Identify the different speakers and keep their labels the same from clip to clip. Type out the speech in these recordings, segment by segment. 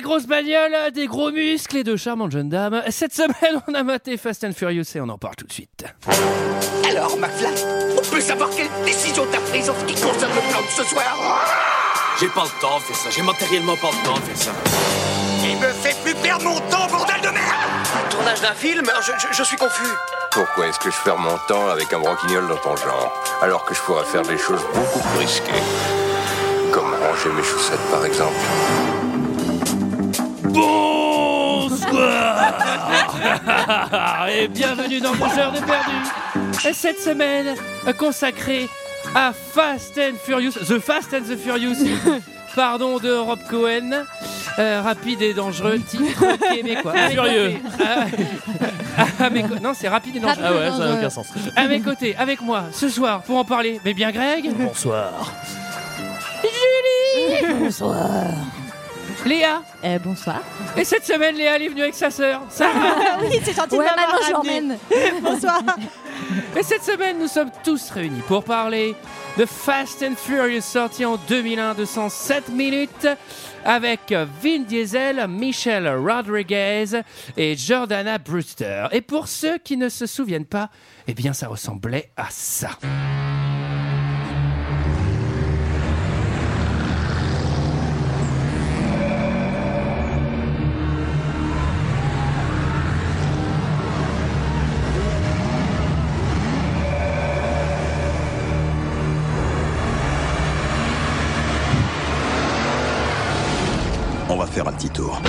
Speaker 1: grosse bagnole, des gros muscles et de charmantes jeunes dames. Cette semaine, on a maté Fast and Furious et on en parle tout de suite.
Speaker 2: Alors, McFly, on peut savoir quelle décision t'as prise en ce qui concerne le plan de ce soir
Speaker 3: J'ai pas le temps de faire ça, j'ai matériellement pas le temps de faire ça.
Speaker 2: Il me fait plus perdre mon temps, bordel de merde
Speaker 4: Tournage d'un film je, je- je suis confus.
Speaker 5: Pourquoi est-ce que je perds mon temps avec un broquignol dans ton genre Alors que je pourrais faire des choses beaucoup plus risquées. Comme ranger mes chaussettes par exemple.
Speaker 1: Ah, et bienvenue dans Mon heure de perdu. Cette semaine euh, consacrée à Fast and Furious, The Fast and the Furious, pardon, de Rob Cohen. Euh, rapide et dangereux, titre québécois.
Speaker 6: Furieux.
Speaker 1: Ah, à mes co- non, c'est rapide et dangereux.
Speaker 6: Ah ouais, ça n'a aucun sens.
Speaker 1: À mes côtés, avec moi, ce soir, pour en parler, mais bien Greg,
Speaker 6: Bonsoir.
Speaker 1: Léa.
Speaker 7: Eh,
Speaker 8: Euh, bonsoir.
Speaker 1: Et cette semaine, Léa, elle est venue avec sa sœur, Sarah.
Speaker 7: Ah, Oui, c'est gentil
Speaker 8: Ouais,
Speaker 7: de m'avoir
Speaker 8: maintenant je
Speaker 7: ramené.
Speaker 8: l'emmène.
Speaker 7: Bonsoir.
Speaker 1: Et cette semaine, nous sommes tous réunis pour parler de Fast and Furious, sorti en 2001 de 107 minutes, avec Vin Diesel, Michelle Rodriguez et Jordana Brewster. Et pour ceux qui ne se souviennent pas, eh bien, ça ressemblait à ça.
Speaker 9: On va faire un petit tour.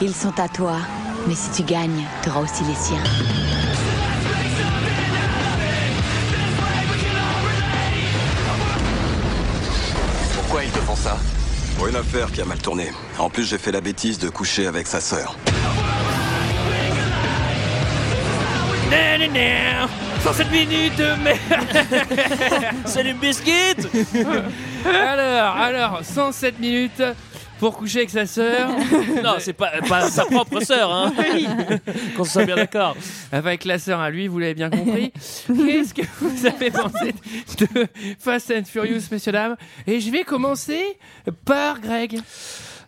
Speaker 10: Ils sont à toi, mais si tu gagnes, t'auras aussi les siens.
Speaker 9: Pourquoi ils te font ça Pour une affaire qui a mal tourné. En plus, j'ai fait la bêtise de coucher avec sa sœur.
Speaker 1: Na, na, na. 107 minutes de merde
Speaker 6: Salut Biscuit
Speaker 1: Alors, alors, 107 minutes pour coucher avec sa sœur,
Speaker 6: Non, c'est pas, pas sa propre sœur, hein Qu'on soit bien d'accord.
Speaker 1: avec la sœur à lui, vous l'avez bien compris. Qu'est-ce que vous avez pensé de Fast and Furious, messieurs, dames Et je vais commencer par Greg.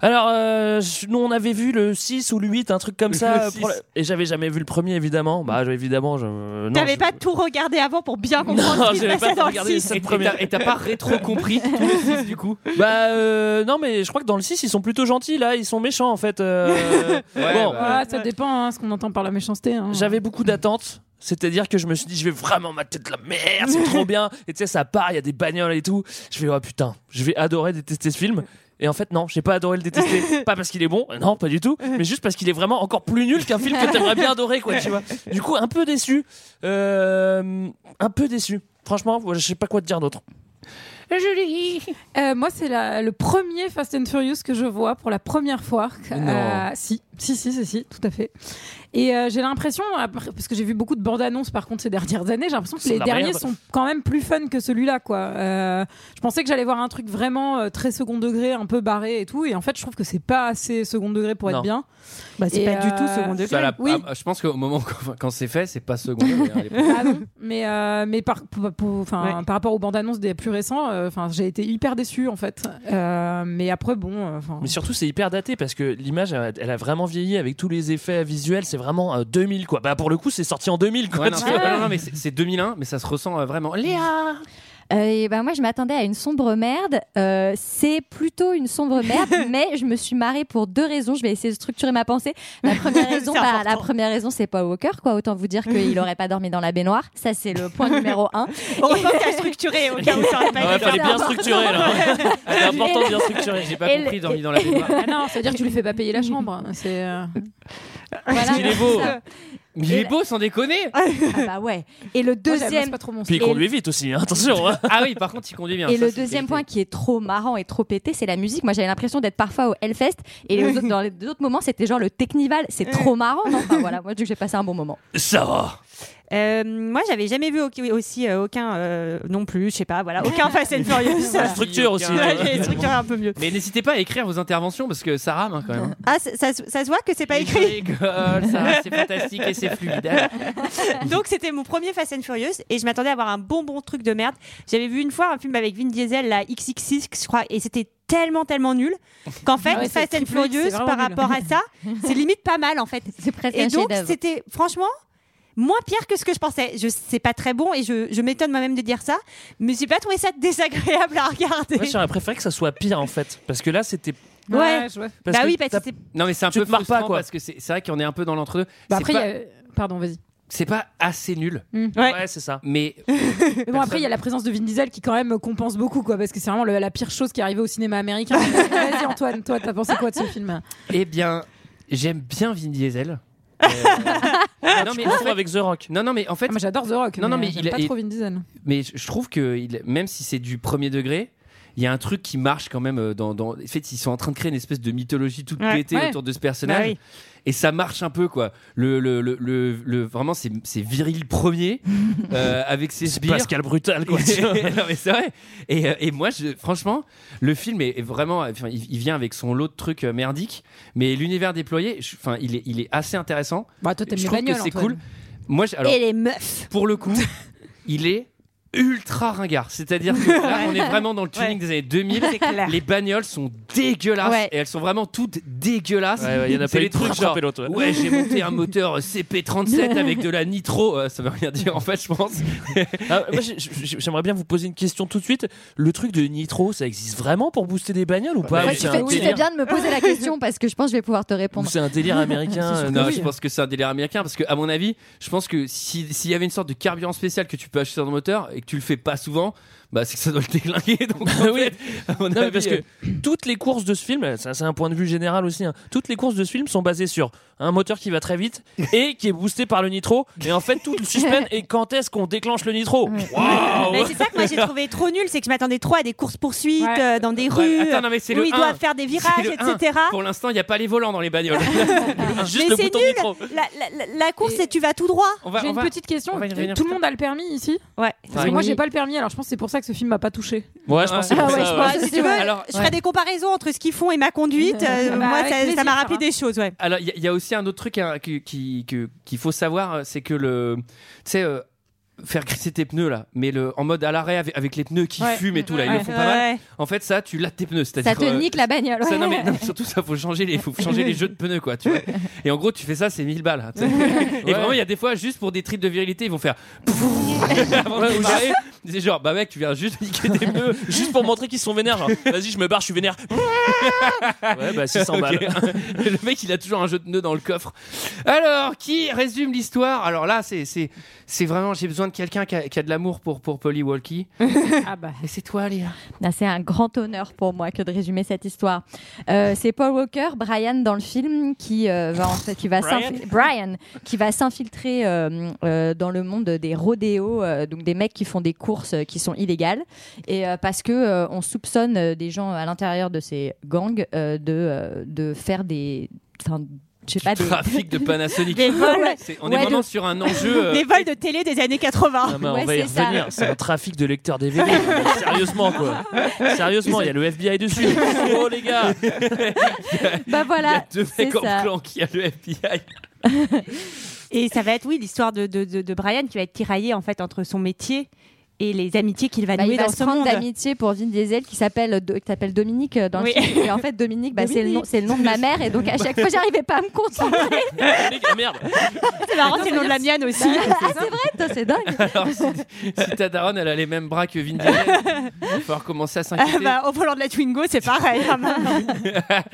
Speaker 6: Alors, euh, je- nous, on avait vu le 6 ou le 8, un truc comme ça.
Speaker 1: Le
Speaker 6: pour la- Et j'avais jamais vu le premier, évidemment. Bah, je- évidemment, je. euh, non,
Speaker 7: T'avais
Speaker 6: je-
Speaker 7: pas tout regardé avant pour bien comprendre
Speaker 6: Non,
Speaker 7: ce qui se
Speaker 6: j'avais
Speaker 7: passait
Speaker 6: pas
Speaker 7: dans le
Speaker 6: regardé
Speaker 7: 6.
Speaker 6: ça.
Speaker 1: Et
Speaker 6: le
Speaker 1: t'as-
Speaker 6: premier.
Speaker 1: et t'as pas rétro compris tout le six, du coup
Speaker 6: Bah, euh, non, mais je crois que dans le 6, ils sont plutôt gentils, là. Ils sont méchants, en fait. euh,
Speaker 1: Ouais,
Speaker 6: bon,
Speaker 1: bah.
Speaker 8: Ah, ça dépend hein, ce qu'on entend par la méchanceté. hein.
Speaker 6: J'avais beaucoup d'attentes. C'est-à-dire que je me suis dit, je vais vraiment mater de la merde, c'est trop bien. Et tu sais, ça part, il y a des bagnoles et tout. Je fais, oh putain, je vais adorer détester ce film. Et en fait, non, j'ai pas adoré le détester. pas parce qu'il est bon, non, pas du tout. Mais juste parce qu'il est vraiment encore plus nul qu'un film que t'aimerais bien adorer, quoi, tu vois. Du coup, un peu déçu. Euh, un peu déçu. Franchement, je sais pas quoi te dire d'autre.
Speaker 1: Julie
Speaker 8: Euh, moi, c'est la- le premier Fast and Furious que je vois pour la première fois. Euh, si, si, si, si, si, tout à fait. Et euh, j'ai l'impression, après- parce que j'ai vu beaucoup de bandes annonces par contre ces dernières années, j'ai l'impression que
Speaker 6: C'est
Speaker 8: les
Speaker 6: de la
Speaker 8: derniers
Speaker 6: merde.
Speaker 8: sont quand même plus fun que celui-là. quoi. Euh, je pensais que j'allais voir un truc vraiment euh, très second degré, un peu barré et tout. Et en fait, je trouve que c'est pas assez second degré pour être
Speaker 6: Non.
Speaker 8: bien.
Speaker 7: Bah, c'est
Speaker 8: Et,
Speaker 7: pas du
Speaker 8: euh,
Speaker 7: tout second degré.
Speaker 1: Ça l'a-
Speaker 8: Oui.
Speaker 1: ah, je pense qu'au moment où- quand c'est fait, c'est pas second. degré, hein, les pauvres.
Speaker 8: Ah non, mais euh, mais par pour- pour- enfin
Speaker 7: Ouais.
Speaker 8: par rapport aux bandes annonces des plus récents, euh, enfin j'ai été hyper déçu en fait. Euh, mais après bon, euh, enfin.
Speaker 6: Mais surtout, c'est hyper daté parce que l'image, elle elle a vraiment vieilli avec tous les effets visuels. C'est vraiment euh, 2000, quoi. Bah, pour le coup, c'est sorti en 2000, quoi.
Speaker 1: Ouais, non,
Speaker 6: tu
Speaker 1: c'est-
Speaker 6: vois.
Speaker 1: non, non, mais c'est c'est 2001, mais ça se ressent euh, vraiment. Léa
Speaker 11: Euh, et ben moi, je m'attendais à une sombre merde. Euh, c'est plutôt une sombre merde, mais je me suis marrée pour deux raisons. Je vais essayer de structurer ma pensée. La première raison,
Speaker 7: C'est
Speaker 11: bah,
Speaker 7: important.
Speaker 11: la première raison, c'est Paul Walker, quoi. Autant vous dire qu'il aurait pas dormi dans la baignoire. Ça, c'est le point numéro un.
Speaker 7: Heureusement que t'as structuré au cas où ça aurait
Speaker 6: Ah
Speaker 7: pas
Speaker 6: ouais,
Speaker 7: été
Speaker 6: fallait
Speaker 11: C'est
Speaker 6: bien
Speaker 11: important.
Speaker 6: structurer là.
Speaker 1: Ah,
Speaker 6: C'est important de bien structurer.
Speaker 1: J'ai pas
Speaker 11: Et le-
Speaker 1: compris, dormi dans la baignoire.
Speaker 8: Ah non, ça veut dire que tu lui fais pas payer la chambre. hein. C'est euh,
Speaker 11: Voilà,
Speaker 6: qu'il est beau.
Speaker 11: ça.
Speaker 1: Mais il est
Speaker 11: Et-
Speaker 1: beau, sans déconner
Speaker 11: Ah bah ouais. Et le
Speaker 8: moi, j'aime- moi, c'est
Speaker 11: deuxième.
Speaker 8: pas trop mon
Speaker 6: Puis il
Speaker 8: style.
Speaker 6: conduit vite aussi, hein, attention. hein.
Speaker 1: Ah oui, par contre, il conduit bien.
Speaker 11: Et
Speaker 1: ça,
Speaker 11: le
Speaker 1: c'est
Speaker 11: deuxième
Speaker 1: une
Speaker 11: point
Speaker 1: vérité.
Speaker 11: qui est trop marrant et trop pété, c'est la musique. Moi, j'avais l'impression d'être parfois au Hellfest. Et aux autres- dans les deux autres moments, c'était genre le Technival. C'est trop marrant. non Enfin, voilà, moi, je dis que j'ai passé un bon moment.
Speaker 6: Ça va.
Speaker 7: Euh, moi, j'avais jamais vu au- aussi euh, aucun euh, non plus, je sais pas, voilà,
Speaker 8: Ah,
Speaker 7: aucun Fast and Furious.
Speaker 1: La structure aussi.
Speaker 7: Ouais, j'ai une structure un peu mieux.
Speaker 1: Mais n'hésitez pas à écrire vos interventions parce que ça rame hein, quand même.
Speaker 7: Ah, ça, ça se- ça se voit que c'est pas
Speaker 1: Je
Speaker 7: écrit.
Speaker 1: rigole, ça, c'est fantastique et c'est fluide. hein.
Speaker 7: Donc c'était mon premier Fast and Furious et je m'attendais à avoir un bon bon truc de merde. J'avais vu une fois un film avec Vin Diesel, la XXX, je crois, et c'était tellement tellement nul qu'en fait
Speaker 8: Ah ouais, c'est
Speaker 7: Fast and
Speaker 8: triple X, c'est
Speaker 7: Furious
Speaker 8: vraiment
Speaker 7: par
Speaker 8: nul.
Speaker 7: rapport à ça, c'est limite pas mal en fait.
Speaker 11: C'est presque
Speaker 7: Et
Speaker 11: un
Speaker 7: donc
Speaker 11: chef-d'œuvre.
Speaker 7: c'était franchement moins pire que ce que je pensais. Je c'est pas très bon et je, je m'étonne moi-même de dire ça, mais j'ai pas trouvé ça désagréable à regarder.
Speaker 6: Moi, j'aurais préféré que ça soit pire en fait. Parce que là, c'était.
Speaker 7: Ouais.
Speaker 8: je vois.
Speaker 6: parce
Speaker 7: bah
Speaker 6: que
Speaker 7: oui, parce que
Speaker 6: t'as-
Speaker 7: c'est
Speaker 1: Non mais c'est un
Speaker 6: Tu
Speaker 1: peu
Speaker 6: te marres pas,
Speaker 1: frustrant
Speaker 6: quoi.
Speaker 1: parce que c'est c'est vrai qu'on est un peu dans l'entre-deux. C'est
Speaker 8: Bah après, il y
Speaker 1: pas-
Speaker 8: a- pardon, Mm. vas-y.
Speaker 1: c'est pas assez nul,
Speaker 7: Ouais.
Speaker 6: Ouais, c'est ça.
Speaker 1: mais
Speaker 8: Mais bon, après, il y a la présence de Vin Diesel qui, quand même, compense beaucoup, quoi, parce que c'est vraiment le- la pire chose qui est arrivée au cinéma américain. vas-y, Antoine, toi, t'as pensé quoi de ce film
Speaker 1: Eh bien, j'aime bien Vin Diesel. Euh, non, mais en
Speaker 6: Confonds
Speaker 1: fait-
Speaker 6: avec The Rock.
Speaker 1: non, non, mais en fait,
Speaker 8: Ah, Moi, j'adore The Rock.
Speaker 1: Non, non, mais
Speaker 8: j'aime
Speaker 1: il a-
Speaker 8: pas
Speaker 1: il- Ah,
Speaker 8: trop Vin Diesel.
Speaker 1: mais je je trouve que il- même si c'est du premier degré, il y a un truc qui marche quand même. euh, Dans, dans- En fait, ils sont en train de créer une espèce de mythologie toute
Speaker 7: Ouais.
Speaker 1: pétée
Speaker 8: Ouais.
Speaker 1: autour de ce personnage.
Speaker 7: Bah oui.
Speaker 1: Et ça marche un peu, quoi. Le, le, le, le, le- vraiment, c'est c'est viril premier euh, avec ses
Speaker 6: C'est
Speaker 1: sbires.
Speaker 6: Pascal Brutal quoi.
Speaker 1: non mais c'est vrai. Et, euh, et moi, je, franchement, le film est est vraiment, enfin, il, il vient avec son lot de trucs euh, merdiques, mais l'univers déployé, je- enfin, il est, il est assez intéressant.
Speaker 8: Bah, toi, t'aimes
Speaker 1: Je
Speaker 8: les
Speaker 1: trouve que
Speaker 8: bagnoles.
Speaker 1: c'est
Speaker 8: Antoine.
Speaker 1: cool. Moi, j'ai- alors
Speaker 7: et les meufs.
Speaker 1: pour le coup, il est ultra ringard. C'est-à-dire que là, on est vraiment dans le tuning
Speaker 7: Ouais.
Speaker 1: des années 2000.
Speaker 7: C'est clair.
Speaker 1: Les bagnoles sont dégueulasses
Speaker 11: Ouais.
Speaker 1: et elles sont vraiment toutes dégueulasses.
Speaker 6: Ouais, ouais, il y en a
Speaker 1: C'est
Speaker 6: pas
Speaker 1: les
Speaker 6: eu trois
Speaker 1: trucs
Speaker 6: sur
Speaker 1: genre,
Speaker 6: l'autre. ouais.
Speaker 1: Ouais, j'ai monté un moteur CP37 avec de la nitro. Euh, ça veut rien dire en fait, je pense.
Speaker 6: Ah, moi, j'ai- j'ai- J'aimerais bien vous poser une question tout de suite. Le truc de nitro, ça existe vraiment pour booster des bagnoles ou pas
Speaker 11: Ouais,
Speaker 6: Ou
Speaker 11: tu
Speaker 6: c'est
Speaker 11: fais,
Speaker 6: un
Speaker 11: tu fais
Speaker 6: délire,
Speaker 11: bien de me poser la question parce que je pense que je vais pouvoir te
Speaker 6: ou
Speaker 11: répondre.
Speaker 6: c'est un délire américain euh,
Speaker 1: Non,
Speaker 6: non,
Speaker 1: je pense que c'est un délire américain parce que, à mon avis, je pense que si- s'il y avait une sorte de carburant spécial que tu peux acheter sur le moteur et que tu le fais pas souvent, bah c'est que ça doit le déglinguer. Donc, en
Speaker 6: Oui.
Speaker 1: fait, à mon
Speaker 6: Non, mais
Speaker 1: avis,
Speaker 6: parce
Speaker 1: euh,
Speaker 6: que toutes les courses de ce film, ça c'est un point de vue général aussi, hein, toutes les courses de ce film sont basées sur un moteur qui va très vite et qui est boosté par le nitro. Et en fait, tout le suspense est quand est-ce qu'on déclenche le nitro
Speaker 1: Ah
Speaker 6: Waouh
Speaker 7: Mais c'est ça que moi j'ai trouvé trop nul, c'est que je m'attendais trop à des courses-poursuites
Speaker 8: Ouais.
Speaker 7: euh, dans des
Speaker 1: Ouais,
Speaker 7: rues
Speaker 1: Bah, attends, non, mais c'est
Speaker 7: où
Speaker 1: le
Speaker 7: ils
Speaker 1: un.
Speaker 7: doivent faire des
Speaker 1: C'est
Speaker 7: virages,
Speaker 1: le un.
Speaker 7: etc.
Speaker 1: Pour l'instant, il n'y a pas les volants dans les bagnoles.
Speaker 6: Juste
Speaker 7: mais
Speaker 6: le
Speaker 7: c'est
Speaker 6: bouton
Speaker 7: nul.
Speaker 6: nitro.
Speaker 7: La, la- la- la course,
Speaker 8: Et-
Speaker 7: c'est tu vas tout droit.
Speaker 1: On va-
Speaker 8: J'ai
Speaker 1: on
Speaker 8: une
Speaker 1: va-
Speaker 8: petite question.
Speaker 1: on va y revenir
Speaker 8: Tout le
Speaker 1: plus
Speaker 8: monde a le permis ici
Speaker 7: Ouais.
Speaker 8: Parce que
Speaker 11: Ouais.
Speaker 8: moi, j'ai
Speaker 11: Oui.
Speaker 8: pas le permis, alors je pense que c'est pour ça que ce film m'a pas touché.
Speaker 6: Ouais, je pense que c'est pour
Speaker 11: Ah ouais,
Speaker 6: ça,
Speaker 11: je
Speaker 6: ouais.
Speaker 11: pense.
Speaker 7: si
Speaker 11: c'est
Speaker 7: tu veux,
Speaker 11: vrai.
Speaker 1: Alors,
Speaker 7: je ferai des comparaisons entre ce qu'ils font et ma conduite.
Speaker 8: Bah,
Speaker 7: euh, moi,
Speaker 8: avec
Speaker 7: ça- ça
Speaker 8: plaisir,
Speaker 7: m'a rappelé
Speaker 8: hein.
Speaker 7: des choses, ouais.
Speaker 1: Alors, il y, a- il y a aussi un autre truc hein, qui- qui- que- qu'il faut savoir, euh, c'est que le, tu sais, euh, faire glisser tes pneus là, mais le, en mode à l'arrêt avec, avec les pneus qui
Speaker 7: Ouais.
Speaker 1: fument et tout là, ils
Speaker 7: Ouais.
Speaker 1: le font pas mal.
Speaker 7: Ouais.
Speaker 1: En fait, ça, tu lattes tes pneus, c'est-à-dire
Speaker 11: Ça te
Speaker 1: euh,
Speaker 11: nique la bagnole.
Speaker 1: Ça,
Speaker 11: ouais.
Speaker 1: non, mais, non, mais surtout, ça faut changer les, faut changer les jeux de pneus, quoi. Tu vois. Et en gros, tu fais ça, c'est 1000 balles. hein, tu sais. Et vraiment, il y a des fois, juste pour des trips de virilité, ils vont faire. Avant de démarrer, c'est genre, bah mec, tu viens juste niquer des pneus.
Speaker 6: Juste pour montrer qu'ils sont vénères. genre, Vas-y, je me barre, je suis vénère. ouais, bah 600 balles.
Speaker 1: Ok. le mec, il a toujours un jeu de pneus dans le coffre. Alors, qui résume l'histoire Alors là, c'est, c'est, c'est vraiment, j'ai besoin de quelqu'un qui a, qui a de l'amour pour, pour Polly Walkie.
Speaker 8: Ah bah.
Speaker 1: Et c'est toi, Léa.
Speaker 11: Ah, C'est un grand honneur pour moi que de résumer cette histoire. Euh, c'est Paul Walker, Brian dans le film, qui euh, va en fait, qui va
Speaker 6: Brian
Speaker 11: s'infi- Brian, qui va s'infiltrer euh, euh, dans le monde des rodéos, euh, donc des mecs qui font des courses euh, qui sont illégales, et euh, parce que euh, on soupçonne euh, des gens à l'intérieur de ces gangs euh, de euh, de faire des, enfin, je sais pas des
Speaker 1: Trafic de Panasonic.
Speaker 7: Des vols,
Speaker 1: C'est- on est
Speaker 11: Ouais,
Speaker 1: vraiment
Speaker 11: de-
Speaker 1: sur un enjeu. euh,
Speaker 7: des vols de télé des années 80.
Speaker 6: Non, Ah, mais on
Speaker 11: Ouais,
Speaker 6: va y
Speaker 11: c'est ça.
Speaker 6: revenir. C'est un trafic de lecteurs DVD. Sérieusement, quoi. Sérieusement, il y a le FBI dessus. Oh, les gars.
Speaker 11: bah
Speaker 1: il y a
Speaker 11: voilà,
Speaker 1: deux
Speaker 11: c'est
Speaker 1: mecs en
Speaker 11: ça.
Speaker 1: plan qui a le FBI.
Speaker 7: Et ça va être, oui, l'histoire de, de, de, de Brian qui va être tiraillé en fait entre son métier et les amitiés qu'il va
Speaker 11: Bah,
Speaker 7: nouer
Speaker 11: il va
Speaker 7: dans
Speaker 11: se
Speaker 7: ce
Speaker 11: prendre
Speaker 7: monde.
Speaker 11: d'amitié pour Vin Diesel qui s'appelle Do- qui s'appelle Dominique euh, dans
Speaker 7: Oui.
Speaker 11: le film. Et en fait, Dominique, bah, c'est le nom,
Speaker 7: Dominique.
Speaker 11: c'est le nom de ma mère. Et donc à chaque fois, j'arrivais pas à me concentrer.
Speaker 6: Les gars, merde.
Speaker 7: C'est marrant, c'est le nom de la mienne aussi.
Speaker 11: Ah, c'est vrai, putain, c'est dingue.
Speaker 1: Alors, si, si ta daronne, elle a les mêmes bras que Vin Diesel, il va falloir commencer à
Speaker 7: Ah
Speaker 1: s'inquiéter.
Speaker 7: bah, au volant de la Twingo, c'est pareil. hein, maman.
Speaker 8: bah,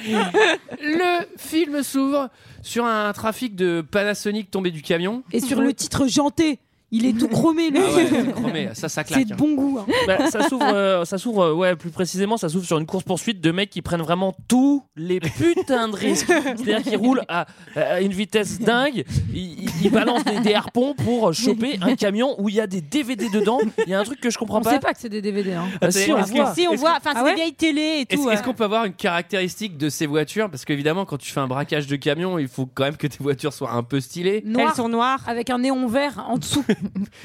Speaker 1: Le film s'ouvre sur un trafic de Panasonic tombé du camion.
Speaker 8: Et sur le titre janté, Il est tout chromé, lui.
Speaker 1: Ah ouais, c'est chromé, ça, ça claque.
Speaker 8: C'est de bon goût. hein.
Speaker 6: Bah, ça s'ouvre, euh, ça s'ouvre, euh, ouais, plus précisément, ça s'ouvre sur une course poursuite de mecs qui prennent vraiment tous les putains de risques. C'est-à-dire qu'ils roulent à, à une vitesse dingue, ils, ils- ils balancent des, des harpons pour choper un camion où il y a des DVD dedans. Il y a un truc que je comprends
Speaker 8: On
Speaker 6: pas.
Speaker 8: sait pas que c'est des DVD. hein.
Speaker 6: Euh, si, on
Speaker 1: Est-ce que-
Speaker 6: voit.
Speaker 7: Si on
Speaker 1: est-ce
Speaker 7: voit, enfin,
Speaker 8: Ah
Speaker 7: c'est
Speaker 8: ouais
Speaker 7: des vieilles télé et
Speaker 1: Est-ce
Speaker 7: tout.
Speaker 1: est-ce
Speaker 7: euh.
Speaker 1: qu'on peut avoir une caractéristique de ces voitures Parce qu'évidemment, quand tu fais un braquage de camion, il faut quand même que tes voitures soient un peu stylées.
Speaker 8: Noir Ah
Speaker 7: Elles sont noires.
Speaker 8: avec un néon vert en dessous.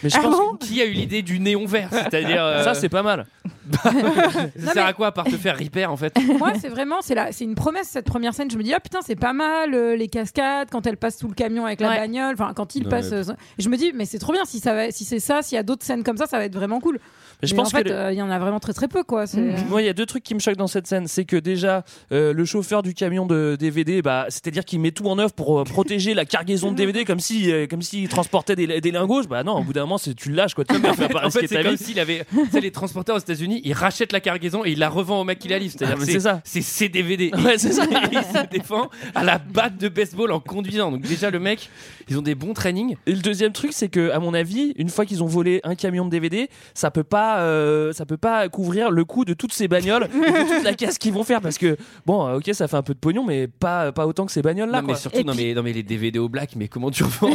Speaker 6: Mais je pense que
Speaker 1: Qui a eu l'idée du néon vert C'est-à-dire. euh,
Speaker 6: ça, c'est pas mal.
Speaker 1: ça sert à quoi à part te faire repair en fait
Speaker 8: Moi, c'est vraiment, c'est la- c'est une promesse cette première scène. Je me dis, ah putain, c'est pas mal euh, les cascades quand elle passe sous le camion avec la
Speaker 7: Ouais.
Speaker 8: bagnole. Enfin, quand il
Speaker 1: Non,
Speaker 8: passe, euh, je me dis, mais c'est trop bien si ça va, si c'est ça, s'il y a d'autres scènes comme ça, ça va être vraiment cool.
Speaker 6: Mais je
Speaker 8: Mais
Speaker 6: pense
Speaker 8: en fait,
Speaker 6: que. Mm.
Speaker 8: euh, il y en a vraiment très très peu, quoi. C'est- euh,
Speaker 1: Euh,
Speaker 6: Moi, il y a deux trucs qui me choquent dans cette scène. C'est que déjà, euh, le chauffeur du camion de DVD, bah, c'est-à-dire qu'il met tout en œuvre pour euh, protéger la cargaison de DVD comme si, euh, comme s'il transportait des, des lingots. Bah non, au bout d'un moment, c'est tu le lâches quoi. Tu peux pas
Speaker 1: En fait,
Speaker 6: risquer
Speaker 1: c'est
Speaker 6: ta
Speaker 1: comme
Speaker 6: vie.
Speaker 1: s'il avait. Tu sais, les transporteurs aux États-Unis, ils rachètent la cargaison et ils la revend au mec qui la livre. C'est-à-dire,
Speaker 6: Ah, mais c'est ça.
Speaker 1: C'est ses DVD.
Speaker 6: Ouais, c'est ça.
Speaker 1: Et il se défend à la batte de baseball en conduisant. Donc, déjà, le mec, ils ont des bons trainings.
Speaker 6: Et le deuxième truc, c'est que, à mon avis, une fois qu'ils ont volé un camion de DVD, ça peut pas, euh, ça peut pas couvrir le coût de toutes ces bagnoles, et de toute la casse qu'ils vont faire, parce que bon, euh, ok, ça fait un peu de pognon, mais pas, pas autant que ces bagnoles là.
Speaker 1: non, mais surtout,
Speaker 7: Et
Speaker 1: non,
Speaker 7: puis-
Speaker 1: mais, non, mais les DVD au black, mais comment tu revends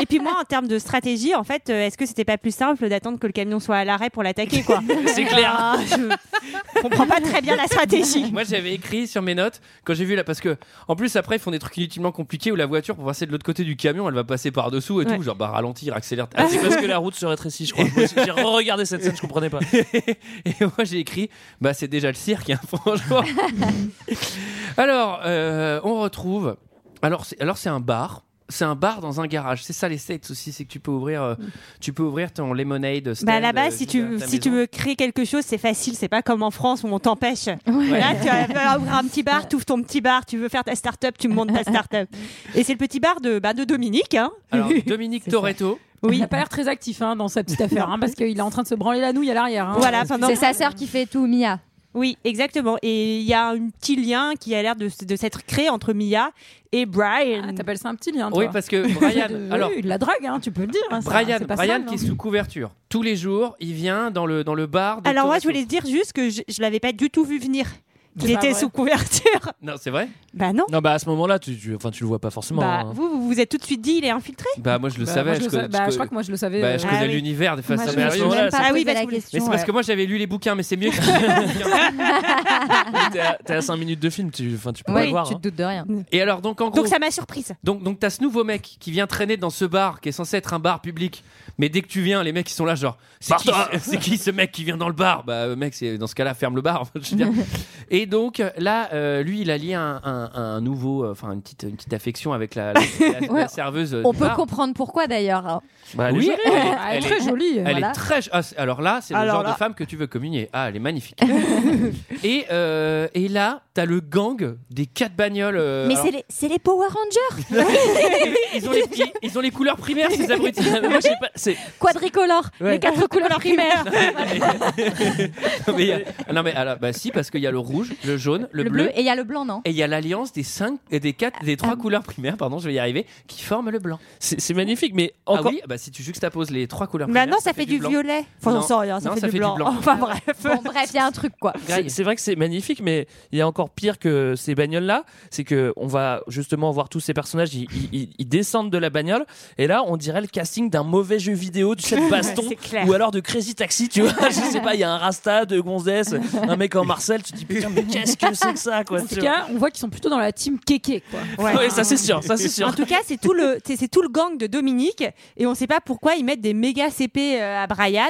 Speaker 7: Et puis moi, en termes de stratégie, en fait, euh, est-ce que c'était pas plus simple d'attendre que le camion soit à l'arrêt pour l'attaquer, quoi
Speaker 6: C'est clair.
Speaker 7: Ah, je comprends pas très bien la stratégie.
Speaker 1: Moi, j'avais écrit sur mes notes quand j'ai vu là, parce que en plus après, ils font des trucs inutilement compliqués où la voiture pour passer de l'autre côté du camion, elle va passer par dessous et
Speaker 7: Ouais.
Speaker 1: tout, genre bah ralentir, accélère.
Speaker 6: Ah, c'est parce que la route se rétrécit, je crois. Moi, J'ai regardé cette scène, je comprenais pas.
Speaker 1: Et moi, j'ai écrit, bah c'est déjà le cirque, hein, franchement. alors, euh, on retrouve. Alors, c'est, alors c'est un bar. C'est un bar dans un garage. C'est ça les States aussi, c'est que tu peux ouvrir, euh, tu peux ouvrir ton lemonade. Stand,
Speaker 7: Bah
Speaker 1: euh,
Speaker 7: là-bas, si tu,
Speaker 1: ta
Speaker 7: si tu
Speaker 1: maison.
Speaker 7: veux créer quelque chose, c'est facile. C'est pas comme en France où on t'empêche.
Speaker 11: Ouais.
Speaker 7: Là, tu vas ouvrir un petit bar, tu ouvres ton petit bar, tu veux faire ta start-up, tu montes ta start-up. Et c'est le petit bar de, bah, de Dominique. Hein.
Speaker 1: Alors, Dominique
Speaker 11: C'est ça.
Speaker 1: Toretto.
Speaker 8: Oui, il a pas l'air très actif hein, dans sa petite affaire, hein, parce qu'il est en train de se branler la nouille à l'arrière. hein.
Speaker 7: Voilà, pendant...
Speaker 11: C'est sa sœur qui fait tout, Mia.
Speaker 7: Oui, exactement. Et il y a un petit lien qui a l'air de, de s'être créé entre Mia et Brian.
Speaker 8: Ah, T'appelles ça un petit lien, toi
Speaker 1: Oui, parce que Brian.
Speaker 8: Oui,
Speaker 1: alors,
Speaker 8: il la drague, hein, tu peux le dire. hein, ça,
Speaker 1: Brian,
Speaker 8: c'est pas
Speaker 1: Brian
Speaker 8: sale,
Speaker 1: qui
Speaker 8: hein.
Speaker 1: est sous couverture. Tous les jours, il vient dans le, dans le bar. de
Speaker 7: Alors moi, je
Speaker 1: Toretto.
Speaker 7: voulais dire juste que je, je l'avais pas du tout vu venir.
Speaker 8: C'est
Speaker 7: Qu'il
Speaker 8: pas
Speaker 7: était
Speaker 8: vrai.
Speaker 7: sous couverture.
Speaker 1: Non, c'est vrai
Speaker 7: Bah non.
Speaker 6: Non, bah à ce moment-là, tu, tu- enfin, tu le vois pas forcément.
Speaker 7: Bah,
Speaker 6: hein.
Speaker 7: vous, vous vous êtes tout de suite dit, il est infiltré.
Speaker 1: Bah, moi, je le
Speaker 8: Bah,
Speaker 1: savais.
Speaker 8: moi, je, le
Speaker 1: co-
Speaker 8: savais- bah, je
Speaker 1: co-
Speaker 8: crois que moi je le savais.
Speaker 1: bah,
Speaker 8: euh,
Speaker 1: je connais
Speaker 7: Ah oui.
Speaker 1: l'univers de façon
Speaker 11: Moi, je me
Speaker 1: merveilleuse.
Speaker 11: suis même
Speaker 6: ça-
Speaker 11: pas
Speaker 7: Ah oui,
Speaker 11: posé
Speaker 7: parce
Speaker 11: la
Speaker 7: que-
Speaker 1: Mais
Speaker 11: question.
Speaker 1: c'est parce que moi, j'avais lu les bouquins, mais c'est mieux que.
Speaker 6: T'es à- T'es à 5 minutes de film, tu, enfin, tu peux
Speaker 11: ouais.
Speaker 6: pas
Speaker 11: Ouais,
Speaker 6: le voir.
Speaker 11: tu te
Speaker 6: hein.
Speaker 11: doutes de rien.
Speaker 1: Et alors, donc, en gros.
Speaker 7: Donc ça m'a surprise.
Speaker 1: Donc, donc t'as ce nouveau mec qui vient traîner dans ce bar qui est censé être un bar public, mais dès que tu viens, les mecs ils sont là genre c'est qui,
Speaker 6: Pardon.
Speaker 1: c'est qui ce mec qui vient dans le bar Bah euh, mec c'est dans ce cas-là ferme le bar. enfin, je veux dire. Et donc là euh, lui il a lié un, un- un nouveau euh, enfin une petite une petite affection avec la, la- la- la
Speaker 11: Ouais.
Speaker 1: serveuse. euh,
Speaker 11: On
Speaker 1: du
Speaker 11: peut
Speaker 1: bar.
Speaker 11: comprendre pourquoi d'ailleurs. hein.
Speaker 6: Bah, elle est
Speaker 1: Oui,
Speaker 6: jolie.
Speaker 1: elle est-
Speaker 8: ah, Elle
Speaker 1: elle
Speaker 8: est
Speaker 1: est-
Speaker 8: très jolie.
Speaker 1: Elle
Speaker 11: Voilà.
Speaker 1: est très. ch- ah, c'est- alors là, c'est le
Speaker 7: Alors
Speaker 1: genre
Speaker 7: là.
Speaker 1: de femme que tu veux communier. Ah, elle est magnifique. et, euh, et là, t'as le gang des quatre bagnoles. euh,
Speaker 11: Mais
Speaker 1: alors-
Speaker 11: c'est les, c'est les Power Rangers
Speaker 1: ils, ont les, ils- ils ont les couleurs primaires, ces abrutis.
Speaker 6: Moi, je sais pas, c'est-
Speaker 11: quadricolores,
Speaker 6: Ouais.
Speaker 11: les quatre couleurs primaires.
Speaker 1: non, mais, il y a- non, mais alors, bah si, parce qu'il y a le rouge, le jaune, le,
Speaker 11: Le
Speaker 1: bleu.
Speaker 11: bleu et il y a le blanc, non
Speaker 1: Et il y a l'alliance des cinq, et des quatre, des trois couleurs primaires, pardon, je vais y arriver, qui forment le blanc.
Speaker 6: c'est c'est magnifique, mais
Speaker 1: Ah
Speaker 6: encore.
Speaker 1: oui, bah si tu juxtaposes les trois couleurs primaires.
Speaker 7: Maintenant, Bah ça, fait, du,
Speaker 1: blanc.
Speaker 7: violet. Enfin,
Speaker 1: Non.
Speaker 7: on sent rien, ça,
Speaker 1: Non,
Speaker 7: fait,
Speaker 1: ça
Speaker 7: du
Speaker 1: fait du
Speaker 7: blanc.
Speaker 1: blanc.
Speaker 7: Enfin, bref.
Speaker 11: Bon, bref, il y a un truc quoi.
Speaker 6: C'est c'est vrai que c'est magnifique, mais il y a encore pire que ces bagnoles-là. C'est que on va justement voir tous ces personnages, ils, ils- ils- ils descendent de la bagnole, et là, on dirait le casting d'un mauvais jeu vidéo, du chef baston,
Speaker 7: c'est clair.
Speaker 6: ou alors de Crazy Taxi, tu vois. Je sais pas, il y a un Rasta de Gonzès, un mec en Marcel, tu te dis putain, mais qu'est-ce que c'est que ça, quoi.
Speaker 8: En
Speaker 6: tu
Speaker 8: tout
Speaker 6: vois.
Speaker 8: cas, on voit qu'ils sont plutôt dans la team kéké. Quoi.
Speaker 7: Ouais.
Speaker 6: Ouais, ça c'est sûr, ça c'est sûr.
Speaker 7: En tout cas, c'est tout le c'est c'est tout le gang de Dominique et on sait pas pourquoi ils mettent des méga CP euh, à Brian.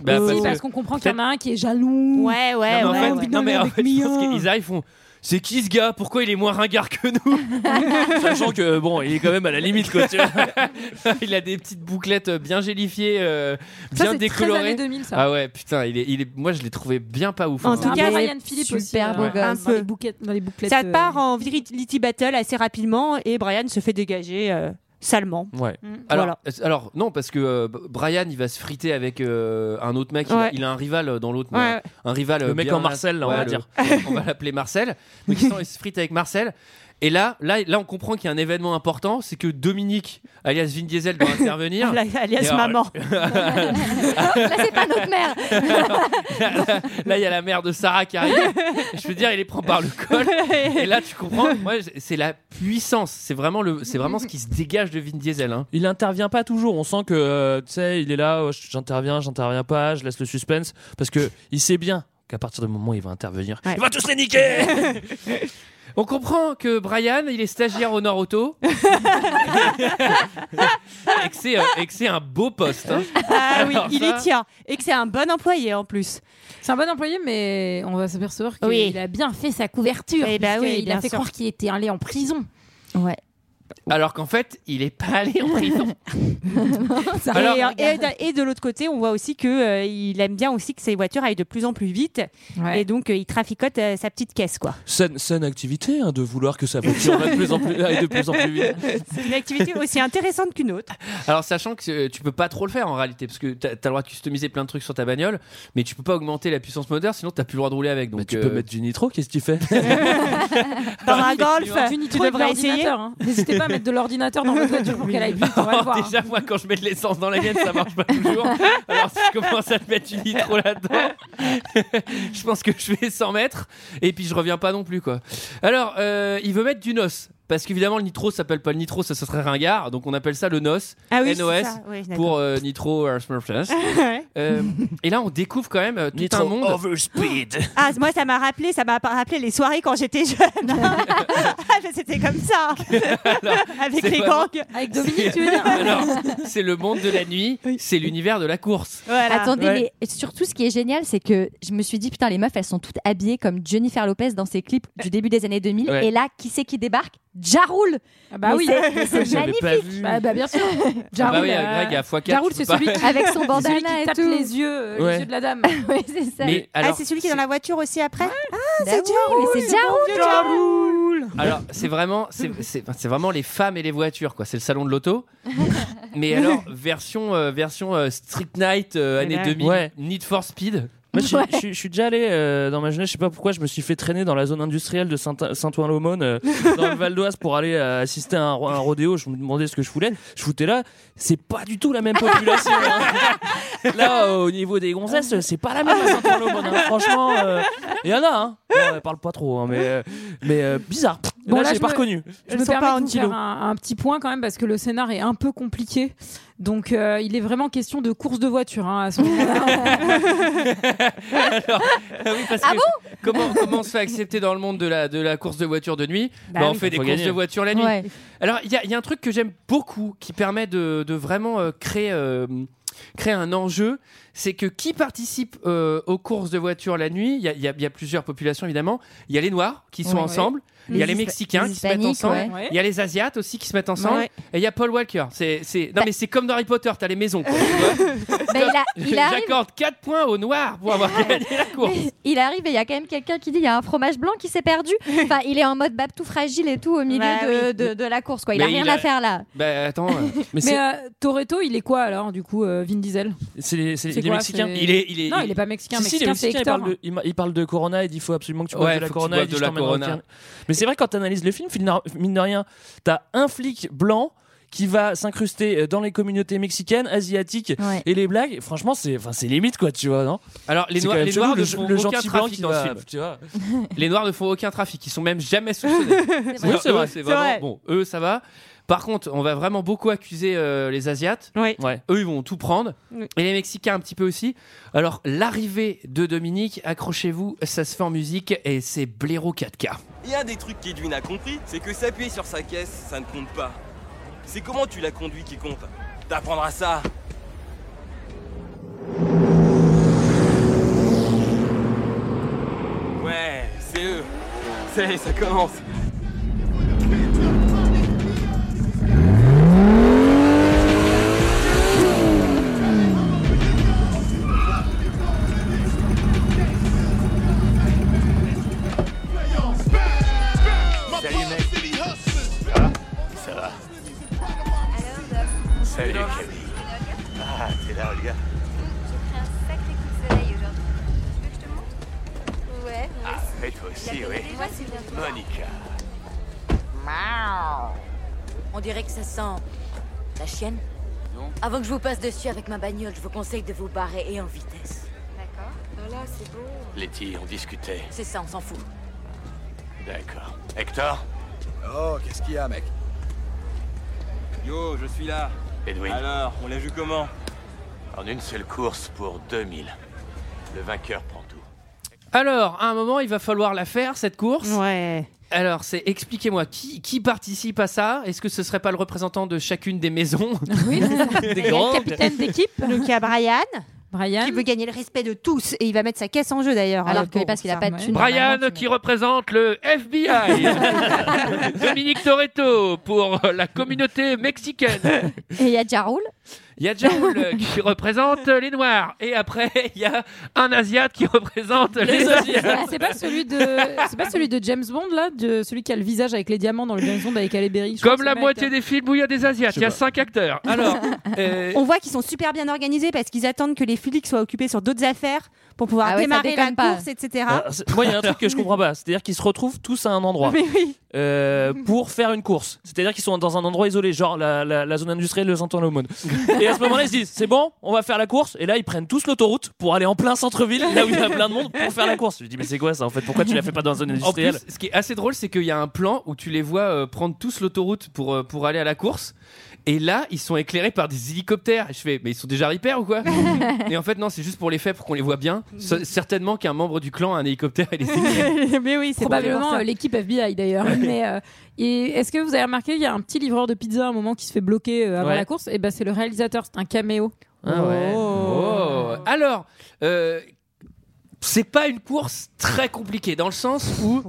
Speaker 1: Bah,
Speaker 8: Si,
Speaker 1: parce
Speaker 8: parce,
Speaker 1: que-
Speaker 8: qu'on comprend qu'il y en a un qui est jaloux.
Speaker 7: Ouais, ouais,
Speaker 1: Non, mais
Speaker 7: ouais.
Speaker 1: en fait,
Speaker 7: ouais.
Speaker 1: non, mais en
Speaker 8: Avec
Speaker 1: fait, je pense
Speaker 8: Mia.
Speaker 1: qu'ils arrivent, ils font. C'est qui ce gars Pourquoi il est moins ringard que nous euh,
Speaker 6: Sachant que bon, il est quand même à la limite, quoi. tu vois.
Speaker 1: Il a des petites bouclettes bien gélifiées, euh,
Speaker 8: Ça,
Speaker 1: bien
Speaker 8: c'est très années
Speaker 1: décolorées.
Speaker 8: 2000, ça.
Speaker 1: Ah ouais, putain, il est, il est... moi je l'ai trouvé bien pas ouf.
Speaker 7: En
Speaker 1: hein.
Speaker 7: tout
Speaker 8: Ah,
Speaker 7: cas,
Speaker 8: Brian Philippe
Speaker 11: super
Speaker 8: aussi,
Speaker 6: hein.
Speaker 8: euh,
Speaker 11: beau
Speaker 8: ouais,
Speaker 11: gosse.
Speaker 8: Dans les,
Speaker 7: Un
Speaker 8: bouquettes- dans les bouclettes.
Speaker 7: Ça
Speaker 8: euh,
Speaker 7: part en virility battle assez rapidement et Brian se fait dégager euh, salement.
Speaker 6: Ouais.
Speaker 8: Mm.
Speaker 1: Alors,
Speaker 7: Voilà.
Speaker 1: euh, alors non, parce que euh, B- Brian, il va se friter avec euh, un autre mec. Il, a,
Speaker 7: Ouais.
Speaker 1: il a un rival euh, dans l'autre. mais
Speaker 7: Ouais.
Speaker 1: Un rival. euh,
Speaker 6: Le mec
Speaker 1: bien-
Speaker 6: en Marcel, là, on va
Speaker 1: le-
Speaker 6: dire.
Speaker 1: on va l'appeler Marcel. Donc ils sont- ils se fritent avec Marcel. Et là, là, là, on comprend qu'il y a un événement important, c'est que Dominique, alias Vin Diesel, doit intervenir.
Speaker 7: Alias
Speaker 1: Et alors-
Speaker 7: maman.
Speaker 11: Là, c'est pas notre mère.
Speaker 1: Là, il y a la mère de Sarah qui arrive. Je veux dire, il les prend par le col. Et là, tu comprends. Moi, j- c'est la puissance. C'est vraiment le, c'est vraiment ce qui se dégage de Vin Diesel. hein.
Speaker 6: Il intervient pas toujours. On sent que, euh, tu sais, il est là, ouais, j'interviens, j'interviens pas, je laisse le suspense. Parce que il sait bien qu'à partir du moment où il va intervenir,
Speaker 7: Ouais.
Speaker 6: il va tous les niquer
Speaker 1: On comprend que Brian, il est stagiaire au Nord Auto. et que c'est, euh, et que c'est un beau poste. hein.
Speaker 7: Ah oui,
Speaker 1: Alors
Speaker 7: il
Speaker 1: ça-
Speaker 7: y tient. Et que c'est un bon employé en plus.
Speaker 8: C'est un bon employé, mais on va s'apercevoir qu'il
Speaker 7: Oui.
Speaker 8: a bien fait sa couverture.
Speaker 7: Eh bah
Speaker 8: puisque
Speaker 7: oui,
Speaker 8: il a
Speaker 7: bien
Speaker 8: fait
Speaker 7: sûr.
Speaker 8: croire qu'il était allé en prison.
Speaker 11: Ouais.
Speaker 1: Alors qu'en fait, il est pas allé en prison.
Speaker 7: Et,
Speaker 1: Alors-
Speaker 7: euh, et d'un- et de l'autre côté, on voit aussi que euh, il aime bien aussi que ses voitures aillent de plus en plus vite.
Speaker 8: Ouais.
Speaker 7: Et donc, euh, il traficote euh, sa petite caisse, quoi.
Speaker 6: Saine, saine activité hein, de vouloir que ça voiture va de plus en plus, aille de plus en plus vite.
Speaker 7: C'est une activité aussi intéressante qu'une autre.
Speaker 1: Alors sachant que euh, tu peux pas trop le faire en réalité, parce que t'as, t'as le droit de customiser plein de trucs sur ta bagnole, mais tu peux pas augmenter la puissance moteur, sinon t'as plus le droit de rouler avec. Donc
Speaker 6: Mais tu
Speaker 1: euh,
Speaker 6: peux mettre du nitro, qu'est-ce qu'il fait
Speaker 7: Dans un golf,
Speaker 8: Tu n'y
Speaker 7: tu
Speaker 8: trouves de
Speaker 7: devrais essayer.
Speaker 8: l'ordinateur, hein. N'hésitez pas à mettre de l'ordinateur dans votre voiture pour qu'elle aille vite. On va le voir. hein.
Speaker 1: Déjà, moi, quand je mets de l'essence dans la mienne, ça marche pas toujours. Alors, si je commence à te mettre une litre là-dedans, je pense que je vais 100 mètres et puis je reviens pas non plus, quoi. Alors, euh, il veut mettre du NOS. Parce qu'évidemment, le nitro s'appelle pas le nitro, ça, ça serait ringard. Donc, on appelle ça le NOS
Speaker 7: Ah oui,
Speaker 1: NOS
Speaker 7: c'est ça. Oui, d'accord.
Speaker 1: pour euh, Nitro Airsmurfless.
Speaker 7: Ouais.
Speaker 1: Euh, et là, on découvre quand même euh, tout un monde.
Speaker 3: overspeed.
Speaker 7: Ah, moi, ça m'a rappelé, ça m'a rappelé les soirées quand j'étais jeune. Ah, mais C'était comme ça, avec
Speaker 1: c'est
Speaker 7: les
Speaker 1: vraiment-
Speaker 7: gangs.
Speaker 8: Avec Dominique, tu veux dire
Speaker 1: Alors, c'est le monde de la nuit, c'est l'univers de la course.
Speaker 7: Voilà.
Speaker 11: Attendez,
Speaker 1: Ouais.
Speaker 11: mais surtout ce qui est génial, c'est que je me suis dit putain, les meufs, elles sont toutes habillées comme Jennifer Lopez dans ses clips du début des années 2000.
Speaker 1: Ouais.
Speaker 11: Et là, qui c'est qui débarque Jaroul.
Speaker 8: Ah Bah
Speaker 11: Mais
Speaker 8: oui.
Speaker 11: c'est- mais c'est
Speaker 6: J'avais
Speaker 11: magnifique.
Speaker 6: pas vu.
Speaker 8: Bah, bah, bien sûr.
Speaker 1: Ah
Speaker 8: Jarul,
Speaker 1: bah oui,
Speaker 8: euh,
Speaker 1: Greg, à x4.
Speaker 8: Jarul,
Speaker 1: tu
Speaker 8: c'est
Speaker 1: peux pas-
Speaker 8: celui qui
Speaker 11: Avec son
Speaker 8: celui qui
Speaker 11: bandana et
Speaker 8: tape
Speaker 11: tout.
Speaker 8: les yeux, euh,
Speaker 6: Ouais.
Speaker 8: les yeux de la dame.
Speaker 11: Ouais, c'est ça.
Speaker 1: Mais
Speaker 7: Ah,
Speaker 1: alors,
Speaker 7: c'est celui qui est dans la voiture aussi après Ah,
Speaker 11: Bah oui, mais c'est Jaroul.
Speaker 1: Alors, c'est vraiment, c'est c'est- c'est vraiment les femmes et les voitures, quoi. C'est le salon de l'auto. Mais alors, version, euh, version euh, Street Night, euh, année
Speaker 7: Mais là-
Speaker 1: 2000,
Speaker 6: Ouais.
Speaker 1: Need for Speed.
Speaker 6: Moi, je, suis- je suis- je suis déjà allé euh, dans ma jeunesse, je sais pas pourquoi, je me suis fait traîner dans la zone industrielle de Saint- Saint-Ouen-l'Aumône, euh, dans le Val d'Oise, pour aller euh, assister à un, ro- un rodéo. Je me demandais ce que je voulais. Je foutais là, c'est pas du tout la même population. hein. Là, euh, au niveau des gonzesses, c'est pas la même à Saint-Ouen-l'Aumône. hein. Franchement, euh, il y en a, hein. Bon, elle parle pas trop, hein, mais, euh, mais euh, bizarre.
Speaker 8: Bon,
Speaker 6: là,
Speaker 8: là,
Speaker 6: j'ai
Speaker 8: je
Speaker 6: pas
Speaker 8: me-
Speaker 6: reconnu.
Speaker 8: Je
Speaker 7: ne
Speaker 8: me
Speaker 7: sens
Speaker 8: permets
Speaker 7: pas
Speaker 8: de
Speaker 7: un
Speaker 8: vous
Speaker 7: kilo.
Speaker 8: faire un, un petit point quand même parce que le scénar est un peu compliqué. Donc euh, il est vraiment question de course de voiture hein, à ce moment-là.
Speaker 1: Alors, ah oui, parce que comment, comment on se fait accepter dans le monde de la, de la course de voiture de nuit
Speaker 7: Bah
Speaker 1: Bah, On
Speaker 7: oui.
Speaker 1: fait des
Speaker 6: Faut
Speaker 1: courses
Speaker 6: gagner.
Speaker 1: de voiture la nuit.
Speaker 11: Ouais.
Speaker 1: Alors, il y, a- il y a un truc que j'aime beaucoup qui permet de, de vraiment euh, créer, euh, créer un enjeu. C'est que qui participe euh, aux courses de voiture la nuit Il y, a- il y a- il y a plusieurs populations évidemment. Il y a les Noirs qui sont
Speaker 11: Ouais.
Speaker 1: ensemble. Il y a les
Speaker 11: Hispa-
Speaker 1: Mexicains
Speaker 11: les
Speaker 1: qui se mettent
Speaker 11: Hispaniques,
Speaker 1: ensemble.
Speaker 11: ouais.
Speaker 1: Il y a les Asiates aussi qui se mettent ensemble.
Speaker 7: Ouais.
Speaker 1: Et il y a Paul Walker. C'est, c'est... Non,
Speaker 11: Bah-
Speaker 1: mais c'est comme dans Harry Potter, t'as les maisons. quoi.
Speaker 11: Mais il, a- il arrive,
Speaker 1: J'accorde 4 points aux Noirs pour avoir gagné la course.
Speaker 11: il arrive et il y a quand même quelqu'un qui dit il y a un fromage blanc qui s'est perdu. Enfin, il est en mode bab tout fragile et tout au milieu
Speaker 7: Bah
Speaker 11: de,
Speaker 7: oui.
Speaker 11: de- de la course. Quoi. Il a
Speaker 1: Mais
Speaker 11: rien
Speaker 1: il a-
Speaker 11: à faire là.
Speaker 1: Bah attends, euh,
Speaker 6: Mais
Speaker 8: Mais
Speaker 6: c'est
Speaker 8: euh, Toretto, il est quoi alors du coup euh, Vin Diesel
Speaker 6: c'est les- c'est
Speaker 8: c'est
Speaker 6: les
Speaker 8: quoi,
Speaker 6: Mexicains.
Speaker 8: c'est-
Speaker 1: il est, il est,
Speaker 8: Non, il est pas mexicain.
Speaker 6: Si, si, les
Speaker 8: mexicain, c'est
Speaker 6: Mexicains, ils
Speaker 8: Hector.
Speaker 6: parlent de, ils ma- ils parlent de Corona, ils disent il faut absolument que tu boives
Speaker 1: Ouais,
Speaker 6: de la
Speaker 1: faut que tu
Speaker 6: Corona.
Speaker 1: boives
Speaker 6: ils disent,
Speaker 1: de
Speaker 6: je
Speaker 1: la
Speaker 6: t'emmène dans le
Speaker 1: Corona.
Speaker 6: car- Mais c'est vrai, quand t'analyses le film, fina- mine de rien, t'as un flic blanc qui va s'incruster euh, dans les communautés mexicaines, asiatiques
Speaker 11: Ouais.
Speaker 6: et les blagues. Franchement, c'est enfin, c'est limite, quoi, tu vois, non
Speaker 1: Alors les
Speaker 6: C'est
Speaker 1: noirs,
Speaker 6: quand même
Speaker 1: les
Speaker 6: chelou,
Speaker 1: noirs
Speaker 6: le,
Speaker 1: ne
Speaker 6: ge-
Speaker 1: font
Speaker 6: le
Speaker 1: aucun
Speaker 6: gentil blanc
Speaker 1: trafic
Speaker 6: qui
Speaker 1: dans ce
Speaker 6: va,
Speaker 1: film.
Speaker 6: tu vois.
Speaker 1: Les noirs ne font aucun trafic, ils sont même jamais soupçonnés.
Speaker 6: vrai.
Speaker 1: Alors,
Speaker 6: C'est vrai.
Speaker 1: eux, C'est vraiment
Speaker 7: vrai.
Speaker 1: bon. Eux ça va. Par contre, on va vraiment beaucoup accuser euh, les Asiates.
Speaker 7: Oui.
Speaker 6: Ouais.
Speaker 1: Eux, ils vont tout prendre.
Speaker 7: Oui.
Speaker 1: Et les Mexicains, un petit peu aussi. Alors, l'arrivée de Dominique, accrochez-vous, ça se fait en musique et c'est Blaireau 4K.
Speaker 9: Il y a des trucs qu'Edwin a compris, c'est que s'appuyer sur sa caisse, ça ne compte pas. C'est comment tu la conduis qui compte. T'apprendras ça. Ouais, c'est eux. Ça y est, ça commence.
Speaker 2: Salut, Camille. Ah, t'es là, Olga. J'ai pris un sacré coup de soleil aujourd'hui. Tu veux que je te montre Ouais. Ah, mais toi aussi, oui. Monica.
Speaker 12: On dirait que ça sent la chienne.
Speaker 13: Non.
Speaker 12: Avant que je vous passe dessus avec ma bagnole, je vous conseille de vous barrer et en vitesse.
Speaker 13: D'accord. Voilà, c'est bon.
Speaker 3: Letty, on discutait.
Speaker 12: C'est ça, on s'en fout.
Speaker 3: D'accord. Hector
Speaker 13: Oh, qu'est-ce qu'il y a, mec
Speaker 9: Yo, je suis là.
Speaker 3: Edwin
Speaker 9: Alors, on l'a vu comment
Speaker 3: En une seule course pour 2000. Le vainqueur prend tout.
Speaker 1: Alors, à un moment, il va falloir la faire, cette course.
Speaker 7: Ouais.
Speaker 1: Alors, c'est expliquez-moi, qui, qui participe à ça Est-ce que ce serait pas le représentant de chacune des maisons
Speaker 8: Oui,
Speaker 1: des
Speaker 7: le
Speaker 1: grandes
Speaker 7: capitaine d'équipe. Donc il y a Brian. Qui veut gagner le respect de tous. Et il va mettre sa caisse en jeu d'ailleurs. hein,
Speaker 11: Alors
Speaker 7: que parce qu'il a pas de thune.
Speaker 1: Brian qui représente le FBI. Dominique Toretto pour la communauté mexicaine.
Speaker 11: Et il y a Jaroul.
Speaker 1: Il y a Jaoul euh, qui représente les Noirs. Et après, il y a un Asiate qui représente les, Asiates.
Speaker 8: Ah, C'est pas celui de, c'est pas celui de James Bond là, de celui qui a le visage avec les diamants dans le James Bond avec Halle Berry. Je
Speaker 1: Comme
Speaker 8: crois
Speaker 1: la
Speaker 8: que c'est
Speaker 1: moitié
Speaker 8: le
Speaker 1: des films où il y a des Asiates, il y a cinq acteurs. Alors, euh,
Speaker 7: On voit qu'ils sont super bien organisés parce qu'ils attendent que les flics soient occupés sur d'autres affaires pour pouvoir
Speaker 11: Ah ouais, ça
Speaker 7: démarrer la
Speaker 11: déconne pas.
Speaker 7: course, etc.
Speaker 6: Euh, c'est- moi, il y a un truc que je comprends pas. C'est-à-dire qu'ils se retrouvent tous à un endroit
Speaker 7: Mais oui.
Speaker 6: Euh, pour faire une course. C'est-à-dire qu'ils sont dans un endroit isolé, genre la, la- la zone industrielle de Saint-Anne-l'aumône. et à ce moment-là, ils se disent c'est bon, on va faire la course. Et là, ils prennent tous l'autoroute pour aller en plein centre-ville, là où il y a plein de monde, pour faire la course. Je dis mais c'est quoi ça en fait Pourquoi tu l'as fait pas dans la zone
Speaker 1: En plus,
Speaker 6: industrielle
Speaker 1: ce qui est assez drôle, c'est qu'il y a un plan où tu les vois euh, prendre tous l'autoroute pour, euh, pour aller à la course. Et là, ils sont éclairés par des hélicoptères. Et je fais, mais ils sont déjà repères ou quoi Et en fait, non, c'est juste pour les faits, pour qu'on les voit bien. Ce- certainement qu'un membre du clan a un hélicoptère et les
Speaker 7: mais oui, c'est
Speaker 8: Probablement euh, l'équipe FBI d'ailleurs. Mais euh, et est-ce que vous avez remarqué il y a un petit livreur de pizza à un moment qui se fait bloquer euh, avant
Speaker 1: Ouais.
Speaker 8: la course Et ben c'est le réalisateur, c'est un caméo.
Speaker 1: Ah ouais. Oh. Alors, euh, c'est pas une course très compliquée dans le sens où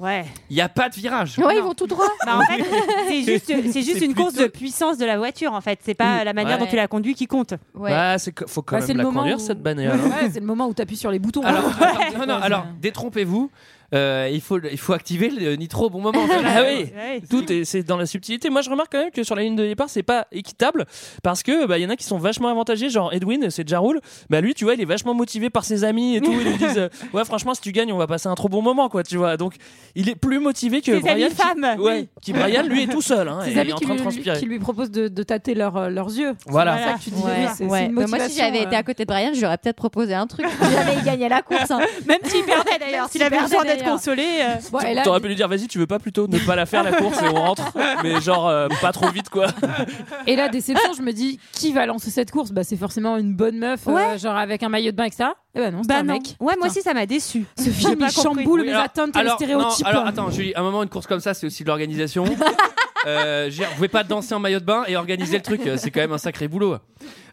Speaker 7: il
Speaker 1: n'y a pas de virage.
Speaker 11: Ouais, ils vont tout droit.
Speaker 7: Bah, en fait, c'est juste, c'est juste
Speaker 1: C'est
Speaker 7: une course
Speaker 1: plutôt-
Speaker 7: de puissance de la voiture en fait. C'est pas la manière
Speaker 6: Ouais.
Speaker 7: dont tu la conduis qui compte.
Speaker 6: Bah, c'est que- faut quand
Speaker 8: Bah, c'est
Speaker 6: même
Speaker 8: le
Speaker 6: la
Speaker 8: moment
Speaker 6: conduire
Speaker 8: où-
Speaker 6: cette bagnole. hein.
Speaker 8: Ouais, c'est le moment où t'appuies sur les boutons. Ah.
Speaker 1: Alors, alors, non, non, alors détrompez-vous. Euh, il, faut, il faut activer le nitro au bon moment.
Speaker 6: Ah oui, tout est c'est dans la subtilité. Moi, je remarque quand même que sur la ligne de départ, c'est pas équitable parce que bah il y en a qui sont vachement avantagés, genre Edwin, c'est Jarul. Bah lui, tu vois, il est vachement motivé par ses amis et tout. Ils lui disent euh, ouais, franchement, si tu gagnes, on va passer un trop bon moment, quoi, tu vois. Donc il est plus motivé que
Speaker 7: Ses
Speaker 6: Brian.
Speaker 7: amis
Speaker 6: qui-
Speaker 7: femmes,
Speaker 6: ouais,
Speaker 7: oui.
Speaker 6: qui Brian lui est tout seul, hein,
Speaker 8: Ses
Speaker 6: et il
Speaker 8: amis
Speaker 6: est en
Speaker 8: qui
Speaker 6: train de
Speaker 8: lui,
Speaker 6: transpirer.
Speaker 8: qui lui proposent de, de tâter leur- euh, leurs yeux.
Speaker 6: Voilà.
Speaker 8: C'est ça que tu disais.
Speaker 11: Ouais,
Speaker 8: c'est- c'est
Speaker 11: ouais.
Speaker 8: une
Speaker 11: Bah, moi, si
Speaker 8: motivation,
Speaker 11: j'avais
Speaker 8: euh.
Speaker 11: été à côté de Brian, j'aurais peut-être proposé un truc. J'allais y gagner la course. hein.
Speaker 7: Même s'il perdait d'ailleurs, s'il avait
Speaker 11: perdait,
Speaker 7: besoin d'être
Speaker 11: d'ailleurs.
Speaker 7: consolé. euh,
Speaker 8: Bon, et là,
Speaker 6: T'aurais pu lui dire vas-y tu veux pas plutôt ne pas la faire la course et on rentre mais genre euh, pas trop vite quoi
Speaker 8: Et la déception, je me dis, qui va lancer cette course Bah, c'est forcément une bonne meuf, euh,
Speaker 7: Ouais.
Speaker 8: genre avec un maillot de bain, etc. Eh ben non, c'est
Speaker 7: Bah
Speaker 8: un
Speaker 7: non.
Speaker 8: mec.
Speaker 7: Ouais, moi aussi ça m'a déçu.
Speaker 8: Ce film, il chamboule
Speaker 1: Oui,
Speaker 8: mes
Speaker 1: alors-
Speaker 8: attentes et les
Speaker 1: alors,
Speaker 8: stéréotypes.
Speaker 1: non, alors attends, Julie, à un moment, une course comme ça, c'est aussi de l'organisation. Euh, je veux dire, vous pouvez pas danser en maillot de bain et organiser le truc, euh, c'est quand même un sacré boulot.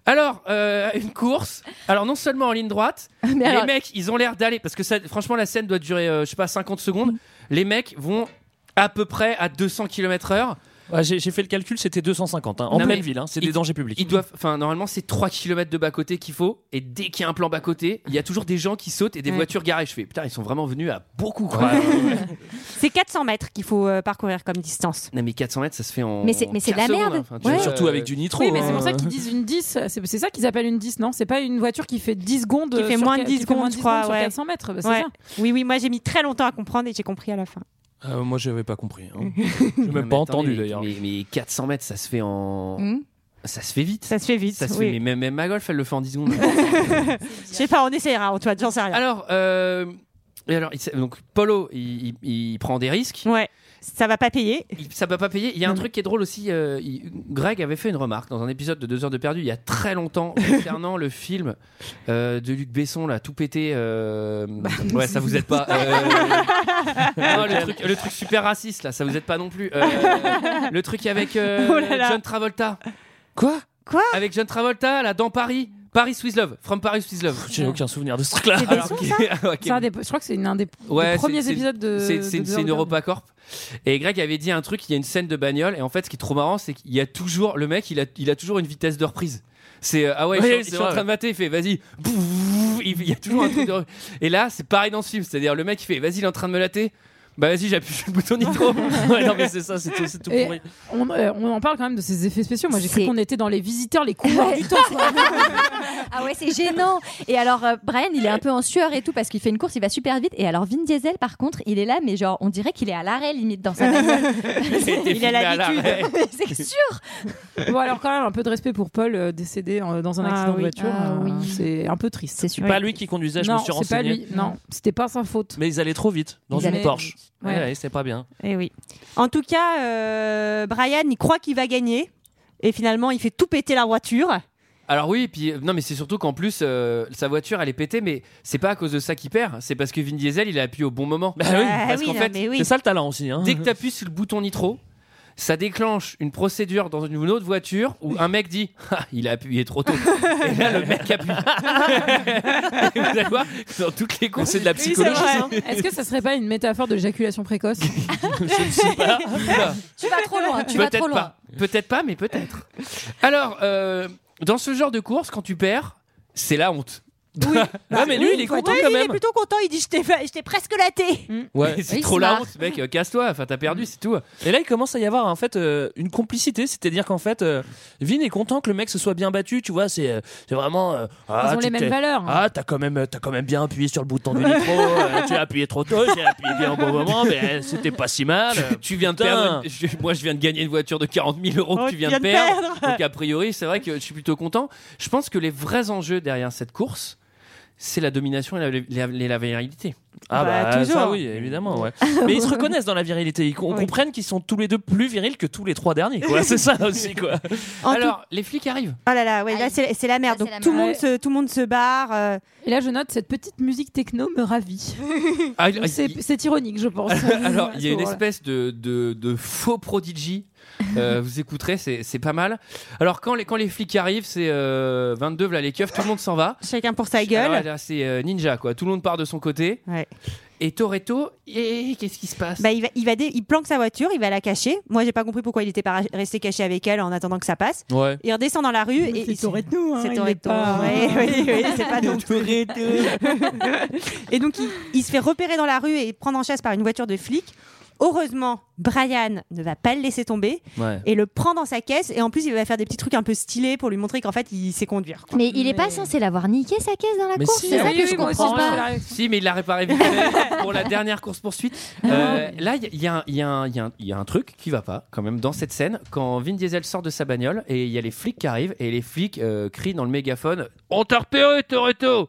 Speaker 1: Alors, euh, une course. Alors, non seulement en ligne droite,
Speaker 11: Mais alors-
Speaker 1: les mecs, ils ont l'air d'aller. Parce que ça, franchement, la scène doit durer, euh, je sais pas, 50
Speaker 8: Mm.
Speaker 1: secondes. Les mecs vont à peu près à 200 km/h.
Speaker 6: Ouais, j'ai j'ai fait le calcul c'était 250 hein, en
Speaker 1: Non,
Speaker 6: pleine
Speaker 1: mais
Speaker 6: ville hein, c'est
Speaker 1: il-
Speaker 6: des dangers publics
Speaker 1: Ils doivent, enfin, normalement, c'est 3 km de bas-côté qu'il faut. Et dès qu'il y a un plan bas-côté, il y a toujours des gens qui sautent et des
Speaker 8: Ouais.
Speaker 1: voitures garées. Je fais, putain, ils sont vraiment venus à beaucoup, quoi.
Speaker 7: C'est 400 mètres qu'il faut euh, parcourir comme distance.
Speaker 1: Non, mais 400 mètres, ça se fait en.
Speaker 11: Mais c'est- mais c'est de la
Speaker 1: quatre
Speaker 11: merde.
Speaker 1: secondes, enfin, tu
Speaker 11: Ouais.
Speaker 1: vois,
Speaker 6: surtout
Speaker 1: euh,
Speaker 6: avec du nitro
Speaker 8: Oui, mais c'est
Speaker 6: hein.
Speaker 8: pour ça qu'ils disent une 10. C'est c'est ça qu'ils appellent une 10, non C'est pas une voiture qui fait 10 secondes.
Speaker 7: Qui fait
Speaker 8: sur
Speaker 7: moins de
Speaker 8: ca-
Speaker 7: 10
Speaker 8: qui fait moins
Speaker 7: secondes,
Speaker 8: de
Speaker 7: je crois,
Speaker 8: sur
Speaker 7: ouais.
Speaker 8: 400 mètres. bah, c'est
Speaker 7: Ouais.
Speaker 8: ça.
Speaker 7: Oui, oui, moi j'ai mis très longtemps à comprendre et j'ai compris à la fin.
Speaker 6: Euh, moi, j'avais pas compris. Hein. J'ai même pas
Speaker 1: mais attendez,
Speaker 6: entendu
Speaker 1: mais-
Speaker 6: d'ailleurs.
Speaker 1: Mais, mais 400 mètres, ça se fait en.
Speaker 11: Hmm.
Speaker 1: Ça se fait vite. Ça,
Speaker 7: Ça se fait vite.
Speaker 1: se
Speaker 7: oui.
Speaker 1: fait, mais même, même ma golf, elle le fait en 10 secondes.
Speaker 7: Je sais pas, on essaiera, on- tu vois, j'en sais rien.
Speaker 1: alors, euh, et alors, il s'est- donc Polo, il, il- il prend des risques.
Speaker 7: Ouais, ça va pas payer.
Speaker 1: Il- ça va pas payer. Il y a un truc qui est drôle aussi. euh, il- Greg avait fait une remarque dans un épisode de 2 heures de perdu il y a très longtemps concernant le film euh, de Luc Besson, là, tout pété. euh,
Speaker 7: Bah.
Speaker 1: ouais, ça vous aide pas. euh,
Speaker 7: Ah,
Speaker 1: non, le, truc, le truc super raciste, là, ça vous aide pas non plus. euh, le truc avec euh,
Speaker 7: Oh là là.
Speaker 1: John Travolta.
Speaker 6: Quoi
Speaker 7: Quoi
Speaker 1: Avec John Travolta, là, dans Paris. Paris with Love. From Paris with Love.
Speaker 6: J'ai aucun souvenir de ce truc-là.
Speaker 8: C'est
Speaker 1: Alors
Speaker 8: Besson,
Speaker 1: qu'il-
Speaker 8: ça
Speaker 1: Ah, ok.
Speaker 8: C'est un des- Je crois que c'est une- un des des
Speaker 1: Ouais, c'est-
Speaker 8: premiers
Speaker 1: c'est-
Speaker 8: épisodes de.
Speaker 1: C'est- C'est
Speaker 8: de
Speaker 1: c'est une
Speaker 8: Burger.
Speaker 1: EuropaCorp. Et Greg avait dit un truc, il y a une scène de bagnole, et en fait, ce qui est trop marrant, c'est qu'il y a toujours, le mec, il a, il a toujours une vitesse de reprise. C'est euh, ah ouais,
Speaker 6: Oui,
Speaker 1: je, suis-
Speaker 6: c'est
Speaker 1: je suis en
Speaker 6: vrai,
Speaker 1: train de mater, il fait vas-y, Bouh, il il y a toujours un truc de. Et là, c'est pareil dans ce film, c'est-à-dire le mec, il fait vas-y, il est en train de me latter.
Speaker 6: Bah vas-y, j'appuie sur le bouton nitro. ouais, non, mais c'est ça, c'est tout, c'est tout
Speaker 8: Et
Speaker 6: pourri.
Speaker 8: on, euh, on en parle quand même de ces effets spéciaux. Moi, j'ai cru
Speaker 11: C'est-
Speaker 8: qu'on était dans les visiteurs, les couloirs du temps.
Speaker 11: ah ouais, c'est gênant. Et alors, euh, Brian, il est un peu en sueur et tout parce qu'il fait une course, il va super vite. Et alors, Vin Diesel, par contre, il est là, mais genre, on dirait qu'il est à l'arrêt limite dans sa bagnole.
Speaker 6: Il a été filmé à l'arrêt.
Speaker 11: c'est sûr.
Speaker 8: Bon, alors quand même, un peu de respect pour Paul euh, décédé euh, dans un
Speaker 11: Ah
Speaker 8: accident
Speaker 11: oui.
Speaker 8: de voiture.
Speaker 11: Ah
Speaker 8: Euh,
Speaker 11: oui.
Speaker 8: C'est un peu triste. C'est
Speaker 6: Pas lui qui conduisait, je me
Speaker 8: non,
Speaker 6: suis
Speaker 8: c'est pas
Speaker 6: renseigné.
Speaker 8: lui. Non, c'était pas sa faute.
Speaker 6: Mais ils allaient trop vite dans
Speaker 8: Ils
Speaker 6: une
Speaker 8: allaient-
Speaker 6: Porsche.
Speaker 8: Ouais.
Speaker 6: Ouais, ouais, c'est pas bien.
Speaker 7: Et Eh oui. En tout cas, euh, Brian, il croit qu'il va gagner. Et finalement, il fait tout péter la voiture.
Speaker 1: Alors oui, puis euh, non, mais c'est surtout qu'en plus euh, sa voiture elle est pétée, mais c'est pas à cause de ça qu'il perd, c'est parce que Vin Diesel il a appuyé au bon moment.
Speaker 6: Bah oui, Ah
Speaker 1: parce
Speaker 6: oui,
Speaker 1: qu'en
Speaker 6: non,
Speaker 1: fait,
Speaker 6: mais oui. c'est ça le talent aussi. hein.
Speaker 1: Dès que t'appuies sur le bouton nitro, ça déclenche une procédure dans une autre voiture où un mec dit Ah, il a appuyé trop tôt. Et là le mec appuie. Et vous allez voir, dans toutes les courses, c'est de la psychologie.
Speaker 8: hein.
Speaker 6: hein.
Speaker 8: Est-ce que ça serait pas une métaphore de l'éjaculation précoce
Speaker 11: Tu vas trop loin, tu vas
Speaker 1: Peut-être
Speaker 11: trop loin.
Speaker 1: pas. Peut-être pas, mais peut-être. Alors, euh, dans ce genre de course, quand tu perds, c'est la honte.
Speaker 7: Oui.
Speaker 6: Ouais, mais lui, il est content
Speaker 7: Ouais,
Speaker 6: quand
Speaker 7: lui, Il
Speaker 6: même. Mm.
Speaker 7: est plutôt content. Il dit Je t'ai fait- je t'ai presque laté.
Speaker 6: Ouais,
Speaker 1: c'est trop la honte, mec. euh, Casse-toi. Enfin, t'as perdu, c'est tout.
Speaker 6: Et là, il commence à y avoir en fait euh, une complicité, c'est-à-dire qu'en fait, euh, Vin est content que le mec se soit bien battu. Tu vois, c'est euh, c'est vraiment. euh,
Speaker 8: ont
Speaker 6: tu
Speaker 8: les mêmes
Speaker 6: t'es-
Speaker 8: valeurs.
Speaker 6: Ah, t'as quand même, euh, t'as quand même bien appuyé sur le bouton du nitro. euh, tu as appuyé trop tôt, j'ai appuyé bien au bon moment, mais euh, c'était pas si mal.
Speaker 1: Tu viens de
Speaker 6: Putain.
Speaker 1: perdre. une- je- moi, je viens de gagner une voiture de 40 000 euros
Speaker 6: Oh,
Speaker 1: que tu viens de perdre. Donc, a priori, c'est vrai que je suis plutôt content. Je pense que les vrais enjeux derrière cette course, c'est la domination et la, la- la- la virilité.
Speaker 6: Ah bah, ça oui, évidemment. Ouais. Mais ils se reconnaissent dans la virilité. Ils com- comprennent qu'ils sont tous les deux plus virils que tous les trois derniers. quoi. C'est ça aussi quoi.
Speaker 7: En
Speaker 1: Alors, les flics arrivent.
Speaker 7: Oh là là, ouais, là c'est Ah, c'est la merde. Donc tout le monde se, tout le monde se barre. euh.
Speaker 8: Et là, je note cette petite musique techno me ravit.
Speaker 1: Ah, il-
Speaker 8: C'est c'est ironique, je pense.
Speaker 1: Alors,
Speaker 8: À
Speaker 1: il
Speaker 8: ce
Speaker 1: y a une
Speaker 11: euh,
Speaker 8: moment-là.
Speaker 1: espèce de, de, de faux prodigy. Euh, vous écouterez, c'est c'est pas mal. Alors, quand les, quand les flics arrivent, c'est euh, 22, voilà les keufs, tout le monde s'en va.
Speaker 7: Chacun pour sa gueule.
Speaker 1: Alors, là, c'est euh, ninja, quoi. Tout le monde part de son côté. Et Toretto, et qu'est-ce qui se passe
Speaker 7: Bah, il, va, il, va dé- il planque sa voiture, il va la cacher. Moi, j'ai pas compris pourquoi il était pas ra- resté caché avec elle en attendant que ça passe.
Speaker 6: Ouais.
Speaker 7: Il redescend dans la rue et c'est
Speaker 8: Toretto. hein,
Speaker 7: c'est
Speaker 8: il est
Speaker 7: Toretto.
Speaker 8: pas-
Speaker 7: ouais, ouais, ouais, c'est pas non plus. et donc il, il se fait repérer dans la rue et prendre en chasse par une voiture de flic. Heureusement, Brian ne va pas le laisser tomber
Speaker 6: Ouais.
Speaker 7: et le prend dans sa caisse. Et en plus, il va faire des petits trucs un peu stylés pour lui montrer qu'en fait, il sait conduire. quoi.
Speaker 11: Mais il est pas censé l'avoir niqué sa caisse dans la
Speaker 1: Mais
Speaker 11: course,
Speaker 1: si,
Speaker 11: c'est ça
Speaker 1: oui,
Speaker 11: que
Speaker 1: oui,
Speaker 11: je
Speaker 1: moi
Speaker 11: comprends Ah.
Speaker 1: aussi,
Speaker 11: pas.
Speaker 1: Si, mais il l'a réparé vite fait pour la dernière course poursuite.
Speaker 11: Ah.
Speaker 1: Euh, là, il y, a- il y a un- il y a un- il y a un truc qui va pas quand même dans cette scène quand Vin Diesel sort de sa bagnole et il y a les flics qui arrivent et les flics euh, crient dans le mégaphone On t'a repéré, Toretto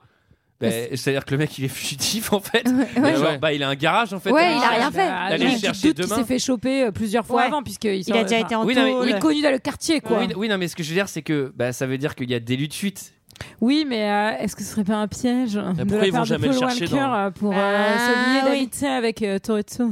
Speaker 1: Ben, C'est-à-dire que le mec il est fugitif en fait. Mais genre, bah, il a un garage en fait.
Speaker 8: Ouais,
Speaker 1: Allez,
Speaker 8: il a rien
Speaker 1: chercher-
Speaker 8: fait.
Speaker 1: Allez le
Speaker 8: Il y a un petit
Speaker 1: chercher
Speaker 8: doute qui
Speaker 1: demain.
Speaker 8: s'est fait choper euh, plusieurs fois
Speaker 7: Ouais.
Speaker 8: avant puisqu'il
Speaker 7: Il a déjà été en
Speaker 8: oui, non, mais
Speaker 7: tôle.
Speaker 8: Il est connu dans le quartier quoi.
Speaker 1: Oui, oui, non, mais ce que je veux dire, c'est que bah, ça veut dire qu'il y a des luttes de suite.
Speaker 8: Oui, mais euh, est-ce que ce serait pas un piège euh, de
Speaker 1: pourquoi
Speaker 8: la
Speaker 1: ils vont
Speaker 8: part de
Speaker 1: jamais le
Speaker 8: Paul
Speaker 1: chercher
Speaker 8: Walker
Speaker 1: dans-
Speaker 8: euh, pour euh,
Speaker 7: Ah,
Speaker 8: se lier
Speaker 7: oui.
Speaker 8: d'amitié avec euh, Toretto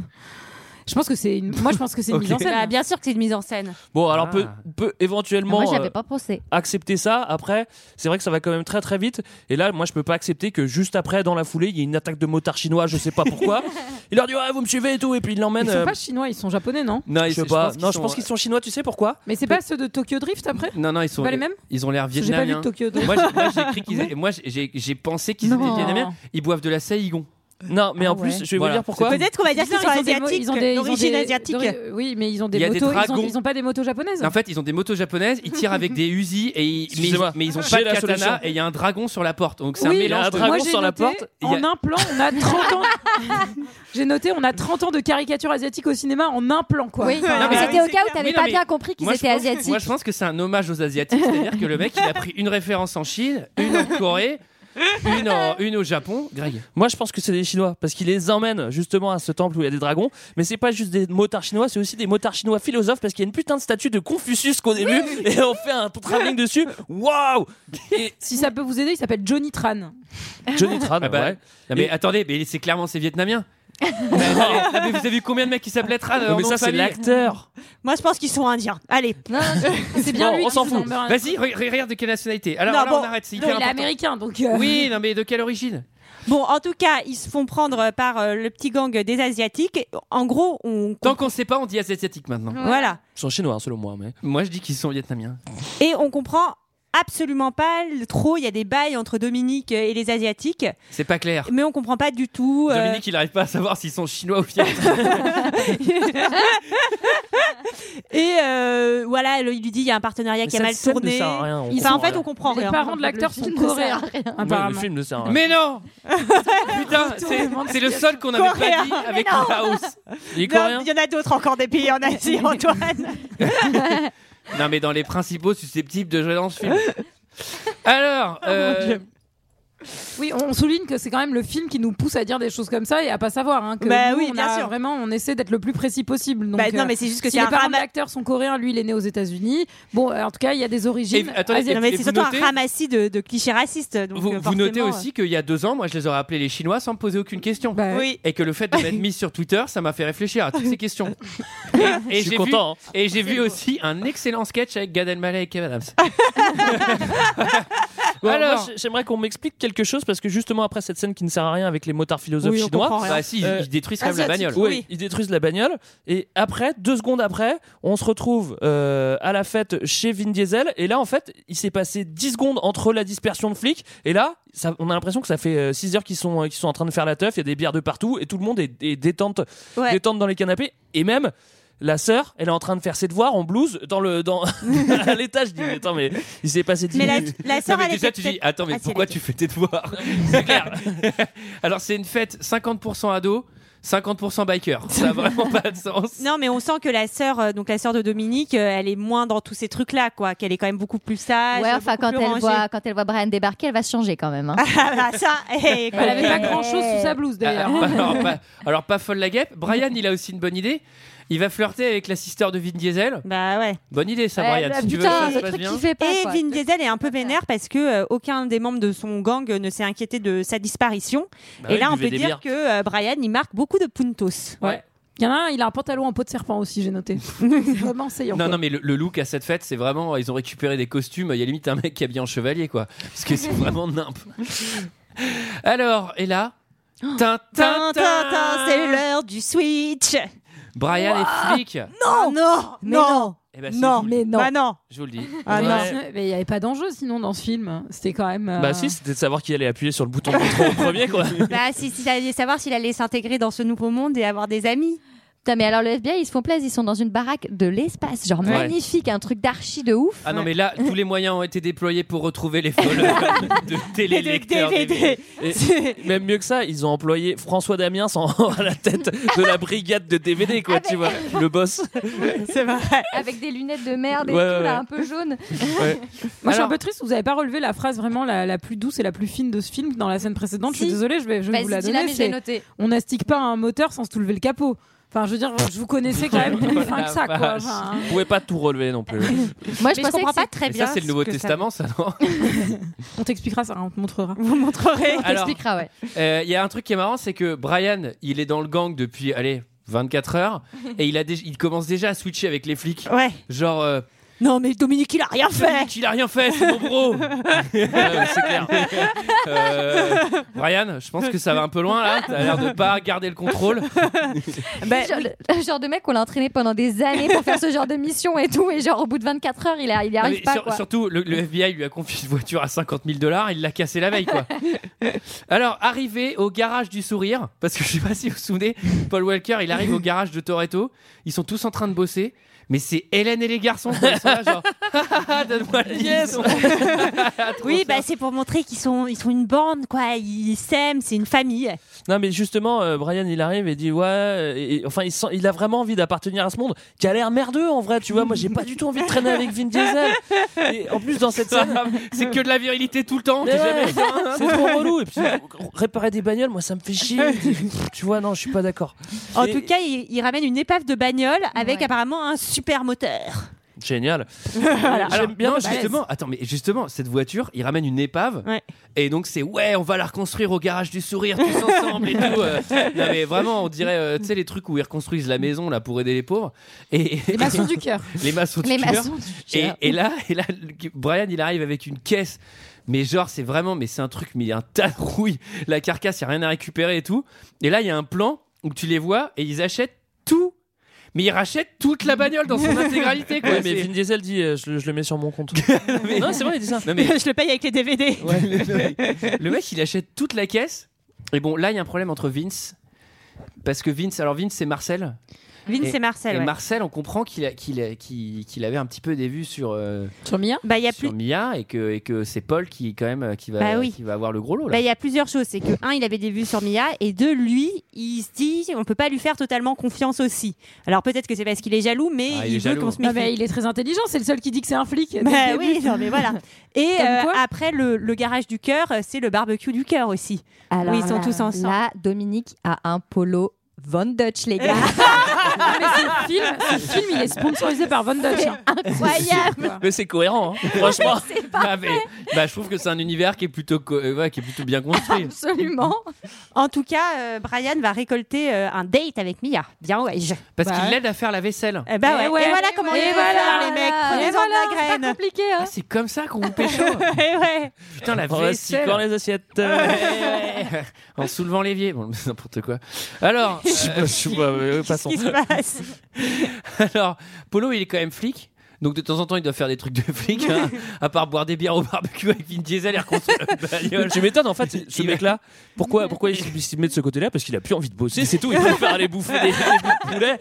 Speaker 8: Je pense que c'est une... moi je pense que c'est une
Speaker 6: Ok.
Speaker 8: mise en scène.
Speaker 7: Bah, bien sûr que c'est une mise en scène.
Speaker 6: Bon,
Speaker 1: Ah.
Speaker 6: alors peut, peut éventuellement.
Speaker 11: Moi,
Speaker 6: euh,
Speaker 11: j'avais pas pensé.
Speaker 6: accepter ça. Après, c'est vrai que ça va quand même très très vite. Et là, moi, je peux pas accepter que juste après, dans la foulée, il y ait une attaque de motards chinois, je sais pas pourquoi. il leur dit ouais, vous me suivez et tout, et puis il l'emmène.
Speaker 8: Ils sont
Speaker 6: euh,
Speaker 8: pas chinois, ils sont japonais, non
Speaker 1: Non, ils-
Speaker 6: je sais
Speaker 1: je
Speaker 6: pas.
Speaker 1: pense qu'ils
Speaker 6: Non, je
Speaker 1: sont, euh,
Speaker 6: pense qu'ils sont chinois. Tu sais pourquoi
Speaker 8: Mais c'est pas ceux de Tokyo Drift après
Speaker 1: Non, non, ils sont
Speaker 8: Pas les mêmes
Speaker 1: Ils ont l'air
Speaker 8: Parce que j'ai pas vu
Speaker 1: vietnamiens.
Speaker 8: Tokyo Drift.
Speaker 1: Moi, j'ai- moi, j'ai cru qu'ils. Moi, j'ai j'ai pensé qu'ils étaient
Speaker 8: Non.
Speaker 1: vietnamiens. Ils boivent de la saïgon.
Speaker 6: Non, mais
Speaker 1: Ah
Speaker 6: en plus,
Speaker 1: ouais.
Speaker 6: je vais
Speaker 1: Voilà.
Speaker 6: vous dire pourquoi.
Speaker 7: Peut-être qu'on va dire qu'ils
Speaker 8: Bizarre,
Speaker 7: sont
Speaker 8: ils ont des mo-
Speaker 7: asiatiques,
Speaker 8: ils ont des- ils ont
Speaker 7: d'origine
Speaker 8: des-
Speaker 7: asiatique.
Speaker 8: d'ori- Oui, mais ils ont des
Speaker 1: Il y a des
Speaker 8: motos. ils, ont,
Speaker 1: dragons.
Speaker 8: ils ont pas des motos japonaises.
Speaker 1: En fait, ils ont des motos japonaises. Ils tirent avec des Uzi et ils, mais, ils,
Speaker 6: Excusez-moi.
Speaker 1: mais ils ont
Speaker 6: J'ai
Speaker 1: pas de
Speaker 6: la
Speaker 1: katana
Speaker 6: solution.
Speaker 1: et il y a un dragon sur la porte. Donc c'est
Speaker 8: Oui,
Speaker 1: un
Speaker 8: il y a
Speaker 1: mélange.
Speaker 6: un
Speaker 1: de-
Speaker 6: dragon
Speaker 8: Moi, j'ai
Speaker 6: sur la
Speaker 8: noté,
Speaker 6: porte, il y a-
Speaker 8: En un plan, on a 30 ans. j'ai noté, on a 30 ans de caricature asiatique au cinéma en un plan, quoi.
Speaker 11: Oui,
Speaker 8: Enfin, euh,
Speaker 1: Non, mais-
Speaker 11: c'était au cas où
Speaker 1: Oui,
Speaker 11: t'avais
Speaker 1: non,
Speaker 11: pas
Speaker 1: mais
Speaker 11: bien compris qu'ils
Speaker 1: moi, je
Speaker 11: étaient
Speaker 1: pense que-
Speaker 11: asiatiques.
Speaker 1: Moi, je pense que c'est un hommage aux asiatiques. C'est-à-dire que le mec, il a pris une référence en Chine, une en Corée, une, en- une au Japon. Greg.
Speaker 6: Moi, je pense que c'est des Chinois parce qu'ils les emmènent justement à ce temple où il y a des dragons. Mais c'est pas juste des motards chinois, c'est aussi des motards chinois philosophes parce qu'il y a une putain de statue de Confucius qu'au début et on fait un travelling dessus. Waouh Et
Speaker 8: Si ça peut vous aider, il s'appelle Johnny Tran.
Speaker 6: Johnny Tran,
Speaker 1: Ah bah,
Speaker 6: ouais.
Speaker 1: non, mais attendez, mais c'est clairement c'est vietnamien. mais, mais vous avez vu combien de mecs qui s'appelaient Tran
Speaker 6: Non,
Speaker 1: en
Speaker 6: mais
Speaker 1: nom
Speaker 6: ça,
Speaker 1: de
Speaker 6: c'est
Speaker 1: famille
Speaker 6: l'acteur.
Speaker 7: Moi, je pense qu'ils sont indiens. Allez.
Speaker 8: C'est bien
Speaker 6: Bon,
Speaker 8: lui.
Speaker 6: on s'en
Speaker 8: qui
Speaker 6: fout.
Speaker 8: nous emmène.
Speaker 1: Vas-y, re- re- regarde de quelle nationalité. Alors,
Speaker 7: Non,
Speaker 1: alors,
Speaker 7: bon,
Speaker 1: on arrête. C'est
Speaker 8: Non,
Speaker 1: hyper
Speaker 8: il est
Speaker 1: important.
Speaker 8: américain, donc. euh,
Speaker 1: Oui, non, mais de quelle origine
Speaker 7: Bon, en tout cas, ils se font prendre par euh, le petit gang des Asiatiques. En gros, on.
Speaker 1: Tant qu'on sait pas, on dit asiatique maintenant.
Speaker 7: Voilà.
Speaker 6: Ils sont chinois, selon moi, mais.
Speaker 1: Moi, je dis qu'ils sont vietnamiens.
Speaker 7: Et on comprend absolument pas le- trop. Il y a des bails entre Dominique et les Asiatiques,
Speaker 1: C'est pas clair.
Speaker 7: mais on comprend pas du tout. euh,
Speaker 1: Dominique, il arrive pas à savoir s'ils sont chinois ou vietnamiens.
Speaker 7: et euh, voilà, le- il lui dit il y a un partenariat
Speaker 6: Mais
Speaker 7: qui a
Speaker 6: cette
Speaker 7: mal
Speaker 6: scène ne
Speaker 7: tourné.
Speaker 6: sert à rien, on
Speaker 7: Enfin,
Speaker 6: comprend
Speaker 7: en fait,
Speaker 6: rien.
Speaker 7: on comprend
Speaker 8: Les
Speaker 7: rien.
Speaker 8: parents de l'acteur
Speaker 7: Le
Speaker 8: sont
Speaker 7: film ne sert à
Speaker 8: coréens.
Speaker 7: rien.
Speaker 6: Ouais, le film ne sert à rien.
Speaker 1: Mais non Putain, c'est- c'est le seul qu'on n'avait pas
Speaker 7: Coréen.
Speaker 1: dit avec
Speaker 7: Mais non.
Speaker 1: le house. Il est
Speaker 7: Non,
Speaker 1: coréen
Speaker 7: Il y en a d'autres encore des pays en Asie, Antoine.
Speaker 1: Non, mais dans les principaux susceptibles de jouer dans ce film. Alors, euh,
Speaker 8: Ah, Oui, on souligne que c'est quand même le film qui nous pousse à dire des choses comme ça et à pas savoir. Hein, que
Speaker 7: Bah
Speaker 8: nous,
Speaker 7: oui,
Speaker 8: on
Speaker 7: bien
Speaker 8: a
Speaker 7: sûr.
Speaker 8: Vraiment, on essaie d'être le plus précis possible. Donc,
Speaker 7: Bah non,
Speaker 8: euh,
Speaker 7: mais c'est juste que
Speaker 8: si
Speaker 7: c'est
Speaker 8: les
Speaker 7: un
Speaker 8: parents de
Speaker 7: ramas-
Speaker 8: l'acteur sont coréens, lui, il est né aux États-Unis. Bon, euh, en tout cas, il y a des origines.
Speaker 1: Et- attendez,
Speaker 8: asiatiques.
Speaker 1: et-
Speaker 7: Non, mais
Speaker 1: et
Speaker 7: c'est
Speaker 1: vous
Speaker 7: surtout
Speaker 1: notez-
Speaker 7: un ramassis de, de clichés racistes. Donc
Speaker 1: vous,
Speaker 7: euh,
Speaker 1: vous notez
Speaker 7: forcément, Bah
Speaker 1: aussi qu'il y a deux ans, moi, je les aurais appelés les Chinois sans me poser aucune question.
Speaker 7: oui.
Speaker 1: Et que le fait de m'être mis sur Twitter, ça m'a fait réfléchir à toutes ces questions. Et, et
Speaker 6: suis
Speaker 1: j'ai vu-
Speaker 6: content,
Speaker 7: hein.
Speaker 1: et j'ai vu aussi un excellent sketch avec Gad Elmaleh et Kevin Adams.
Speaker 7: Ah,
Speaker 6: Ouais,
Speaker 1: Alors-
Speaker 6: moi, j- j'aimerais qu'on m'explique quelque chose parce que justement après cette scène qui ne sert à rien avec les motards philosophes
Speaker 1: Oui, on comprend
Speaker 6: chinois,
Speaker 1: rien. Bah si, ils- ils détruisent quand même la
Speaker 6: asiatiques,
Speaker 1: bagnole.
Speaker 6: oui,
Speaker 1: Oui.
Speaker 6: ils détruisent la bagnole. Et après, deux secondes après, on se retrouve euh, à la fête chez Vin Diesel. Et là, en fait, il s'est passé 10 secondes entre la dispersion de flics. Et là, ça- on a l'impression que ça fait 6 heures qu'ils sont, qu'ils sont en train de faire la teuf. Il y a des bières de partout et tout le monde est, est détente,
Speaker 7: Ouais.
Speaker 6: détente dans les canapés. Et même. La sœur, elle est en train de faire ses devoirs en blouse dans le dans à l'étage. Je dis, mais attends, mais il s'est passé 10
Speaker 7: Mais la,
Speaker 6: minutes.
Speaker 7: la
Speaker 1: Non,
Speaker 7: sœur,
Speaker 1: mais
Speaker 7: elle
Speaker 1: déjà,
Speaker 7: était
Speaker 1: tu dis,
Speaker 7: peut-être-
Speaker 1: attends, mais
Speaker 7: Ah, si,
Speaker 1: pourquoi
Speaker 7: elle
Speaker 1: tu fais tes devoirs Alors, c'est une fête 50% ados, 50% bikers. Ça n'a vraiment pas de sens.
Speaker 7: Non, mais on sent que la sœur, euh, donc la sœur de Dominique, euh, elle est moins dans tous ces trucs-là, quoi. Qu'elle est quand même beaucoup plus sage.
Speaker 11: Ouais, enfin,
Speaker 7: beaucoup
Speaker 11: quand
Speaker 7: plus
Speaker 11: elle,
Speaker 7: rangée.
Speaker 11: voit, quand elle voit Brian débarquer, elle va se changer quand même. hein.
Speaker 7: Ah, bah, ça, eh,
Speaker 8: Elle avait pas
Speaker 7: complètement.
Speaker 8: grand chose sous sa blouse d'ailleurs.
Speaker 1: Ah, alors, pas, alors, pas folle la guêpe. Brian, il a aussi une bonne idée. Il va flirter avec la sister de Vin Diesel.
Speaker 7: Bah ouais. bah,
Speaker 1: Bonne idée, ça, Brian. si tu veux que
Speaker 11: putain,
Speaker 1: ça se
Speaker 11: le
Speaker 1: passe
Speaker 11: truc
Speaker 1: bien.
Speaker 11: qui fait pas.
Speaker 7: Et
Speaker 11: quoi.
Speaker 7: Eh, Vin Diesel est un peu vénère parce que euh, aucun des membres de son gang euh, ne s'est inquiété de sa disparition.
Speaker 6: Bah
Speaker 7: et
Speaker 6: oui,
Speaker 7: là,
Speaker 6: il
Speaker 7: on
Speaker 6: buvait
Speaker 7: peut
Speaker 6: des
Speaker 7: dire
Speaker 6: bières.
Speaker 7: que euh, Brian, il marque beaucoup de puntos.
Speaker 8: Ouais. Il y en a un, il a un pantalon en peau de serpent aussi, j'ai noté. Vraiment saillant.
Speaker 1: Non,
Speaker 8: quoi.
Speaker 1: non, mais le, le look à cette fête, c'est vraiment. Ils ont récupéré des costumes. Il y a limite un mec qui est habillé en chevalier, quoi. Parce que c'est vraiment nimp. Alors, et là. Tintin,
Speaker 7: Oh. Tin, tin, tin, c'est l'heure du switch.
Speaker 1: Brian est flic.
Speaker 7: Non, non,
Speaker 8: Ah, Mais
Speaker 7: non,
Speaker 1: Eh ben, c'est
Speaker 7: non,
Speaker 1: cool.
Speaker 8: mais non.
Speaker 7: Bah non.
Speaker 1: Je vous le dis.
Speaker 7: Ah,
Speaker 8: Mais
Speaker 7: non.
Speaker 8: sinon- mais il n'y avait pas d'enjeu sinon dans ce film. C'était quand même. euh,
Speaker 6: Bah si, c'était de savoir qui allait appuyer sur le bouton de contrôle au premier quoi.
Speaker 7: Bah, si, si t'allais savoir s'il allait s'intégrer dans ce nouveau monde et avoir des amis.
Speaker 11: Putain, mais alors le FBI, ils se font plaisir, ils sont dans une baraque de l'espace, genre
Speaker 1: Ouais.
Speaker 11: magnifique, un truc d'archi de ouf.
Speaker 1: Ah non, mais là, tous les moyens ont été déployés pour retrouver les folles de télé lecteurs DVD.
Speaker 6: Et même mieux que ça, ils ont employé François Damiens en- à la tête de la brigade de DVD
Speaker 7: Ah,
Speaker 6: quoi, tu vois, le boss.
Speaker 7: C'est vrai.
Speaker 11: Avec des lunettes de merde
Speaker 6: et Ouais, tout, ouais, là, ouais.
Speaker 11: un peu
Speaker 8: Moi,
Speaker 11: jaune.
Speaker 8: je suis un
Speaker 1: Alors-
Speaker 8: peu triste. Vous n'avez pas relevé la phrase vraiment la, la plus douce et la plus fine de ce film dans la scène précédente. Je suis
Speaker 11: Si.
Speaker 8: désolée, je vais, je vais vous la donner. c'est-
Speaker 11: noté.
Speaker 8: On n'astique pas un moteur sans se soulever le capot. Enfin, je veux dire, je vous connaissais quand même plus fin que ça, quoi. Enfin, hein.
Speaker 6: Vous pouvez pas tout relever non plus.
Speaker 11: Moi, je
Speaker 7: Mais je
Speaker 11: pensais
Speaker 7: comprends
Speaker 11: que
Speaker 7: pas très
Speaker 1: Mais
Speaker 7: bien.
Speaker 1: ça, c'est le Nouveau
Speaker 7: ce que ça-
Speaker 1: Testament, ça, non
Speaker 8: on t'expliquera ça, on te montrera.
Speaker 7: Vous montrerez.
Speaker 11: On
Speaker 1: Alors-
Speaker 11: t'expliquera, ouais.
Speaker 1: Euh, Il y a un truc qui est marrant, c'est que Brian, il est dans le gang depuis, allez, 24 heures, et il, a déj- il commence déjà à switcher avec les flics.
Speaker 7: Ouais.
Speaker 1: Genre, euh,
Speaker 7: Non, mais Dominique, il a rien fait.
Speaker 1: Dominique, il a rien fait, c'est mon bro Euh, C'est clair. Euh, Brian, je pense que ça va un peu loin, là. T'as l'air de pas garder le contrôle.
Speaker 7: Bah,
Speaker 11: Genre, le- le genre de mec qu'on l'a entraîné pendant des années pour faire ce genre de mission et tout, et genre au bout de 24 heures, il, a, il y
Speaker 1: Non,
Speaker 11: arrive
Speaker 1: mais
Speaker 11: pas.
Speaker 1: sur-
Speaker 11: quoi.
Speaker 1: surtout, le, le FBI lui a confié une voiture à 50 000 dollars, il l'a cassé la veille, quoi. Alors, arrivé au garage du sourire, parce que je sais pas si vous vous souvenez, Paul Walker, il arrive au garage de Toretto, ils sont tous en train de bosser. Mais c'est Hélène et les garçons quoi, ils sont là, genre, Ah, ah, ah, donne-moi le liaison.
Speaker 7: oui, bah, c'est pour montrer qu'ils sont, ils sont une bande, quoi. Ils s'aiment, c'est une famille.
Speaker 6: Non mais justement, euh, Brian il arrive et dit ouais, euh, et- et- enfin il, sent- il a vraiment envie d'appartenir à ce monde qui a l'air merdeux en vrai, tu vois. Moi j'ai pas du tout envie de traîner avec Vin Diesel. Et en plus dans cette scène,
Speaker 1: C'est que de la virilité tout le temps.
Speaker 6: Mais
Speaker 1: t'es
Speaker 6: ouais,
Speaker 1: jamais-
Speaker 6: c'est trop relou. Et puis, réparer des bagnoles, moi ça me fait chier. tu vois, non, je suis pas d'accord.
Speaker 7: En
Speaker 6: Et-
Speaker 7: tout cas, il, il ramène une épave de bagnole avec
Speaker 11: Ouais.
Speaker 7: apparemment un super moteur.
Speaker 6: Génial.
Speaker 1: Alors,
Speaker 6: J'aime bien
Speaker 1: non,
Speaker 6: le malaise.
Speaker 1: justement, attends, mais justement, cette voiture, il ramène une épave.
Speaker 7: Ouais.
Speaker 1: Et donc, c'est ouais, on va la reconstruire au garage du sourire tous ensemble et tout. euh. Non, mais vraiment, on dirait, euh, tu sais, les trucs où ils reconstruisent la maison là pour aider les pauvres. Et,
Speaker 8: Les maçons du cœur.
Speaker 1: les maçons du
Speaker 11: Les
Speaker 1: cœur.
Speaker 11: maçons du
Speaker 1: Et,
Speaker 11: cœur.
Speaker 1: et là, et là, le- Brian, il arrive avec une caisse. Mais genre, c'est vraiment, mais c'est un truc, mais il y a un tas de rouille. La carcasse, il n'y a rien à récupérer et tout. Et là, il y a un plan où tu les vois et ils achètent tout. mais il rachète toute la bagnole dans son intégralité. Quoi.
Speaker 6: Ouais, mais
Speaker 1: C'est-
Speaker 6: Vin Diesel dit euh, je, le- je le mets sur mon compte.
Speaker 1: Non, c'est vrai, il dit ça. Non, mais-
Speaker 7: Je le paye avec les DVD.
Speaker 1: Le mec, il achète toute la caisse. Et bon, là, il y a un problème entre Vince. Parce que Vince, alors Vince, c'est Marcel.
Speaker 7: Vince,
Speaker 1: Et-
Speaker 7: c'est Marcel,
Speaker 1: Et
Speaker 7: ouais.
Speaker 1: Marcel, on comprend qu'il a- qu'il a- qu'il- qu'il avait un petit peu des vues sur, euh,
Speaker 8: Sur Mia
Speaker 7: Bah, il y a plus.
Speaker 1: sur Mia et que, et que c'est Paul qui, quand même, euh, qui va,
Speaker 7: Bah oui.
Speaker 1: qui va avoir le gros lot.
Speaker 7: Bah, Il
Speaker 1: Là.
Speaker 7: y a plusieurs choses. C'est que, un, il avait des vues sur Mia, et deux, lui, il se dit, on peut pas lui faire totalement confiance aussi. Alors peut-être que c'est parce qu'il est jaloux, mais
Speaker 1: Ah, il
Speaker 7: il,
Speaker 1: est
Speaker 7: veut
Speaker 1: jaloux.
Speaker 7: qu'on se
Speaker 8: Ah
Speaker 7: méfie.
Speaker 8: bah, il est très intelligent, c'est le seul qui dit que c'est un flic. dès le
Speaker 7: Bah
Speaker 8: début.
Speaker 7: oui, non, mais voilà. Et
Speaker 8: Comme
Speaker 7: euh,
Speaker 8: quoi
Speaker 7: après, le, le garage du cœur, euh, c'est le barbecue du cœur aussi.
Speaker 11: Alors
Speaker 7: oui, ils sont
Speaker 11: là-
Speaker 7: tous ensemble.
Speaker 11: Là, Dominique a un polo Von Dutch, les gars.
Speaker 8: Ah, mais ce film, ce film, il est sponsorisé par Von Dutch. hein.
Speaker 11: Incroyable.
Speaker 6: Mais c'est cohérent, hein. franchement.
Speaker 1: Ah, mais- bah, je trouve que c'est un univers qui est plutôt, co- euh, ouais, qui est plutôt bien construit.
Speaker 11: Absolument.
Speaker 7: En tout cas, euh, Brian va récolter euh, un date avec Mia. Bien, ouais. je-
Speaker 1: Parce
Speaker 8: Bah
Speaker 1: qu'il
Speaker 8: ouais.
Speaker 1: l'aide à faire la vaisselle.
Speaker 7: Eh ben
Speaker 8: Eh
Speaker 7: ouais.
Speaker 8: ouais,
Speaker 7: et voilà
Speaker 8: eh
Speaker 7: comment
Speaker 8: ouais,
Speaker 7: il
Speaker 8: eh
Speaker 7: faut faire,
Speaker 8: voilà,
Speaker 7: les mecs.
Speaker 8: voilà,
Speaker 7: Prenez-en
Speaker 8: voilà,
Speaker 7: de
Speaker 8: c'est
Speaker 7: la
Speaker 8: pas
Speaker 7: graine.
Speaker 8: compliqué. hein.
Speaker 1: Ah, c'est comme ça qu'on vous hein. pécho.
Speaker 7: Eh ouais.
Speaker 1: Putain, la
Speaker 6: En
Speaker 1: vaisselle.
Speaker 6: recyclant les assiettes.
Speaker 1: en soulevant l'évier. Bon, n'importe quoi. Alors,
Speaker 6: Je sais pas, je sais pas, mais passons.
Speaker 7: Qu'est-ce qui se passe
Speaker 1: euh, Alors, Polo, il est quand même flic. Donc de temps en temps, il doit faire des trucs de flic, hein. à part boire des bières au barbecue avec Vin Diesel et reconstruire la bagnole.
Speaker 6: Tu m'étonnes en fait, ce
Speaker 1: Il-
Speaker 6: mec-là, pourquoi, pourquoi il s- il se met de ce côté-là Parce qu'il a plus envie de bosser, c'est tout. Il préfère aller bouffer des, des bouts de poulet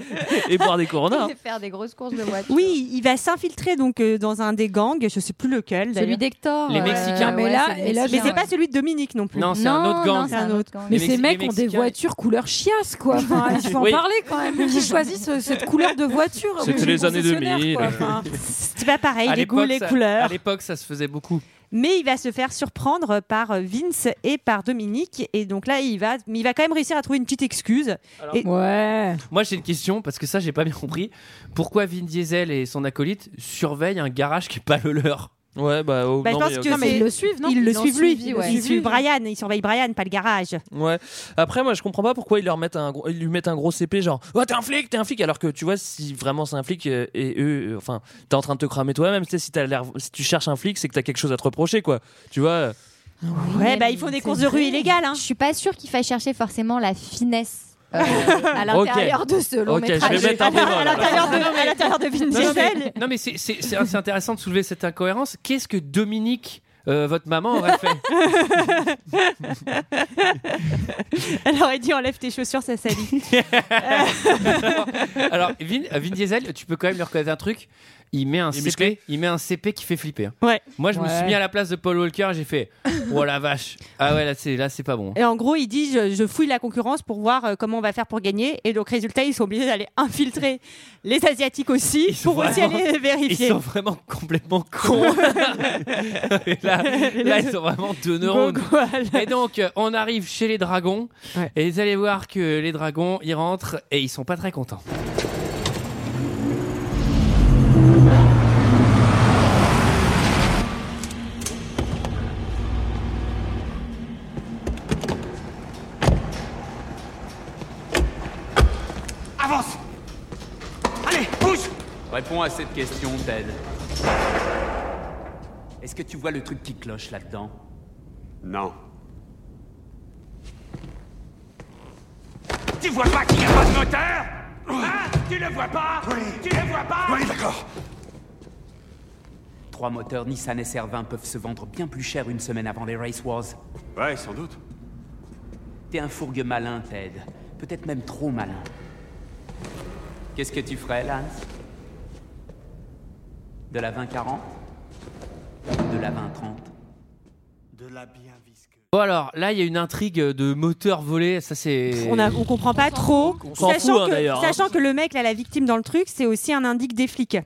Speaker 6: et boire des coronas. hein.
Speaker 11: faire des grosses courses de voiture.
Speaker 7: Oui, il va s'infiltrer donc euh, dans un des gangs, je sais plus lequel d'ailleurs.
Speaker 11: Celui d'Hector.
Speaker 1: Les
Speaker 11: euh,
Speaker 1: Mexicains.
Speaker 8: Mais
Speaker 11: ouais,
Speaker 8: là-
Speaker 11: c'est les
Speaker 8: et là,
Speaker 7: Mais
Speaker 11: Mexicains.
Speaker 7: c'est pas celui de Dominique non plus.
Speaker 1: Non, c'est un autre gang.
Speaker 11: non, c'est
Speaker 7: Un
Speaker 11: un
Speaker 7: autre
Speaker 11: autre gang.
Speaker 8: Mais
Speaker 1: Les
Speaker 8: ces
Speaker 1: Mexi-
Speaker 8: mecs
Speaker 1: les
Speaker 8: ont des
Speaker 1: Mexicains-
Speaker 8: voitures couleur chiasse, quoi. Enfin, il faut en
Speaker 6: Oui.
Speaker 8: parler quand même. Qui choisissent euh, cette couleur de voiture euh,
Speaker 6: C'était
Speaker 8: chez le
Speaker 6: les années 2000,
Speaker 8: concessionnaire, quoi.
Speaker 6: euh.
Speaker 8: Enfin,
Speaker 7: C'est pas pareil,
Speaker 1: À
Speaker 7: les goûts,
Speaker 1: l'époque,
Speaker 7: les
Speaker 1: ça- À
Speaker 7: couleurs.
Speaker 1: l'époque, ça se faisait beaucoup.
Speaker 7: Mais il va se faire surprendre par euh, Vince et par Dominique. Et donc là, il va, mais il va quand même réussir à trouver une petite excuse.
Speaker 8: Ouais.
Speaker 1: Moi, j'ai une question parce que ça, j'ai pas bien compris. Pourquoi Vin Diesel et son acolyte surveillent un garage qui est pas le leur
Speaker 6: Ouais, bah, oh,
Speaker 7: Bah,
Speaker 6: non,
Speaker 7: je pense
Speaker 1: euh,
Speaker 6: mais,
Speaker 7: que
Speaker 8: Non, mais
Speaker 7: c'est-
Speaker 8: ils le suivent, non
Speaker 7: Ils le
Speaker 11: l'ont
Speaker 7: suivent lui.
Speaker 11: suivi, ouais.
Speaker 7: Ils suivent Brian, ils surveillent Brian, pas le garage.
Speaker 6: Ouais. Après, moi, je comprends pas pourquoi ils leur mettent un, gros- ils lui mettent un gros CP, genre, oh, t'es un flic, t'es un flic, alors que tu vois, si vraiment c'est un flic euh, et eux, euh, enfin, t'es en train de te cramer toi-même, tu sais, si, t'as l'air- si tu cherches un flic, c'est que t'as quelque chose à te reprocher, quoi. Tu vois, euh,
Speaker 7: Ouais,
Speaker 11: Ouais,
Speaker 7: bah
Speaker 11: mais
Speaker 7: ils font des
Speaker 11: c'est
Speaker 7: courses de rue
Speaker 11: vrai.
Speaker 7: illégales. hein.
Speaker 11: Je suis pas sûre qu'il faille chercher forcément la finesse euh, à
Speaker 6: Ok.
Speaker 11: l'intérieur de ce long
Speaker 6: Ok, je vais
Speaker 11: métrage.
Speaker 6: mettre un
Speaker 7: À
Speaker 6: bémol, alors.
Speaker 7: l'intérieur de- à l'intérieur de
Speaker 1: Non,
Speaker 7: Vin
Speaker 1: non, mais-
Speaker 7: Diesel.
Speaker 1: non, mais c'est- c'est c'est- c'est intéressant de soulever cette incohérence. Qu'est-ce que Dominique, euh, votre maman, aurait fait
Speaker 7: Elle aurait dit enlève tes chaussures, ça salit.
Speaker 1: Alors, Vin, euh, Vin Diesel, tu peux quand même lui reconnaître un truc. Il met un,
Speaker 6: Il est
Speaker 1: CP, il met un CP qui fait flipper. hein.
Speaker 7: Ouais.
Speaker 1: Moi, je me
Speaker 8: Ouais.
Speaker 1: suis mis à la place de Paul Walker et j'ai fait Oh la vache. Ah ouais, là, c'est, là, c'est pas bon.
Speaker 7: Et en gros, il dit je, je fouille la concurrence pour voir euh, comment on va faire pour gagner. Et donc, résultat, ils sont obligés d'aller infiltrer les Asiatiques aussi
Speaker 1: Ils sont
Speaker 7: pour aussi
Speaker 1: vraiment-
Speaker 7: aller
Speaker 1: Ils
Speaker 7: vérifier.
Speaker 1: sont vraiment complètement cons. Et là, là, ils sont vraiment deux neurones.
Speaker 7: Gogoal.
Speaker 1: Et donc, euh, on arrive chez les dragons.
Speaker 7: Ouais.
Speaker 1: Et vous allez voir que les dragons, ils rentrent et ils sont pas très contents.
Speaker 2: Avance Allez, bouge
Speaker 14: Réponds à cette question, Ted. Est-ce que tu vois le truc qui cloche là-dedans
Speaker 3: Non.
Speaker 2: Tu vois pas qu'il n'y a pas de moteur Hein Tu le vois pas Tu le vois pas Oui, d'accord.
Speaker 14: Trois moteurs Nissan SR20 peuvent se vendre bien plus cher une semaine avant les Race Wars.
Speaker 3: Ouais, sans doute.
Speaker 14: T'es un fourgue malin, Ted. Peut-être même trop malin. Qu'est-ce que tu ferais, Lance De la 2040 De la 2030
Speaker 2: De la bien visqueuse.
Speaker 1: Bon, alors, là, il y a une intrigue de moteur volé. Ça, c'est.
Speaker 7: On, a, on comprend pas trop.
Speaker 6: on s'en
Speaker 7: sachant
Speaker 6: fout, hein,
Speaker 7: que,
Speaker 6: d'ailleurs, hein.
Speaker 7: sachant que le mec, là, la victime dans le truc, c'est aussi un indique des flics.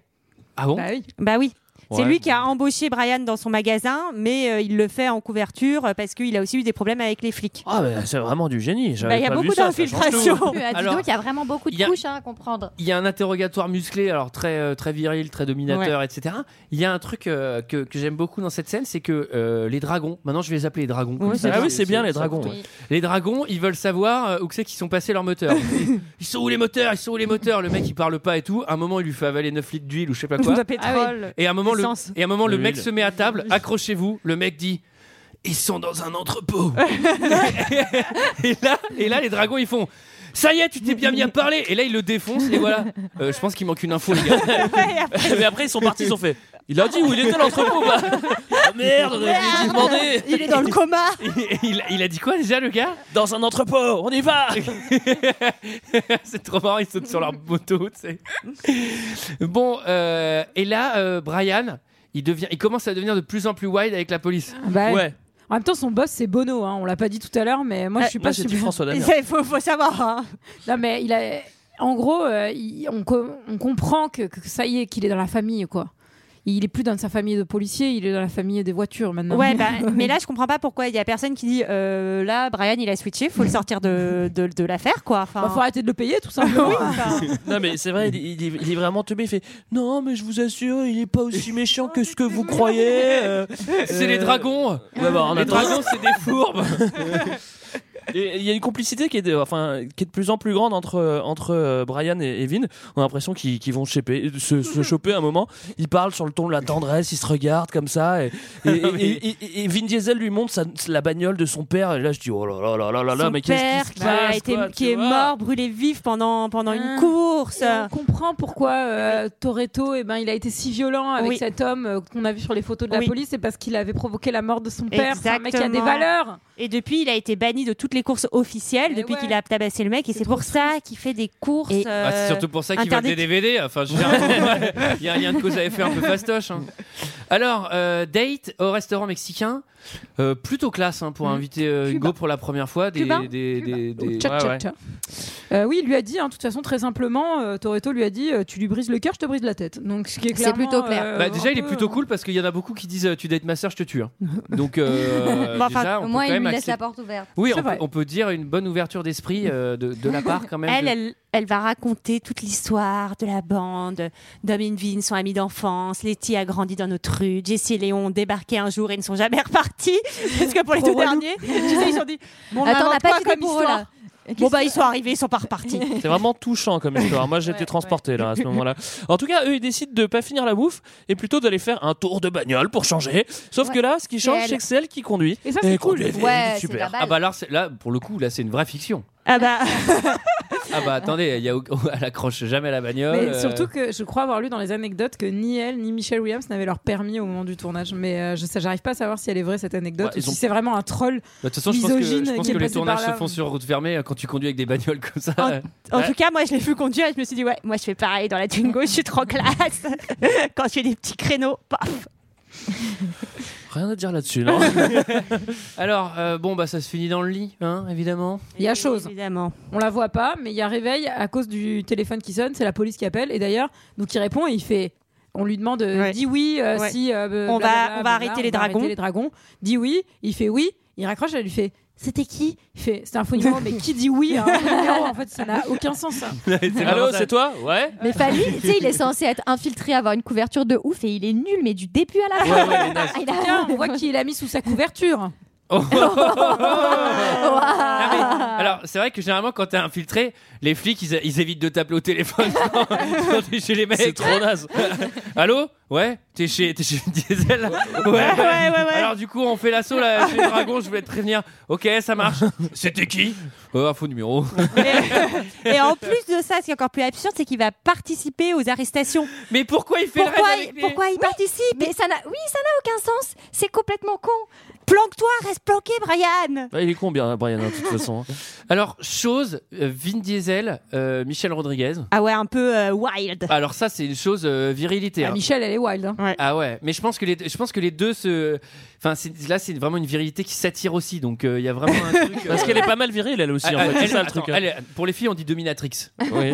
Speaker 1: Ah bon
Speaker 8: Bah oui.
Speaker 7: Bah oui. C'est
Speaker 6: Ouais.
Speaker 7: lui qui a embauché Brian dans son magasin, mais euh, il le fait en couverture euh, parce qu'il a aussi eu des problèmes avec les flics.
Speaker 6: ah, bah, c'est vraiment du génie.
Speaker 7: Bah, Il
Speaker 6: j'avais
Speaker 7: y a
Speaker 6: pas vu
Speaker 7: beaucoup
Speaker 6: ça, ça change tout.
Speaker 7: d'infiltrations.
Speaker 11: Ah, dis
Speaker 1: Alors,
Speaker 11: donc, il y a vraiment beaucoup de
Speaker 1: il y a-
Speaker 11: couches hein, à comprendre.
Speaker 1: Il y a un interrogatoire musclé, alors très, euh, très viril, très dominateur, etc. Il y a un truc euh, que, que j'aime beaucoup dans cette scène, c'est que euh, les dragons, maintenant je vais les appeler les dragons. comme
Speaker 7: Ouais,
Speaker 1: ça,
Speaker 7: c'est
Speaker 6: Ah oui, c'est bien les dragons.
Speaker 11: Oui.
Speaker 1: Les dragons, ils veulent savoir euh, où que c'est qu'ils sont passés leurs moteurs. Ils- ils sont où les moteurs Ils sont où les moteurs Le mec il parle pas et tout. À un moment, il lui fait avaler 9 litres d'huile ou je sais pas quoi.
Speaker 7: De pétrole.
Speaker 1: Et à un moment, le,
Speaker 7: Essence.
Speaker 1: et à un moment, le
Speaker 6: L'huile.
Speaker 1: mec se met à table. Accrochez-vous. Le mec dit. Ils sont dans un entrepôt. et, là, et là, les dragons, ils font. Ça y est, tu t'es bien mis à parler. Et là, il le défonce et voilà. Euh, je pense qu'il manque une info, les gars.
Speaker 6: Mais après, ils sont partis, ils ont fait. Il a dit où il était l'entrepôt, bah. Ah, merde, on avait dit de demander.
Speaker 7: Il est dans le coma.
Speaker 1: il, il a dit quoi déjà, le gars
Speaker 6: Dans un entrepôt, on y va
Speaker 1: C'est trop marrant, ils sautent sur leur moto, tu sais. Bon, euh, et là, euh, Brian, il, devient, il commence à devenir de plus en plus wild avec la police.
Speaker 7: Ah
Speaker 8: Bah, En même temps, son boss, c'est Bono. hein. On l'a pas dit tout à l'heure, mais moi,
Speaker 1: Ouais,
Speaker 8: je suis
Speaker 1: Ah, moi,
Speaker 8: pas
Speaker 1: j'ai
Speaker 8: super-
Speaker 1: dit François Damien.
Speaker 7: Il faut, faut savoir. hein.
Speaker 8: Non, mais il a. En gros, euh, il- on, co- on comprend que, que ça y est, qu'il est dans la famille, quoi. Il est plus dans sa famille de policiers, il est dans la famille des voitures maintenant.
Speaker 7: Ouais, bah, mais là, je comprends pas pourquoi il y a personne qui dit euh, là, Brian, il a switché, faut le sortir de, de, de l'affaire, quoi. Enfin,
Speaker 8: Bah, faut arrêter de le payer,
Speaker 7: Ah
Speaker 8: tout simplement.
Speaker 6: Non, mais c'est vrai, il, il est- il est vraiment teubé. Il fait Non, mais je vous assure, il est pas aussi méchant que ce que vous croyez. euh,
Speaker 1: C'est
Speaker 6: euh,
Speaker 1: les dragons
Speaker 6: Ouais, bah, en
Speaker 1: Les
Speaker 6: attendant-
Speaker 1: dragons, c'est des fourbes
Speaker 6: Et Il y a une complicité qui est de, enfin, qui est de plus en plus grande entre, euh, entre euh, Brian et, et Vin. On a l'impression qu'ils qu'ils vont choper, se, se choper un moment. Ils parlent sur le ton de la tendresse, ils se regardent comme ça. Et, et, et- et- et- et Vin Diesel lui montre sa- la bagnole de son père. Et là, je dis Oh là là là là là là,
Speaker 7: son
Speaker 6: mais
Speaker 7: père
Speaker 6: qu'est-ce qui se
Speaker 7: qui, a
Speaker 6: passe,
Speaker 7: été-
Speaker 6: quoi,
Speaker 7: qui
Speaker 6: tu
Speaker 7: est
Speaker 6: vois
Speaker 7: mort, brûlé vif pendant, pendant une course.
Speaker 8: Ah. Et on comprend pourquoi euh, Toretto, eh ben, il a été si violent avec
Speaker 7: Oui.
Speaker 8: cet homme euh, qu'on a vu sur les photos de la
Speaker 7: Oui.
Speaker 8: police, c'est parce qu'il avait provoqué la mort de son père. C'est un mec qui a des
Speaker 7: Exactement.
Speaker 8: valeurs.
Speaker 7: Et depuis, il a été banni de toutes les courses officielles depuis qu'il a tabassé le mec. Et c'est pour ça qu'il fait des courses.
Speaker 1: Ah, c'est
Speaker 7: euh,
Speaker 1: surtout pour ça qu'ils veulent
Speaker 7: interdites.
Speaker 1: des DVD. Enfin, je veux dire, il y a rien de cause à effet un peu fastoche. hein. Alors, euh, date au restaurant mexicain, Euh, plutôt classe hein, pour
Speaker 11: Mm.
Speaker 1: inviter euh, Hugo pour la première fois. Des,
Speaker 8: Cubain.
Speaker 1: des, des, des-
Speaker 8: Tcha,
Speaker 1: ouais,
Speaker 8: tcha,
Speaker 1: ouais.
Speaker 8: tcha. Euh, oui, il lui a dit, hein, de toute façon, très simplement, euh, Toretto lui a dit euh, Tu lui brises le cœur, je te brise la tête. Donc, ce qui est
Speaker 11: C'est plutôt
Speaker 8: clairement,
Speaker 11: clair.
Speaker 8: euh,
Speaker 1: Bah,
Speaker 8: un
Speaker 1: déjà, il est
Speaker 8: peu-
Speaker 1: plutôt cool parce qu'il y en a beaucoup qui disent euh, Tu dates ma soeur, je te tue. hein. Donc, euh,
Speaker 11: Bon, enfin,
Speaker 1: déjà, on
Speaker 11: au
Speaker 1: peut
Speaker 11: moins,
Speaker 1: quand
Speaker 11: il
Speaker 1: même
Speaker 11: lui laisse
Speaker 1: accepter-
Speaker 11: la porte ouverte.
Speaker 1: Oui,
Speaker 11: C'est
Speaker 1: on peut,
Speaker 11: vrai.
Speaker 1: on peut dire une bonne ouverture d'esprit euh, de, de la part quand même.
Speaker 7: Elle,
Speaker 1: de-
Speaker 7: elle, elle va raconter toute l'histoire de la bande. Dom et Vin sont amis d'enfance. Letty a grandi dans notre rue. Jessie et Léon ont débarqué un jour et ne sont jamais repartis. Parce que pour les
Speaker 11: Trop
Speaker 7: tout
Speaker 11: relou.
Speaker 7: derniers, tu sais, ils se sont dit Bon, on
Speaker 11: Attends, on
Speaker 7: invente
Speaker 11: n'a pas
Speaker 7: quoi
Speaker 11: d'idée
Speaker 7: comme
Speaker 11: pour eux,
Speaker 7: histoire
Speaker 11: là.
Speaker 7: Bon, bah, ils sont arrivés, ils sont pas repartis.
Speaker 6: C'est vraiment touchant comme histoire. Moi, j'étais transporté là à ce moment-là. En tout cas, eux, ils décident de pas finir la bouffe et plutôt d'aller faire un tour de bagnole pour changer. Sauf
Speaker 11: Ouais.
Speaker 6: que là, ce qui
Speaker 11: C'est
Speaker 6: change,
Speaker 11: elle.
Speaker 6: c'est que c'est elle qui conduit.
Speaker 8: Et ça, c'est cool.
Speaker 6: conduit vite,
Speaker 11: Ouais, c'est la
Speaker 6: super.
Speaker 11: balle.
Speaker 1: Ah bah alors, c'est- là, pour le coup, là, c'est une vraie fiction.
Speaker 7: Ah bah.
Speaker 1: Ah bah attendez, il y a... elle accroche jamais la bagnole.
Speaker 8: Mais
Speaker 1: euh,
Speaker 8: surtout que je crois avoir lu dans les anecdotes que ni elle ni Michelle Williams n'avaient leur permis au moment du tournage. Mais euh, je sais, j'arrive pas à savoir si elle est vraie cette anecdote
Speaker 1: Ouais,
Speaker 8: ou
Speaker 1: Bah, ils
Speaker 8: si
Speaker 1: ont-
Speaker 8: c'est vraiment un troll.
Speaker 1: Bah, De toute façon, je pense que,
Speaker 8: misogyne
Speaker 1: je pense
Speaker 8: qui est
Speaker 1: que les
Speaker 8: passé par
Speaker 1: tournages
Speaker 8: là.
Speaker 1: se font sur route fermée euh, quand tu conduis avec des bagnoles comme ça.
Speaker 7: En
Speaker 1: Ouais.
Speaker 7: tout cas, moi, je l'ai vu conduire et je me suis dit, ouais, moi, je fais pareil dans la Twingo, je suis trop classe. Quand je fais des petits créneaux, paf.
Speaker 6: Rien à dire là-dessus. non
Speaker 1: Alors, euh, bon, bah ça se finit dans le lit, hein, évidemment.
Speaker 8: Il y a chose.
Speaker 7: Évidemment.
Speaker 8: On la voit pas, mais il y a réveil à cause du téléphone qui sonne. C'est la police qui appelle. Et d'ailleurs, donc il répond et il fait. On lui demande, euh,
Speaker 7: Ouais.
Speaker 8: dis oui euh,
Speaker 7: Ouais.
Speaker 8: si. euh, blablabla,
Speaker 7: On va- on va
Speaker 8: blablabla,
Speaker 7: arrêter les dragons.
Speaker 8: les dragons. Dis oui. Il fait oui. Il raccroche. Elle lui fait. C'était qui Il fait. C'était un faux numéro, mais qui dit oui à un faux numéro En fait, ça n'a aucun sens.
Speaker 6: Allô, c'est toi Ouais.
Speaker 11: Mais Fanny, tu sais, il est censé être infiltré, avoir une couverture de ouf et il est nul, mais du début à la
Speaker 6: Ouais,
Speaker 11: fin.
Speaker 6: ouais, il est naze.
Speaker 11: Il a-
Speaker 8: Tiens, on voit qu'il l'a mis sous sa couverture.
Speaker 1: Ah, mais- alors, c'est vrai que généralement, quand t'es infiltré, les flics, ils, ils évitent de t'appeler au téléphone quand quand t'es chez les mecs.
Speaker 6: C'est trop naze.
Speaker 1: Allô Ouais T'es chez, t'es chez Vin Diesel là ouais. Alors, du coup, on fait l'assaut là, chez les dragons, je voulais te prévenir. Ok, ça marche. C'était qui euh, Info numéro.
Speaker 7: Et en plus de ça, ce qui est encore plus absurde, c'est qu'il va participer aux arrestations.
Speaker 1: Mais pourquoi il fait le
Speaker 7: Pourquoi,
Speaker 1: raid avec les-
Speaker 7: pourquoi il participe
Speaker 11: Mais ça n'a, oui, ça n'a aucun sens. C'est complètement con.
Speaker 7: Planque-toi, reste planqué, Brian.
Speaker 6: Bah, il est con, bien, Brian, hein, de toute façon.
Speaker 1: Alors, chose, euh, Vin Diesel, euh, Michel Rodriguez.
Speaker 7: Ah ouais, un peu euh, wild.
Speaker 1: Alors ça, c'est une chose euh, virilité.
Speaker 8: Ah,
Speaker 1: hein.
Speaker 8: Michel, elle est wild. hein.
Speaker 1: Ah ouais, mais je pense que les, je pense que les deux se, enfin c'est- là c'est vraiment une virilité qui s'attire aussi, donc euh, il y a vraiment un truc. euh,
Speaker 6: Parce qu'elle est pas mal virile, elle aussi.
Speaker 1: ah,
Speaker 6: en fait.
Speaker 1: elle-
Speaker 6: C'est ça le
Speaker 1: attends,
Speaker 6: truc. hein.
Speaker 1: elle est- pour les filles, on dit dominatrix.
Speaker 6: Oui.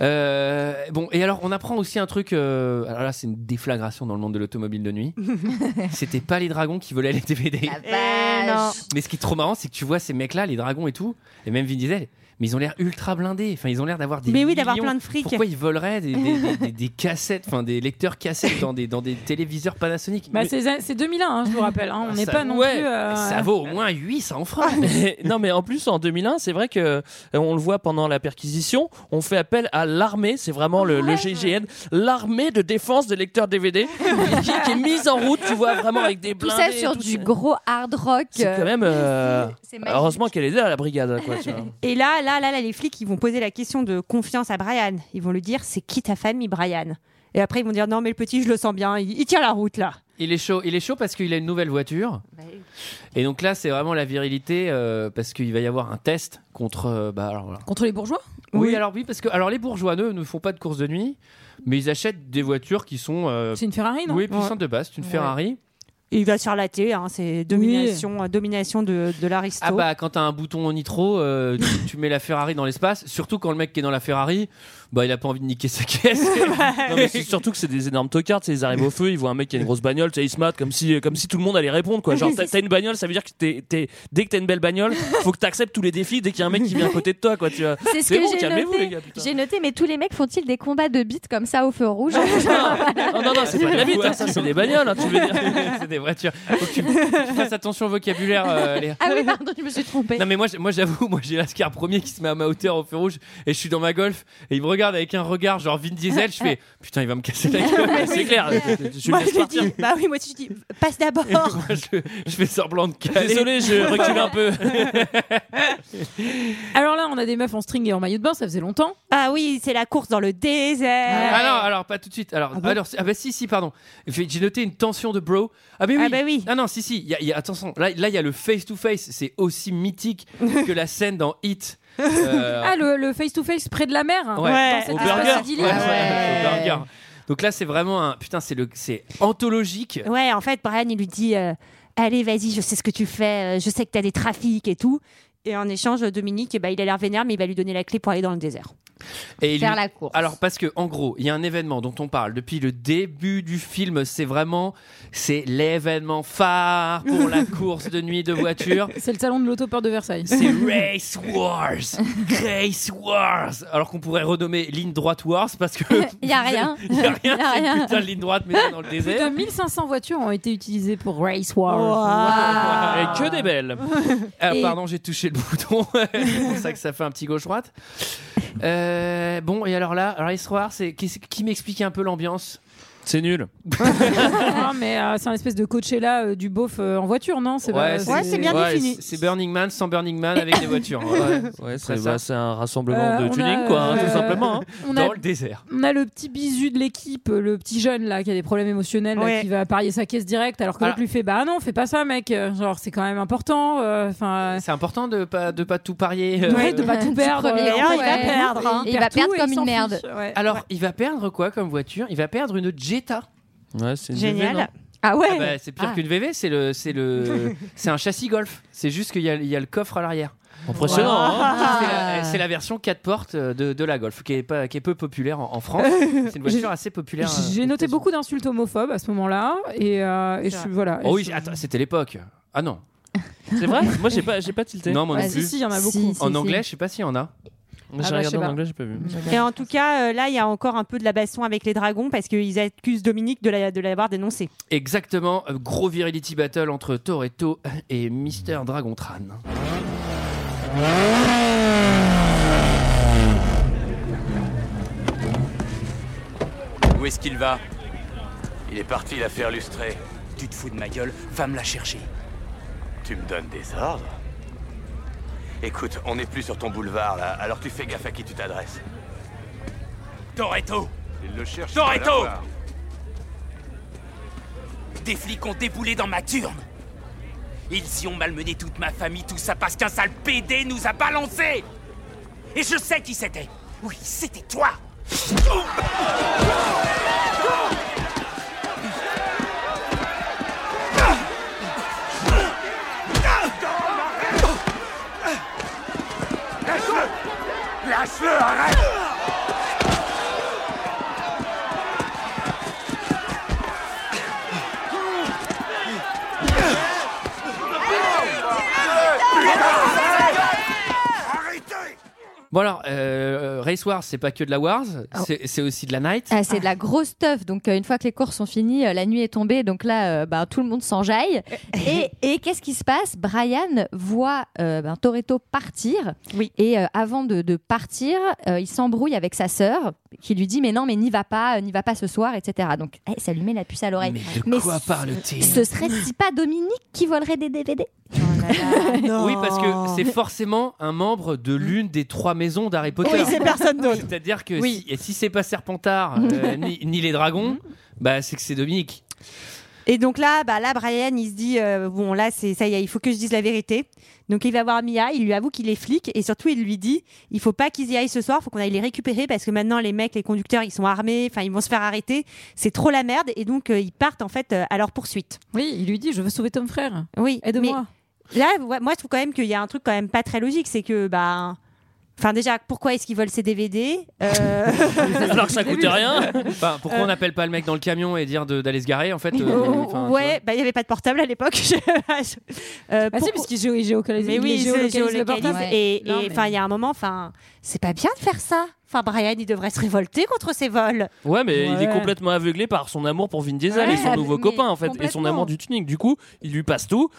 Speaker 1: Euh, bon, et alors on apprend aussi un truc. euh, alors là, c'est une déflagration dans le monde de l'automobile de nuit. C'était pas les dragons qui volaient les DVD.
Speaker 2: Ah,
Speaker 11: La vache. Eh,
Speaker 1: Mais ce qui est trop marrant, c'est que tu vois ces mecs-là, les dragons et tout, et même Vin Diesel. mais ils ont l'air ultra blindés. Enfin, ils ont l'air d'avoir des.
Speaker 7: Mais oui, d'avoir
Speaker 1: millions.
Speaker 7: plein de fric.
Speaker 1: Pourquoi ils voleraient des, des- des- des- des cassettes, enfin des lecteurs cassettes dans des, dans des téléviseurs Panasonic
Speaker 8: Bah,
Speaker 1: Mais- Ah,
Speaker 8: c'est c'est 2001, hein, je vous rappelle. hein. On n'est
Speaker 1: Ça-
Speaker 8: pas non
Speaker 1: ouais,
Speaker 8: plus. euh,
Speaker 1: Ça vaut au moins 800 francs.
Speaker 6: Mais- non, mais en plus, en 2001, c'est vrai que euh, on le voit pendant la perquisition, on fait appel à l'armée, c'est vraiment le, le GIGN, l'armée de défense des lecteurs DVD, qui, qui est mise en route, tu vois, vraiment avec des
Speaker 11: Tout
Speaker 6: blindés.
Speaker 11: ça
Speaker 6: et
Speaker 11: sur
Speaker 6: tout.
Speaker 11: du gros hard rock.
Speaker 6: C'est quand même. euh,
Speaker 11: c'est magique.
Speaker 6: heureusement qu'elle est là, la brigade. Quoi, tu vois.
Speaker 7: Et là, là, là, là, les flics, ils vont poser la question de confiance à Brian. Ils vont lui dire, c'est qui ta famille, Brian Et après, ils vont dire, non, mais le petit, je le sens bien, il, il tient la route là.
Speaker 1: Il est chaud, il est chaud parce qu'il a une nouvelle voiture.
Speaker 7: Bah
Speaker 1: Et donc là, c'est vraiment la virilité euh, parce qu'il va y avoir un test contre. euh, bah, alors, voilà.
Speaker 8: Contre les bourgeois
Speaker 1: Oui, alors oui, parce que alors les bourgeois eux, ne font pas de course de nuit, mais ils achètent des voitures qui sont. euh,
Speaker 8: C'est une Ferrari, non
Speaker 1: Oui, puissante de base, c'est une
Speaker 7: Ouais.
Speaker 1: Ferrari.
Speaker 7: Et il va sur la télé, hein, c'est domination, euh, domination de, de l'aristo.
Speaker 1: Ah bah quand t'as un bouton en nitro, euh, tu, tu mets la Ferrari dans l'espace. Surtout quand le mec qui est dans la Ferrari, bah il a pas envie de niquer sa caisse.
Speaker 6: Non, mais c'est surtout que c'est des énormes tocards, tu sais, ils arrivent au feu, ils voient un mec qui a une grosse bagnole, tu sais, ils se matent comme si, euh, comme si tout le monde allait répondre. Quoi. Genre, t'as, t'as une bagnole, ça veut dire que t'es, t'es- dès que t'as une belle bagnole, faut que t'acceptes tous les défis dès qu'il y a un mec qui vient à côté de toi. Quoi, tu vois.
Speaker 11: C'est ce que
Speaker 6: bon,
Speaker 11: j'ai
Speaker 6: calmez-vous, les
Speaker 11: noté.
Speaker 6: gars.
Speaker 11: J'ai noté, mais tous les mecs font-ils des combats de bites comme ça au feu rouge
Speaker 6: Oh, non, non, c'est pas de la bite, hein, ça, c'est des bagnoles, hein, tu veux dire.
Speaker 1: c'est des voitures. Faut que tu, tu fasses attention au vocabulaire, euh, Léa.
Speaker 11: Ah oui, pardon, je me suis trompée.
Speaker 1: Non mais moi, j'- moi j'avoue, moi j'ai l'ascar premier qui se met à ma hauteur au feu rouge et je suis dans ma golf et il me regarde avec un regard genre Vin Diesel, je fais putain il va me casser la gueule, c'est clair, je
Speaker 7: Moi,
Speaker 1: le laisse
Speaker 7: je lui
Speaker 1: partir.
Speaker 7: dis, bah oui, moi, je dis, passe d'abord.
Speaker 1: Moi, je, je fais semblant de caler.
Speaker 6: Désolé, je recule un peu.
Speaker 8: Alors là, on a des meufs en string et en maillot de bain, ça faisait longtemps.
Speaker 7: Ah oui, c'est la course dans le désert.
Speaker 1: Ah non, alors pas tout de suite. Alors, ah, alors, ah bah si, si, pardon. J'ai j'ai noté une tension de bro. Ah, mais oui. Ah, non, si, si. il Y a, il y a- attention, là, là, il y a le face-to-face. C'est aussi mythique que la scène dans Hit. Euh,
Speaker 8: Ah, le le face-to-face près de la mer. hein,
Speaker 1: Ouais.
Speaker 8: dans cet
Speaker 1: Au
Speaker 8: espace
Speaker 1: burger.
Speaker 8: idyllique.
Speaker 1: Ouais, hein. ouais, au burger. Donc là, c'est vraiment un. Putain, c'est le- c'est anthologique.
Speaker 7: Ouais, en fait, Brian, il lui dit euh, Allez, vas-y, je sais ce que tu fais, euh, je sais que t'as des trafics et tout. Et en échange, Dominique, eh ben, il a l'air vénère, mais il va lui donner la clé pour aller dans le désert.
Speaker 1: Et
Speaker 7: Faire la course.
Speaker 1: Alors parce que en gros, il y a un événement dont on parle depuis le début du film. C'est vraiment, c'est l'événement phare pour la course de nuit de voiture.
Speaker 8: C'est le salon de l'autoport de Versailles.
Speaker 1: C'est Race Wars, Grace Wars. Alors qu'on pourrait renommer ligne droite Wars parce que
Speaker 11: Il y a rien.
Speaker 1: il y a rien.
Speaker 11: Y a
Speaker 1: c'est une
Speaker 11: rien.
Speaker 1: putain de ligne droite mais c'est dans le
Speaker 8: Plus
Speaker 1: désert.
Speaker 8: de 1500 voitures ont été utilisées pour Race Wars.
Speaker 1: Wow.
Speaker 6: Et que des belles.
Speaker 1: Ah,
Speaker 8: Et-
Speaker 1: Pardon, j'ai touché le bouton. c'est pour ça que ça fait un petit gauche-droite. Euh, bon, et alors là, Race Wars, c'est qui, qui m'explique un peu l'ambiance
Speaker 6: C'est nul.
Speaker 8: Non, mais euh, c'est un espèce de Coachella euh, du beauf euh, en voiture, non C'est pas-
Speaker 1: ouais, c'est- C'est Burning Man sans Burning Man avec des voitures. Ouais,
Speaker 6: Ouais,
Speaker 1: c'est
Speaker 6: c'est,
Speaker 1: ça.
Speaker 6: bah, c'est un rassemblement
Speaker 8: Euh,
Speaker 6: de
Speaker 8: on
Speaker 6: tuning,
Speaker 8: a,
Speaker 6: quoi, hein,
Speaker 8: euh,
Speaker 6: tout simplement. hein.
Speaker 8: on a-
Speaker 1: Dans le désert.
Speaker 8: On a le petit bisu de l'équipe, euh, le petit jeune là qui a des problèmes émotionnels, là,
Speaker 7: Ouais.
Speaker 8: qui va parier sa caisse directe, alors que
Speaker 1: Alors-
Speaker 8: l'autre lui fait bah non, fais pas ça mec, Euh, genre c'est quand même important, euh, enfin. euh,
Speaker 1: C'est important de pas de pas tout parier. euh,
Speaker 8: ouais, de pas tout perdre.
Speaker 11: premier,
Speaker 8: euh,
Speaker 11: il va
Speaker 8: ouais.
Speaker 11: perdre, hein. Il va
Speaker 8: tout
Speaker 11: perdre
Speaker 8: et
Speaker 11: comme
Speaker 8: s'en
Speaker 11: une
Speaker 8: fiche,
Speaker 11: merde.
Speaker 8: ouais.
Speaker 1: Alors, il va perdre quoi comme voiture Il va perdre une Jetta.
Speaker 6: Ouais, c'est une
Speaker 7: Génial.
Speaker 6: VV, non
Speaker 11: Ah ouais
Speaker 1: Ah bah, c'est pire
Speaker 11: Ah.
Speaker 1: qu'une VV, c'est le c'est le c'est un châssis Golf. C'est juste qu'il y, a- il y a le coffre à l'arrière.
Speaker 6: Impressionnant. hein.
Speaker 8: Ah.
Speaker 1: C'est la- C'est la, version 4 portes euh, de, de la Golf qui est pas qui est peu populaire en, en France. C'est une voiture assez populaire. euh,
Speaker 8: J'ai noté beaucoup d'insultes homophobes à ce moment-là et, euh, et je suis voilà.
Speaker 1: Oh oui, attends, c'était l'époque. Ah non.
Speaker 6: C'est vrai Moi, j'ai pas, j'ai pas tilté.
Speaker 1: Non, moi non
Speaker 8: Ah, si,
Speaker 1: plus.
Speaker 8: si, il y en a
Speaker 11: Si,
Speaker 8: beaucoup.
Speaker 11: si,
Speaker 1: En
Speaker 11: si.
Speaker 1: anglais, je sais pas s'il y en a.
Speaker 6: J'ai
Speaker 8: Ah bah, je sais
Speaker 6: regardé en
Speaker 8: pas.
Speaker 6: anglais, j'ai pas vu.
Speaker 7: Et en tout cas, euh, là, il y a encore un peu de la baston avec les dragons parce qu'ils accusent Dominique de la- de l'avoir dénoncé.
Speaker 1: Exactement, euh, gros virility battle entre Toretto et Mister Dragontran.
Speaker 3: Où est-ce qu'il va
Speaker 14: Il est parti la faire lustrer. Tu te fous de ma gueule, va me la chercher.
Speaker 3: Tu me donnes des ordres Écoute, on n'est plus sur ton boulevard là, alors tu fais gaffe à qui tu t'adresses.
Speaker 14: Toretto
Speaker 3: Il le cherche.
Speaker 14: Toretto Des flics ont déboulé dans ma turne Ils y ont malmené toute ma famille, tout ça parce qu'un sale PD nous a balancés Et je sais qui c'était Oui, c'était toi
Speaker 2: Lâche-le Lâche-le, arrête Arrêtez
Speaker 1: Bon alors, euh, Race Wars, c'est pas que de la Wars,
Speaker 8: Oh.
Speaker 1: c'est c'est aussi de la Night.
Speaker 11: Ah, c'est de la grosse stuff. Donc, euh, une fois que les courses sont finies, euh, la nuit est tombée. Donc là, euh, bah, tout le monde s'enjaille. Et, et qu'est-ce qui se passe Brian voit euh, ben, Toretto partir. Et euh, avant de, de partir, euh, il s'embrouille avec sa sœur qui lui dit Mais non, mais n'y va pas, euh, n'y va pas ce soir, etc. Donc, eh, ça lui met la puce à l'oreille.
Speaker 1: Mais de quoi parle-t-il
Speaker 11: Ce serait si pas Dominique qui volerait des DVD
Speaker 1: Oui, parce que c'est forcément un membre de l'une des trois maisons d'Harry Potter.
Speaker 11: Mm. Oui, c'est personne
Speaker 1: d'autre. C'est-à-dire que
Speaker 11: Oui. Mm.
Speaker 1: si, et si c'est pas Serpentard euh, ni, ni les dragons, bah c'est que c'est Dominique.
Speaker 7: Et donc là, bah là, Brian, il se dit euh, bon là, c'est ça y est, il faut que je dise la vérité. Donc il va voir Mia, il lui avoue qu'il est flic et surtout il lui dit il faut pas qu'ils y aillent ce soir, faut qu'on aille les récupérer parce que maintenant les mecs, les conducteurs, ils sont armés, enfin ils vont se faire arrêter, c'est trop la merde et donc euh, ils partent en fait euh, à leur poursuite.
Speaker 8: Oui, il lui dit je veux sauver ton frère.
Speaker 7: Oui,
Speaker 8: Aide-moi.
Speaker 7: mais Là, ouais, moi je trouve quand même qu'il y a un truc quand même pas très logique, c'est que bah Enfin déjà, pourquoi est-ce qu'ils volent ces DVD Euh,
Speaker 6: Alors que ça coûtait rien.
Speaker 1: Enfin, pourquoi
Speaker 11: Euh.
Speaker 1: on n'appelle pas le mec dans le camion et dire de- d'aller se garer en fait euh, enfin,
Speaker 7: Ouais, bah il n'y avait pas de portable à l'époque. Je- je- euh,
Speaker 8: Ah si,
Speaker 7: pourquoi-
Speaker 8: parce qu'ils géo- ils géolocalisent.
Speaker 7: Mais
Speaker 8: ils
Speaker 7: oui,
Speaker 8: les
Speaker 7: ils
Speaker 8: géolocalisent
Speaker 7: se
Speaker 8: le
Speaker 7: géolocalisent.
Speaker 8: portable.
Speaker 7: Et
Speaker 8: Non,
Speaker 7: et,
Speaker 8: mais-
Speaker 7: enfin, il y a un moment, enfin, c'est pas bien de faire ça. Enfin, Brian, il devrait se révolter contre ces vols.
Speaker 6: Ouais, mais il est
Speaker 7: Ouais.
Speaker 6: complètement aveuglé par son amour pour Vin Diesel
Speaker 7: Ouais,
Speaker 6: et son
Speaker 7: mais
Speaker 6: nouveau copain en fait, et son
Speaker 7: complètement.
Speaker 6: amour du tunique. Du coup, il lui passe tout.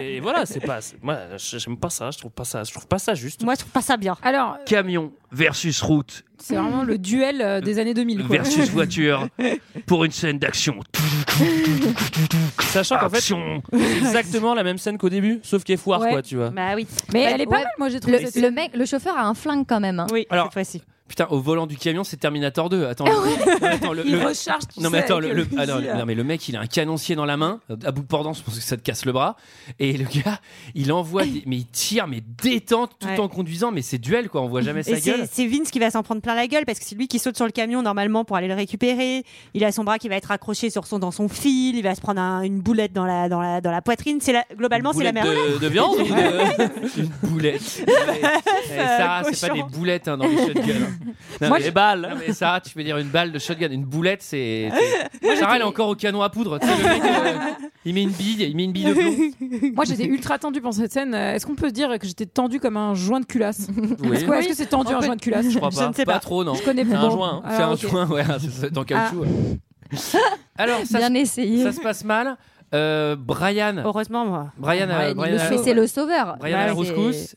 Speaker 6: Et, et voilà, c'est pas. c'est- Moi, je- j'aime pas ça. Je trouve pas ça. Je trouve pas ça juste.
Speaker 7: Moi, je trouve pas ça bien.
Speaker 8: Alors,
Speaker 1: Camion versus route
Speaker 8: c'est vraiment le duel euh, des années 2000. Quoi.
Speaker 1: versus voiture pour une scène d'action.
Speaker 6: Sachant qu'en fait, c'est exactement la même scène qu'au début, sauf qu'elle est foire,
Speaker 11: Ouais.
Speaker 6: quoi, tu vois.
Speaker 7: Bah oui.
Speaker 8: Mais
Speaker 11: Ouais,
Speaker 8: elle est pas
Speaker 11: ouais.
Speaker 8: mal, moi j'ai trouvé. cette
Speaker 11: Le, le
Speaker 8: scène.
Speaker 11: mec, le chauffeur a un flingue quand même. hein.
Speaker 7: Oui,
Speaker 1: Alors-
Speaker 7: cette fois-ci. Ah
Speaker 1: Putain, au volant du camion, c'est Terminator 2. Attends, le- non, attends, le-
Speaker 8: Il
Speaker 1: le-
Speaker 8: recharge. tu
Speaker 1: Non mais
Speaker 8: sais,
Speaker 1: attends,
Speaker 8: avec
Speaker 1: le, le- ah, non,
Speaker 8: fusil,
Speaker 1: le-
Speaker 8: là.
Speaker 1: non, mais le mec il a un canoncier dans la main, euh, à bout de pendant, je pense que ça te casse le bras, et le gars il envoie, des- mais il tire, mais détente tout
Speaker 7: Ouais.
Speaker 1: en conduisant, mais c'est duel quoi, on voit jamais
Speaker 7: Et
Speaker 1: sa
Speaker 7: c'est
Speaker 1: gueule.
Speaker 7: c'est Vince qui va s'en prendre plein la gueule parce que c'est lui qui saute sur le camion normalement pour aller le récupérer. Il a son bras qui va être accroché sur son dans son fil. Il va se prendre un- une boulette dans la dans la dans la poitrine. C'est la- globalement c'est la merde.
Speaker 6: de, de viande ou de-
Speaker 1: Une boulette. Non, mais- eh, Sarah, c'est pas
Speaker 7: cochon.
Speaker 1: des boulettes hein, dans les shotguns. hein. Non,
Speaker 6: Moi,
Speaker 1: mais-
Speaker 6: j'ai balles.
Speaker 1: Non, mais Sarah, tu peux dire une balle de shotgun, une boulette c'est. c'est- Sarah elle est encore au canon à poudre, tu sais, le mec, euh, il met une bille, il met une bille de plomb.
Speaker 8: Moi j'étais ultra tendue pendant cette scène. Euh, Est-ce qu'on peut se dire que j'étais tendue comme un joint de culasse
Speaker 1: Oui.
Speaker 8: Est-ce que- est-ce que c'est tendu
Speaker 7: On
Speaker 8: un
Speaker 7: peut-
Speaker 8: joint de culasse
Speaker 1: Je crois pas.
Speaker 7: ne sais
Speaker 1: pas.
Speaker 7: pas.
Speaker 1: trop, non.
Speaker 8: Je connais
Speaker 6: C'est
Speaker 8: pas. Ah,
Speaker 6: un joint. hein.
Speaker 1: C'est un
Speaker 8: ok. Ah.
Speaker 1: joint, ouais, c'est dans caoutchouc. ouais. Alors, ça,
Speaker 11: Bien
Speaker 1: se-
Speaker 11: essayé.
Speaker 1: ça se passe mal. Euh, Brian,
Speaker 7: Heureusement moi.
Speaker 1: Brian,
Speaker 11: Ouais,
Speaker 1: euh,
Speaker 11: il
Speaker 1: Brian,
Speaker 11: le
Speaker 1: à-
Speaker 11: sauve. Mais c'est le sauveur.
Speaker 1: Brian
Speaker 11: Bah,
Speaker 1: à la
Speaker 11: c'est-
Speaker 1: rouscousse.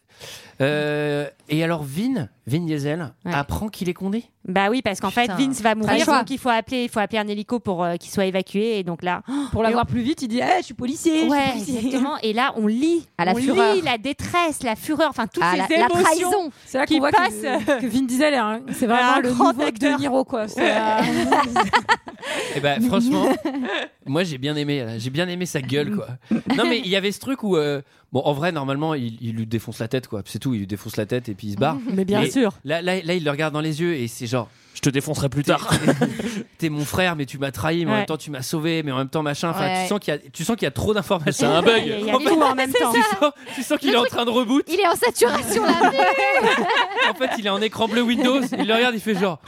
Speaker 1: Euh, et alors Vin, Vin Diesel,
Speaker 7: Ouais.
Speaker 1: apprend qu'il est condé.
Speaker 7: Bah oui parce qu'en fait
Speaker 11: Putain.
Speaker 7: Vince va
Speaker 11: le
Speaker 7: mourir
Speaker 11: choix.
Speaker 7: donc il faut appeler il faut appeler un hélico pour euh, qu'il soit évacué et donc là
Speaker 8: Oh, Pour la voir plus vite, il dit Eh, je suis policier. je suis
Speaker 7: Ouais,
Speaker 8: policier.
Speaker 7: exactement. Et là, on lit,
Speaker 11: À la
Speaker 7: on
Speaker 11: fureur.
Speaker 7: lit la détresse, la fureur, enfin toutes
Speaker 11: Ah,
Speaker 7: ces
Speaker 11: la, la
Speaker 7: émotions.
Speaker 11: trahison.
Speaker 8: C'est là qu'on
Speaker 7: Qui
Speaker 8: voit
Speaker 7: passe,
Speaker 8: que, que Vin Diesel est un- c'est vraiment
Speaker 7: un
Speaker 8: le
Speaker 7: grand
Speaker 8: nouveau
Speaker 7: acteur.
Speaker 8: De Niro quoi. C'est, euh,
Speaker 1: Et ben franchement, moi j'ai bien aimé, là. j'ai bien aimé sa gueule quoi. Non mais il y avait ce truc où euh, bon en vrai normalement il, il lui défonce la tête quoi, c'est tout, il lui défonce la tête et puis il se barre.
Speaker 7: Mais bien
Speaker 1: Et
Speaker 7: sûr.
Speaker 1: Là, là, là, il le regarde dans les yeux et c'est genre
Speaker 6: Je te défoncerai plus tard.
Speaker 1: t'es mon frère mais tu m'as trahi mais en
Speaker 7: Ouais.
Speaker 1: même temps tu m'as sauvé mais en même temps machin. Enfin
Speaker 11: Ouais.
Speaker 1: tu sens qu'il y a tu sens qu'il y a trop
Speaker 6: C'est
Speaker 1: d'informations.
Speaker 6: un
Speaker 7: Il y
Speaker 6: bug.
Speaker 7: a- il y a tout en
Speaker 2: hein.
Speaker 7: même temps.
Speaker 1: Tu sens, tu sens qu'il est en train de reboot.
Speaker 11: Il est en saturation là.
Speaker 1: En fait, il est en écran bleu Windows. Il le regarde, il fait genre.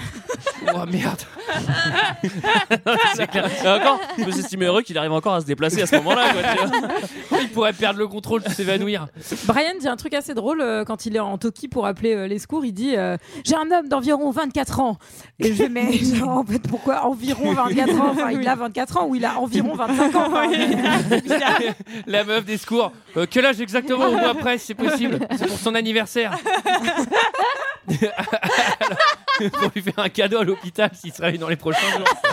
Speaker 1: Oh merde.
Speaker 6: C'est clair. Et encore, je me suis estimé heureux qu'il arrive encore à se déplacer à ce moment-là. quoi, tu vois.
Speaker 1: Il pourrait perdre le contrôle, s'évanouir.
Speaker 8: Brian dit un truc assez drôle euh, quand il est en Toki pour appeler euh, les secours. Il dit euh, J'ai un homme d'environ 24 ans. Et je fais Mais genre, en fait, pourquoi environ 24 ans Enfin, il a 24 ans ou il a environ 25 ans enfin,
Speaker 1: La meuf des secours. Euh, quel âge exactement au mois après, si c'est possible C'est pour son anniversaire. Alors, pour lui faire un cadeau à l'hôpital s'il se réveille dans les prochains jours.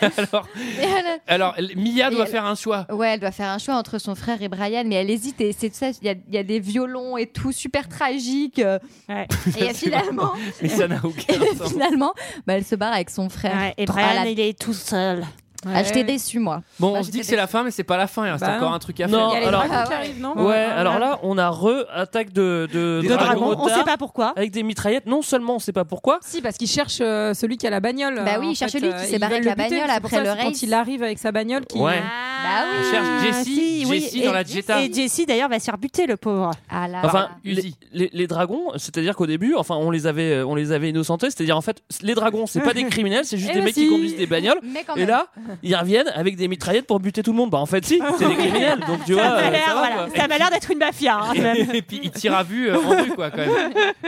Speaker 1: Alors, alors Mia doit
Speaker 11: Et-
Speaker 1: faire un choix.
Speaker 11: Ouais, elle doit faire un choix entre son frère et Brian, mais elle hésite et c'est ça. Il y, a- il y a des violons et tout super tragique. euh,
Speaker 7: Ouais.
Speaker 11: Et finalement,
Speaker 1: Mais ça n'a aucun
Speaker 11: et
Speaker 1: sens.
Speaker 11: finalement, bah, elle se barre avec son frère.
Speaker 7: Ouais, et
Speaker 11: Ah,
Speaker 7: Brian,
Speaker 11: la-
Speaker 7: il est tout seul.
Speaker 11: ah, J'étais déçue moi.
Speaker 1: Bon,
Speaker 11: Moi,
Speaker 1: on se dit que
Speaker 11: bah, j'étais
Speaker 1: c'est la fin, mais c'est pas la fin. Il reste
Speaker 8: Bah
Speaker 1: encore
Speaker 8: non.
Speaker 1: un truc à
Speaker 6: Non,
Speaker 1: faire.
Speaker 8: Il y a les
Speaker 6: alors-
Speaker 8: dragons qui
Speaker 11: Ah ouais.
Speaker 8: arrivent, non
Speaker 6: Ouais, alors là, on a re-attaque de, de
Speaker 1: Des
Speaker 6: dragons
Speaker 1: dragons.
Speaker 7: Vraiment, on
Speaker 6: motards
Speaker 7: sait pas pourquoi.
Speaker 6: Avec des mitraillettes, non seulement on sait pas pourquoi,
Speaker 8: Si, parce qu'il cherche euh, celui qui a la bagnole.
Speaker 11: Bah
Speaker 8: Euh,
Speaker 11: oui, il
Speaker 8: en
Speaker 11: cherche
Speaker 8: fait,
Speaker 11: lui qui
Speaker 8: euh,
Speaker 11: s'est
Speaker 8: ils
Speaker 11: barré
Speaker 8: veulent
Speaker 11: avec
Speaker 8: le
Speaker 11: la
Speaker 8: buter,
Speaker 11: bagnole
Speaker 8: c'est pour
Speaker 11: après
Speaker 8: ça,
Speaker 11: le
Speaker 8: c'est
Speaker 11: race.
Speaker 8: Quand il arrive avec sa bagnole, qui
Speaker 6: Ouais.
Speaker 7: Bah oui.
Speaker 1: On cherche Jessie. Jessie dans la Jetta.
Speaker 7: Et Jessie d'ailleurs va se faire buter le pauvre.
Speaker 8: Ah
Speaker 6: Enfin, les, les- les dragons, c'est-à-dire qu'au début, enfin, on les avait, euh, on les avait innocentés. C'est-à-dire en fait, les dragons, c'est pas des criminels, c'est juste
Speaker 11: Eh
Speaker 6: des
Speaker 11: ben
Speaker 6: mecs
Speaker 11: si.
Speaker 6: qui conduisent des bagnoles.
Speaker 11: Mais quand
Speaker 6: Et
Speaker 11: même.
Speaker 6: là, ils reviennent avec des mitraillettes pour buter tout le monde. Bah en fait, si, c'est des criminels. Donc tu
Speaker 7: ça
Speaker 6: vois,
Speaker 7: m'a
Speaker 6: euh,
Speaker 7: l'air,
Speaker 6: ça va,
Speaker 7: voilà.
Speaker 6: quoi.
Speaker 7: Ça m'a l'air d'être une mafia. hein, même.
Speaker 1: et puis il tire à vue euh, en vue quoi quand même.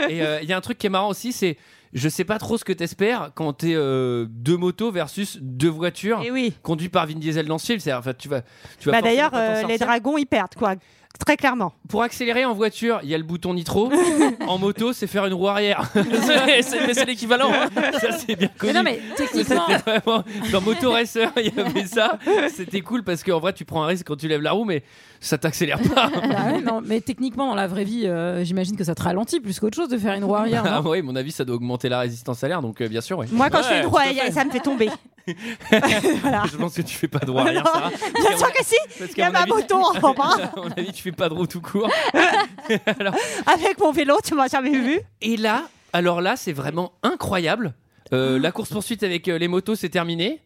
Speaker 1: Et euh, il y a un truc qui est marrant aussi, c'est je sais pas trop ce que t'espères quand t'es euh, deux motos versus deux voitures conduites par Vin Diesel dans ce film. C'est en fait tu vas, tu vas
Speaker 7: Bah
Speaker 1: forcément
Speaker 7: d'ailleurs,
Speaker 1: pas t'en
Speaker 7: euh, les
Speaker 1: sortir.
Speaker 7: dragons ils perdent quoi, très clairement.
Speaker 1: Pour accélérer en voiture, il y a le bouton nitro. en moto, c'est faire une roue arrière.
Speaker 6: Mais c'est- mais c'est l'équivalent, hein.
Speaker 1: Ça c'est bien connu.
Speaker 8: Mais non, mais techniquement-
Speaker 1: C'était vraiment- dans Moto Racer, il y avait ça. C'était cool parce qu'en vrai, tu prends un risque quand tu lèves la roue, mais ça t'accélère pas.
Speaker 8: Bah ouais, non, mais techniquement, dans la vraie vie, euh, j'imagine que ça te ralentit plus qu'autre chose de faire une roue arrière. non
Speaker 1: Ah oui, mon avis, ça doit augmenter la résistance à l'air, donc euh, bien sûr. ouais.
Speaker 7: Moi, quand je fais
Speaker 1: Ouais.
Speaker 7: une roue, arrière, ça me fait tomber.
Speaker 1: Je pense que tu fais pas de roue arrière,
Speaker 7: Non,
Speaker 1: Sarah.
Speaker 7: Bien sûr que si.
Speaker 1: Parce
Speaker 7: Il y a
Speaker 1: qu'à mon
Speaker 7: ma
Speaker 1: avis-
Speaker 7: moto en bas.
Speaker 1: À mon avis, tu fais pas de roue tout court.
Speaker 7: Avec mon vélo, tu m'as jamais vu.
Speaker 1: Et là, alors là, c'est vraiment incroyable. Euh, la course poursuite avec euh, les motos, c'est terminé.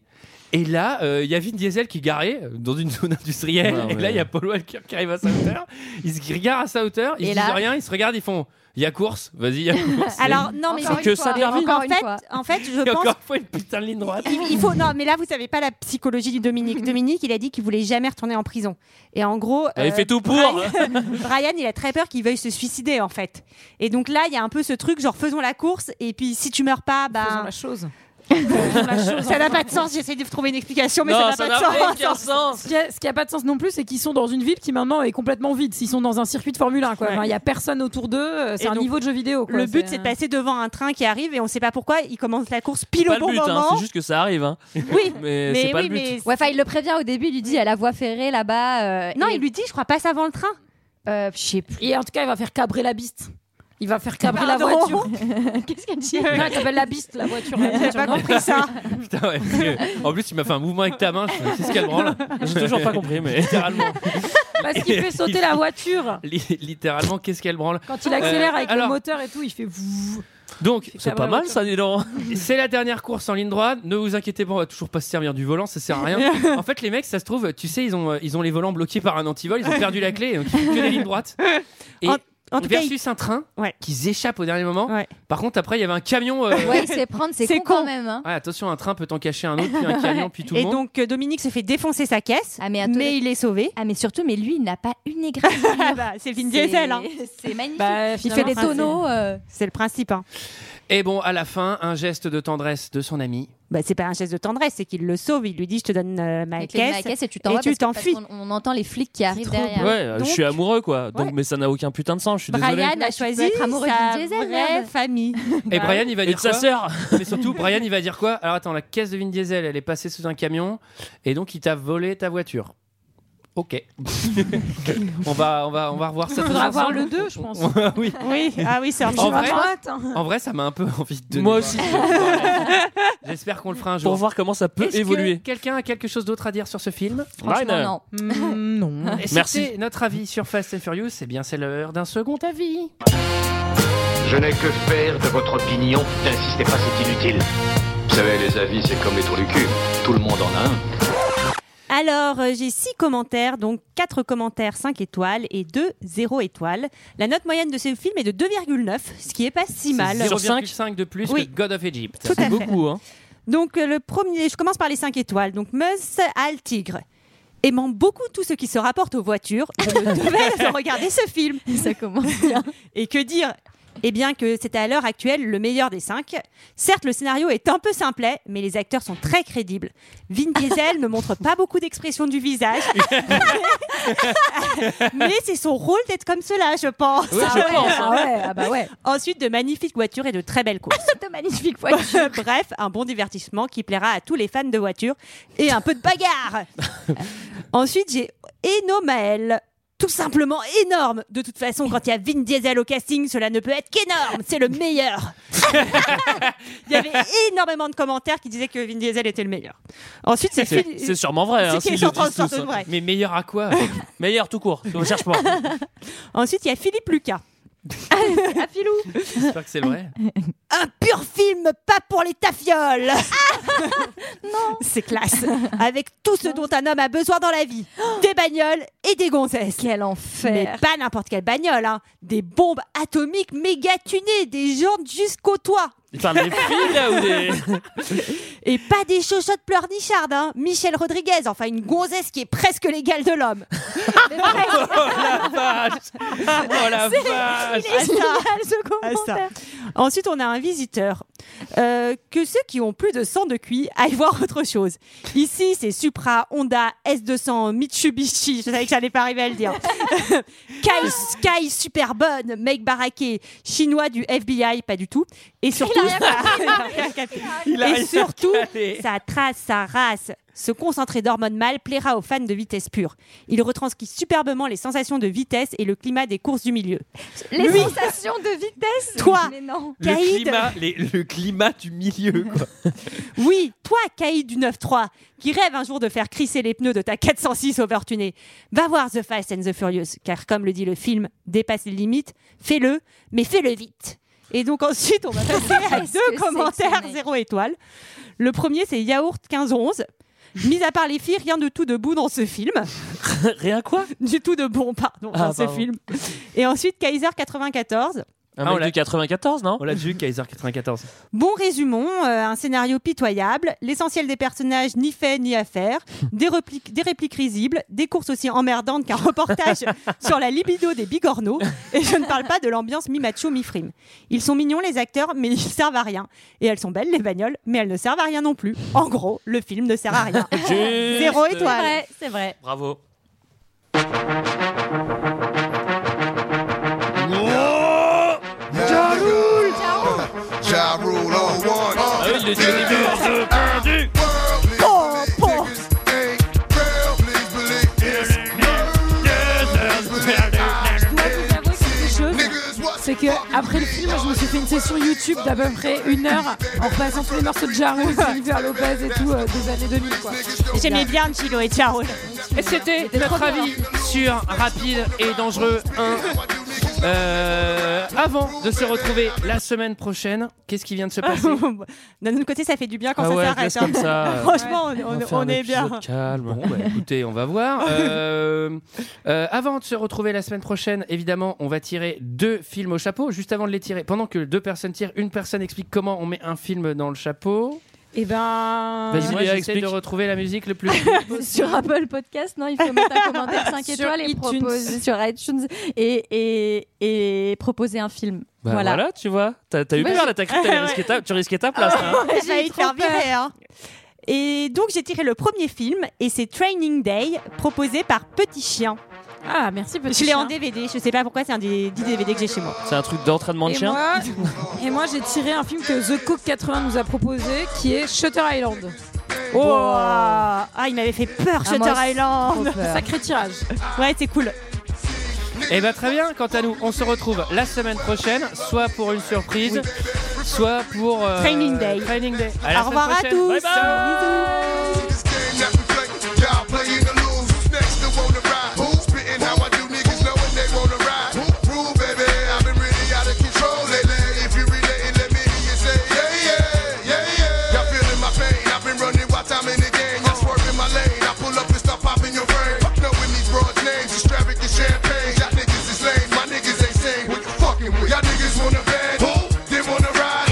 Speaker 1: Et là, euh, il y a Vin Diesel qui est garé euh, dans une zone industrielle.
Speaker 6: Ouais,
Speaker 1: Et
Speaker 6: ouais.
Speaker 1: là, il y a Paul Walker qui arrive à sa hauteur. Ils se regardent à sa hauteur. Ils
Speaker 7: Et
Speaker 1: se
Speaker 7: là-
Speaker 1: disent rien. Ils se regardent. Ils font il y a course. Vas-y, il y a course.
Speaker 7: Alors non, mais
Speaker 6: Encore une que fois, ça termine. encore
Speaker 7: En
Speaker 6: une
Speaker 7: fait,
Speaker 6: fois.
Speaker 7: en fait, je
Speaker 1: Et
Speaker 7: pense.
Speaker 1: encore une fois, une putain de ligne droite.
Speaker 7: Il, il faut non, mais là vous savez pas la psychologie du Dominique. Dominique, il a dit qu'il voulait jamais retourner en prison. Et en gros, euh,
Speaker 6: Elle fait tout pour.
Speaker 7: Brian, Brian, il a très peur qu'il veuille se suicider en fait. Et donc là, il y a un peu ce truc genre faisons la course et puis si tu meurs pas, bah faisons la
Speaker 8: chose.
Speaker 7: ça n'a pas de sens. J'essaie de trouver une explication, mais
Speaker 6: Non,
Speaker 7: ça
Speaker 6: ça
Speaker 7: n'a
Speaker 6: n'a
Speaker 7: pas de
Speaker 6: aucun
Speaker 7: sens.
Speaker 6: sens.
Speaker 8: Ce qui a- ce qui a pas de sens non plus, c'est qu'ils sont dans une ville qui maintenant est complètement vide. S'ils sont dans un circuit de Formule 1, quoi. Enfin, Il y a personne autour d'eux. euh, C'est
Speaker 7: Et
Speaker 8: un
Speaker 7: donc,
Speaker 8: niveau de jeu vidéo. quoi.
Speaker 7: Le but,
Speaker 11: euh,
Speaker 7: c'est de passer devant un train qui arrive et on sait pas pourquoi. Il commence la course pile
Speaker 6: Pas
Speaker 7: au
Speaker 6: le
Speaker 7: bon
Speaker 6: but, hein,
Speaker 7: moment.
Speaker 6: c'est juste que ça arrive. Hein.
Speaker 7: Oui,
Speaker 6: mais, c'est pas le but.
Speaker 11: Ouais, enfin, il le prévient au début, il lui dit à la voie ferrée là-bas. euh,
Speaker 7: Non, il lui dit, je crois, passe avant le train.
Speaker 11: je sais plus.
Speaker 8: Et en tout cas, il va faire cabrer la biste. Il va faire cabrer la
Speaker 11: Pardon
Speaker 8: voiture.
Speaker 11: Qu'est-ce qu'elle dit
Speaker 8: non, elle s'appelle la biste, la voiture. la voiture, non
Speaker 1: Putain, ouais, parce que- en plus, tu m'as fait un mouvement avec ta main. Je- C'est ce qu'elle branle.
Speaker 6: J'ai toujours pas compris, mais
Speaker 1: littéralement,
Speaker 8: Parce qu'il fait sauter la voiture.
Speaker 1: li- littéralement, qu'est-ce qu'elle branle
Speaker 8: Quand il accélère
Speaker 1: Euh,
Speaker 8: avec
Speaker 1: alors,
Speaker 8: le moteur et tout, il fait. vouh.
Speaker 1: Donc,
Speaker 8: C'est pas mal,
Speaker 6: ça, dis donc.
Speaker 1: C'est la dernière course en ligne droite. Ne vous inquiétez pas, on va toujours pas se servir du volant, ça sert à rien. En fait, les mecs, ça se trouve, tu sais, ils ont, euh, ils ont les volants bloqués par un antivol, ils ont perdu la clé, donc ils font que des lignes droites. Et
Speaker 7: en tout cas,
Speaker 1: versus un train qui échappe au dernier moment.
Speaker 7: Ouais.
Speaker 1: Par contre, après, il y avait un camion. euh,
Speaker 11: Ouais, il sait prendre, c'est con, quand même. hein.
Speaker 1: ouais, attention, un train peut t'en cacher un autre, puis un camion, puis tout le
Speaker 7: et
Speaker 1: monde.
Speaker 7: donc euh, Dominique se fait défoncer sa caisse, mais, il est sauvé.
Speaker 11: Ah mais surtout, mais lui, il n'a pas une Euh, égratignure.
Speaker 7: Ah bah, c'est Vin Diesel, hein.
Speaker 11: C'est magnifique.
Speaker 7: Bah,
Speaker 11: il fait
Speaker 7: finalement,
Speaker 11: des
Speaker 7: c'est-
Speaker 11: tonneaux.
Speaker 7: C'est le principe. Hein.
Speaker 1: Et bon, à la fin, un geste de tendresse de son ami.
Speaker 7: Bah, c'est pas un geste de tendresse, c'est qu'il le sauve. Il lui dit, je te donne euh, ma,
Speaker 11: Avec les
Speaker 7: caisse,
Speaker 11: maquettes, et tu t'en vas parce que- parce
Speaker 7: t'enfuis.
Speaker 11: qu'on- On, entend les flics qui arrivent derrière.
Speaker 6: Ouais, euh, je suis amoureux quoi. Donc, mais ça n'a aucun putain de sens. Je suis désolé.
Speaker 11: Bah,
Speaker 7: a
Speaker 11: tu peux
Speaker 7: choisi
Speaker 11: être amoureux de Vin
Speaker 7: sa
Speaker 11: Diesel,
Speaker 7: vraie
Speaker 11: merde.
Speaker 7: famille.
Speaker 1: Et
Speaker 7: bah,
Speaker 1: Brian, il va
Speaker 6: Et
Speaker 1: dire
Speaker 6: de sa
Speaker 1: quoi
Speaker 6: sœur.
Speaker 1: Mais surtout, Brian, il va dire quoi Alors attends, la caisse de Vin Diesel, elle est passée sous un camion, et donc il t'a volé ta voiture. Ok. on va, on va, on va revoir ça.
Speaker 8: Faudra
Speaker 1: tous
Speaker 8: voir
Speaker 1: ensemble.
Speaker 8: le 2, je pense.
Speaker 1: oui.
Speaker 7: Oui, ah oui, c'est un
Speaker 1: En
Speaker 7: film
Speaker 1: vrai,
Speaker 8: droite. hein.
Speaker 1: en vrai, ça m'a un peu envie de.
Speaker 6: Moi aussi.
Speaker 1: J'espère qu'on le fera un jour.
Speaker 6: Pour voir comment ça peut
Speaker 1: Est-ce que
Speaker 6: évoluer.
Speaker 1: Quelqu'un a quelque chose d'autre à dire sur ce film
Speaker 6: Franchement, Rainer. non. Mm,
Speaker 8: non.
Speaker 1: Et
Speaker 6: Merci.
Speaker 1: c'était Notre avis sur Fast and Furious, c'est bien c'est l'heure d'un second avis.
Speaker 15: Je n'ai que faire de votre opinion. N'insistez pas, c'est inutile. Vous savez, les avis, c'est comme les trous du cul. Tout le monde en a un.
Speaker 7: Alors, euh, j'ai 6 commentaires, donc 4 commentaires 5 étoiles et 2 0 étoiles. La note moyenne de ce film est de 2,9, ce qui est pas si mal.
Speaker 1: Sur 5 de plus
Speaker 7: Oui.
Speaker 1: que God of Egypt.
Speaker 7: Tout à fait. beaucoup,
Speaker 6: hein.
Speaker 7: Donc euh, le premier, je commence par les 5 étoiles. Donc Meuse à le tigre. Aimant beaucoup tout ce qui se rapporte aux voitures, je me devais de regarder ce film.
Speaker 11: Ça commence bien.
Speaker 7: Et que dire Eh bien que c'est à l'heure actuelle le meilleur des 5. Certes, le scénario est un peu simplet, mais les acteurs sont très crédibles. Vin Diesel ne montre pas beaucoup d'expression du visage, mais c'est son rôle d'être comme cela, je pense.
Speaker 11: Oui, je Ah ouais, pense, hein. ah ouais, ah bah ouais.
Speaker 7: Ensuite, de magnifiques voitures et de très belles courses.
Speaker 11: de magnifiques voitures.
Speaker 7: Bref, un bon divertissement qui plaira à tous les fans de voitures et un peu de bagarre. Ensuite, j'ai Eno Maël. Tout simplement énorme. De toute façon, quand il y a Vin Diesel au casting, cela ne peut être qu'énorme. C'est le meilleur. il y avait énormément de commentaires qui disaient que Vin Diesel était le meilleur. Ensuite, c'est
Speaker 6: C'est c'est sûrement vrai.
Speaker 7: C'est
Speaker 6: hein,
Speaker 7: qu'ils
Speaker 6: s'ils
Speaker 7: sont
Speaker 6: le
Speaker 7: en train
Speaker 6: disent
Speaker 7: de
Speaker 6: tous, hein.
Speaker 7: vrai.
Speaker 6: euh,
Speaker 1: Mais meilleur à quoi
Speaker 6: Meilleur tout court. On cherche pas.
Speaker 7: Ensuite, il y a Philippe Lucas.
Speaker 11: Ah, à filou.
Speaker 1: J'espère que c'est vrai.
Speaker 7: Un pur film, pas pour les tafioles.
Speaker 11: Ah
Speaker 7: non. C'est classe. Avec tout ce dont un homme a besoin dans la vie. Des bagnoles et des gonzesses.
Speaker 11: Oh. Quel enfer.
Speaker 7: Mais pas n'importe quelle bagnole. hein. Des bombes atomiques méga tunées, des gens jusqu'au toit.
Speaker 6: Il parle des filles là ou des.
Speaker 7: Et pas des chochottes pleurnichardes, hein. Michel Rodriguez, enfin une gonzesse qui est presque l'égale de l'homme. Mais pareil,
Speaker 1: Oh,
Speaker 6: la vache Oh la
Speaker 7: C'est-
Speaker 1: Ah,
Speaker 6: vache
Speaker 7: il est génial, ce commentaire. Ensuite, on a un visiteur. Euh, que ceux qui ont plus de sang de cuit aillent voir autre chose. Ici, c'est Supra, Honda, S200, Mitsubishi. Je savais que ça n'allait pas arriver à le dire. Kai, Sky super bonne, mec baraqué, chinois du FBI, pas du tout. Et surtout,
Speaker 2: Il a rien
Speaker 7: et surtout,
Speaker 2: calé.
Speaker 7: sa trace, sa race. Ce concentré d'hormones mâles plaira aux fans de vitesse pure. Il retranscrit superbement les sensations de vitesse et le climat des courses du milieu.
Speaker 11: Les
Speaker 7: Lui,
Speaker 11: sensations de vitesse.
Speaker 7: Toi,
Speaker 11: Mais non.
Speaker 7: Caïd.
Speaker 1: Le climat, les- le climat du milieu, quoi.
Speaker 7: Oui, toi, Caïd du 9-3, qui rêve un jour de faire crisser les pneus de ta 406 overtunée, va voir The Fast and the Furious, car comme le dit le film, dépasse les limites, fais-le, mais fais-le vite. Et donc ensuite, on va passer à
Speaker 2: Qu'est-ce
Speaker 7: deux
Speaker 2: que
Speaker 7: commentaires
Speaker 2: c'est que ce
Speaker 7: zéro étoile. Le premier, c'est Yaourt 1511. Mis à part les filles, rien de tout debout dans ce film.
Speaker 6: rien quoi
Speaker 7: Du tout de bon, pardon,
Speaker 6: Ah,
Speaker 7: dans ce
Speaker 6: pardon.
Speaker 7: film. Et ensuite, Kaiser 94.
Speaker 6: Un mec de 94, non
Speaker 1: Ah, On l'a vu, Kaiser 94.
Speaker 7: Bon résumons, euh, un scénario pitoyable, l'essentiel des personnages ni fait ni à faire, des, repliques- des répliques risibles, des courses aussi emmerdantes qu'un reportage sur la libido des bigorneaux, et je ne parle pas de l'ambiance mi-macho, mi-frime. Ils sont mignons les acteurs, mais ils servent à rien. Et elles sont belles les bagnoles, mais elles ne servent à rien non plus. En gros, le film ne sert à rien.
Speaker 6: Juste.
Speaker 7: Zéro étoile.
Speaker 11: C'est vrai.
Speaker 6: Bravo.
Speaker 2: Jaroul Jaroul en one
Speaker 6: Ah oui, il le dit au
Speaker 2: perdu
Speaker 6: début.
Speaker 8: C'est que après le film, je me suis fait une session YouTube d'à peu près une heure en repassant tous les morceaux de Jarro, Jennifer Lopez et tout euh, des années 2000 quoi.
Speaker 7: J'aimais bien Chilo et Charo.
Speaker 1: Et c'était notre avis sur Rapide et Dangereux 1. Euh, avant de se retrouver la semaine prochaine, qu'est-ce qui vient de se passer
Speaker 7: D'un autre côté, ça fait du bien quand
Speaker 1: Ah
Speaker 7: ça
Speaker 1: ouais,
Speaker 7: s'arrête. hein.
Speaker 1: laisse comme ça, euh.
Speaker 7: Franchement, on- on,
Speaker 1: va faire
Speaker 7: on
Speaker 1: un
Speaker 7: est bien.
Speaker 1: épisode Calme. Bon, bah, écoutez, on va voir. Euh, euh, avant de se retrouver la semaine prochaine, évidemment, on va tirer deux films au chapeau. Juste avant de les tirer, pendant que deux personnes tirent, une personne explique comment on met un film dans le chapeau.
Speaker 8: Et
Speaker 7: Euh,
Speaker 8: ben.
Speaker 1: Vas-y, moi, j'essaie de retrouver la musique le plus vite possible.
Speaker 11: Sur Apple Podcast, non, il faut mettre un commentaire 5
Speaker 8: Sur
Speaker 11: étoiles et
Speaker 8: iTunes.
Speaker 11: proposer sur iTunes et, et, et proposer un film.
Speaker 6: Bah voilà.
Speaker 11: voilà.
Speaker 6: tu vois. T'as t'as eu
Speaker 11: Bah,
Speaker 6: peur
Speaker 11: je-
Speaker 6: là, t'as cru que t'allais risquer ta- tu risquais ta place. hein.
Speaker 7: Ouais, Ah, J'ai failli te faire virer. hein. Et donc j'ai tiré le premier film et c'est Training Day proposé par Petit Chien.
Speaker 8: Ah merci Petit
Speaker 7: Je l'ai en
Speaker 8: Chien.
Speaker 7: DVD, je sais pas pourquoi c'est un des 10 DVD que j'ai chez moi.
Speaker 6: C'est un truc d'entraînement de
Speaker 8: Et
Speaker 6: chien.
Speaker 8: moi, et moi, j'ai tiré un film que The Cook 80 nous a proposé, qui est Shutter Island.
Speaker 7: Oh Ah il m'avait fait peur
Speaker 8: Ah,
Speaker 7: Shutter
Speaker 8: moi aussi,
Speaker 7: Island.
Speaker 8: trop peur. Sacré tirage.
Speaker 7: Ouais c'est cool.
Speaker 1: Eh bien très bien, quant à nous, on se retrouve la semaine prochaine, soit pour une surprise, soit pour euh,
Speaker 2: Training Day.
Speaker 1: Training Day. À la
Speaker 2: Au
Speaker 1: semaine
Speaker 2: revoir à
Speaker 1: prochaine.
Speaker 2: tous.
Speaker 1: Bye bye.
Speaker 13: Y'all niggas wanna bang, they wanna ride.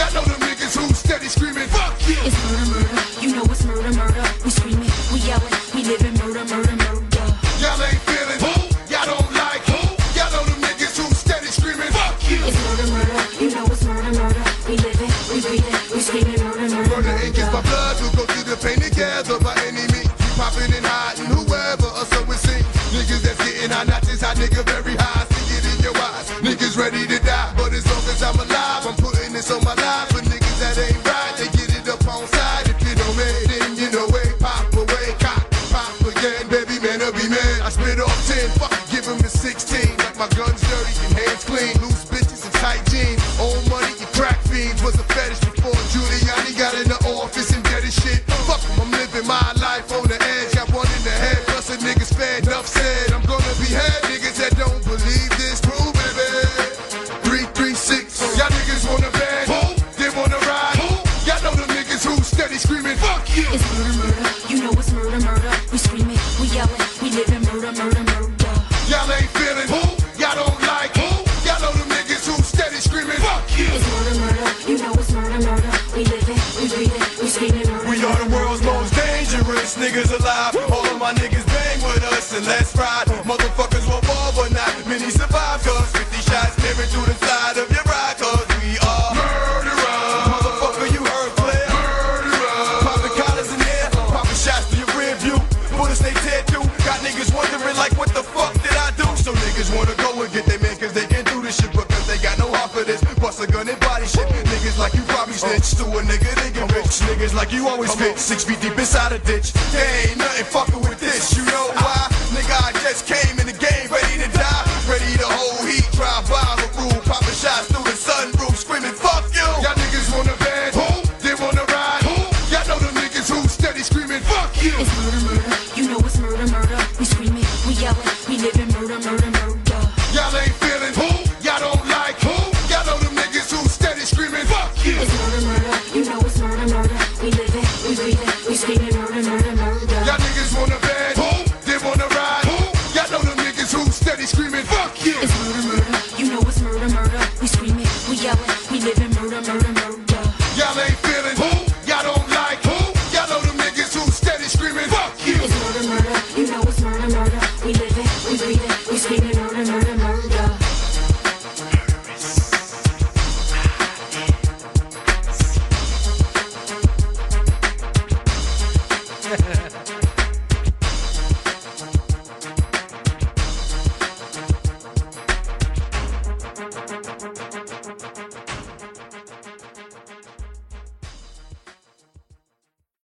Speaker 13: Y'all know them niggas who steady screaming, fuck you.
Speaker 12: It's murder, murder. You know it's murder, murder. We screaming, we yelling, we living murder, murder, murder.
Speaker 13: Y'all ain't feeling who? Y'all don't like who? Y'all know them niggas who steady screaming, fuck you.
Speaker 12: It's murder, murder. You know it's murder, murder. We living, we breathing, we screaming murder, murder,
Speaker 13: Murder ain't just my blood, we'll go through the pain together by any means. We popping and hiding, whoever, or so it seems. Niggas that's getting high notches, high nigga very high, see it in your eyes. Niggas ready to die, but as long as I'm alive, I'm putting this on my life. For niggas that ain't right, they get it up on side. If you don't make it, then you know it. Pop away, cock, pop again, baby man, I'll be man. I spit off 10, fuck, give him a 16. Like my guns dirty and hands clean, loose bitches and tight jeans. Old money and crack fiends was a fetish before Giuliani got in the office and dead as shit. Fuck 'em, I'm living my life on the edge. Got one in the head, plus a niggas fed, enough said. I'm gonna be head, niggas that don't believe this, prove it.
Speaker 16: niggas wondering like what the fuck did I do? So niggas wanna go and get their man cause they can do this shit because they got no heart for this. Bust a gun and body shit. Niggas like you probably snitch to a nigga, they get rich. Niggas like you always fit. Six feet deep inside a ditch. There ain't nothing fucking with this.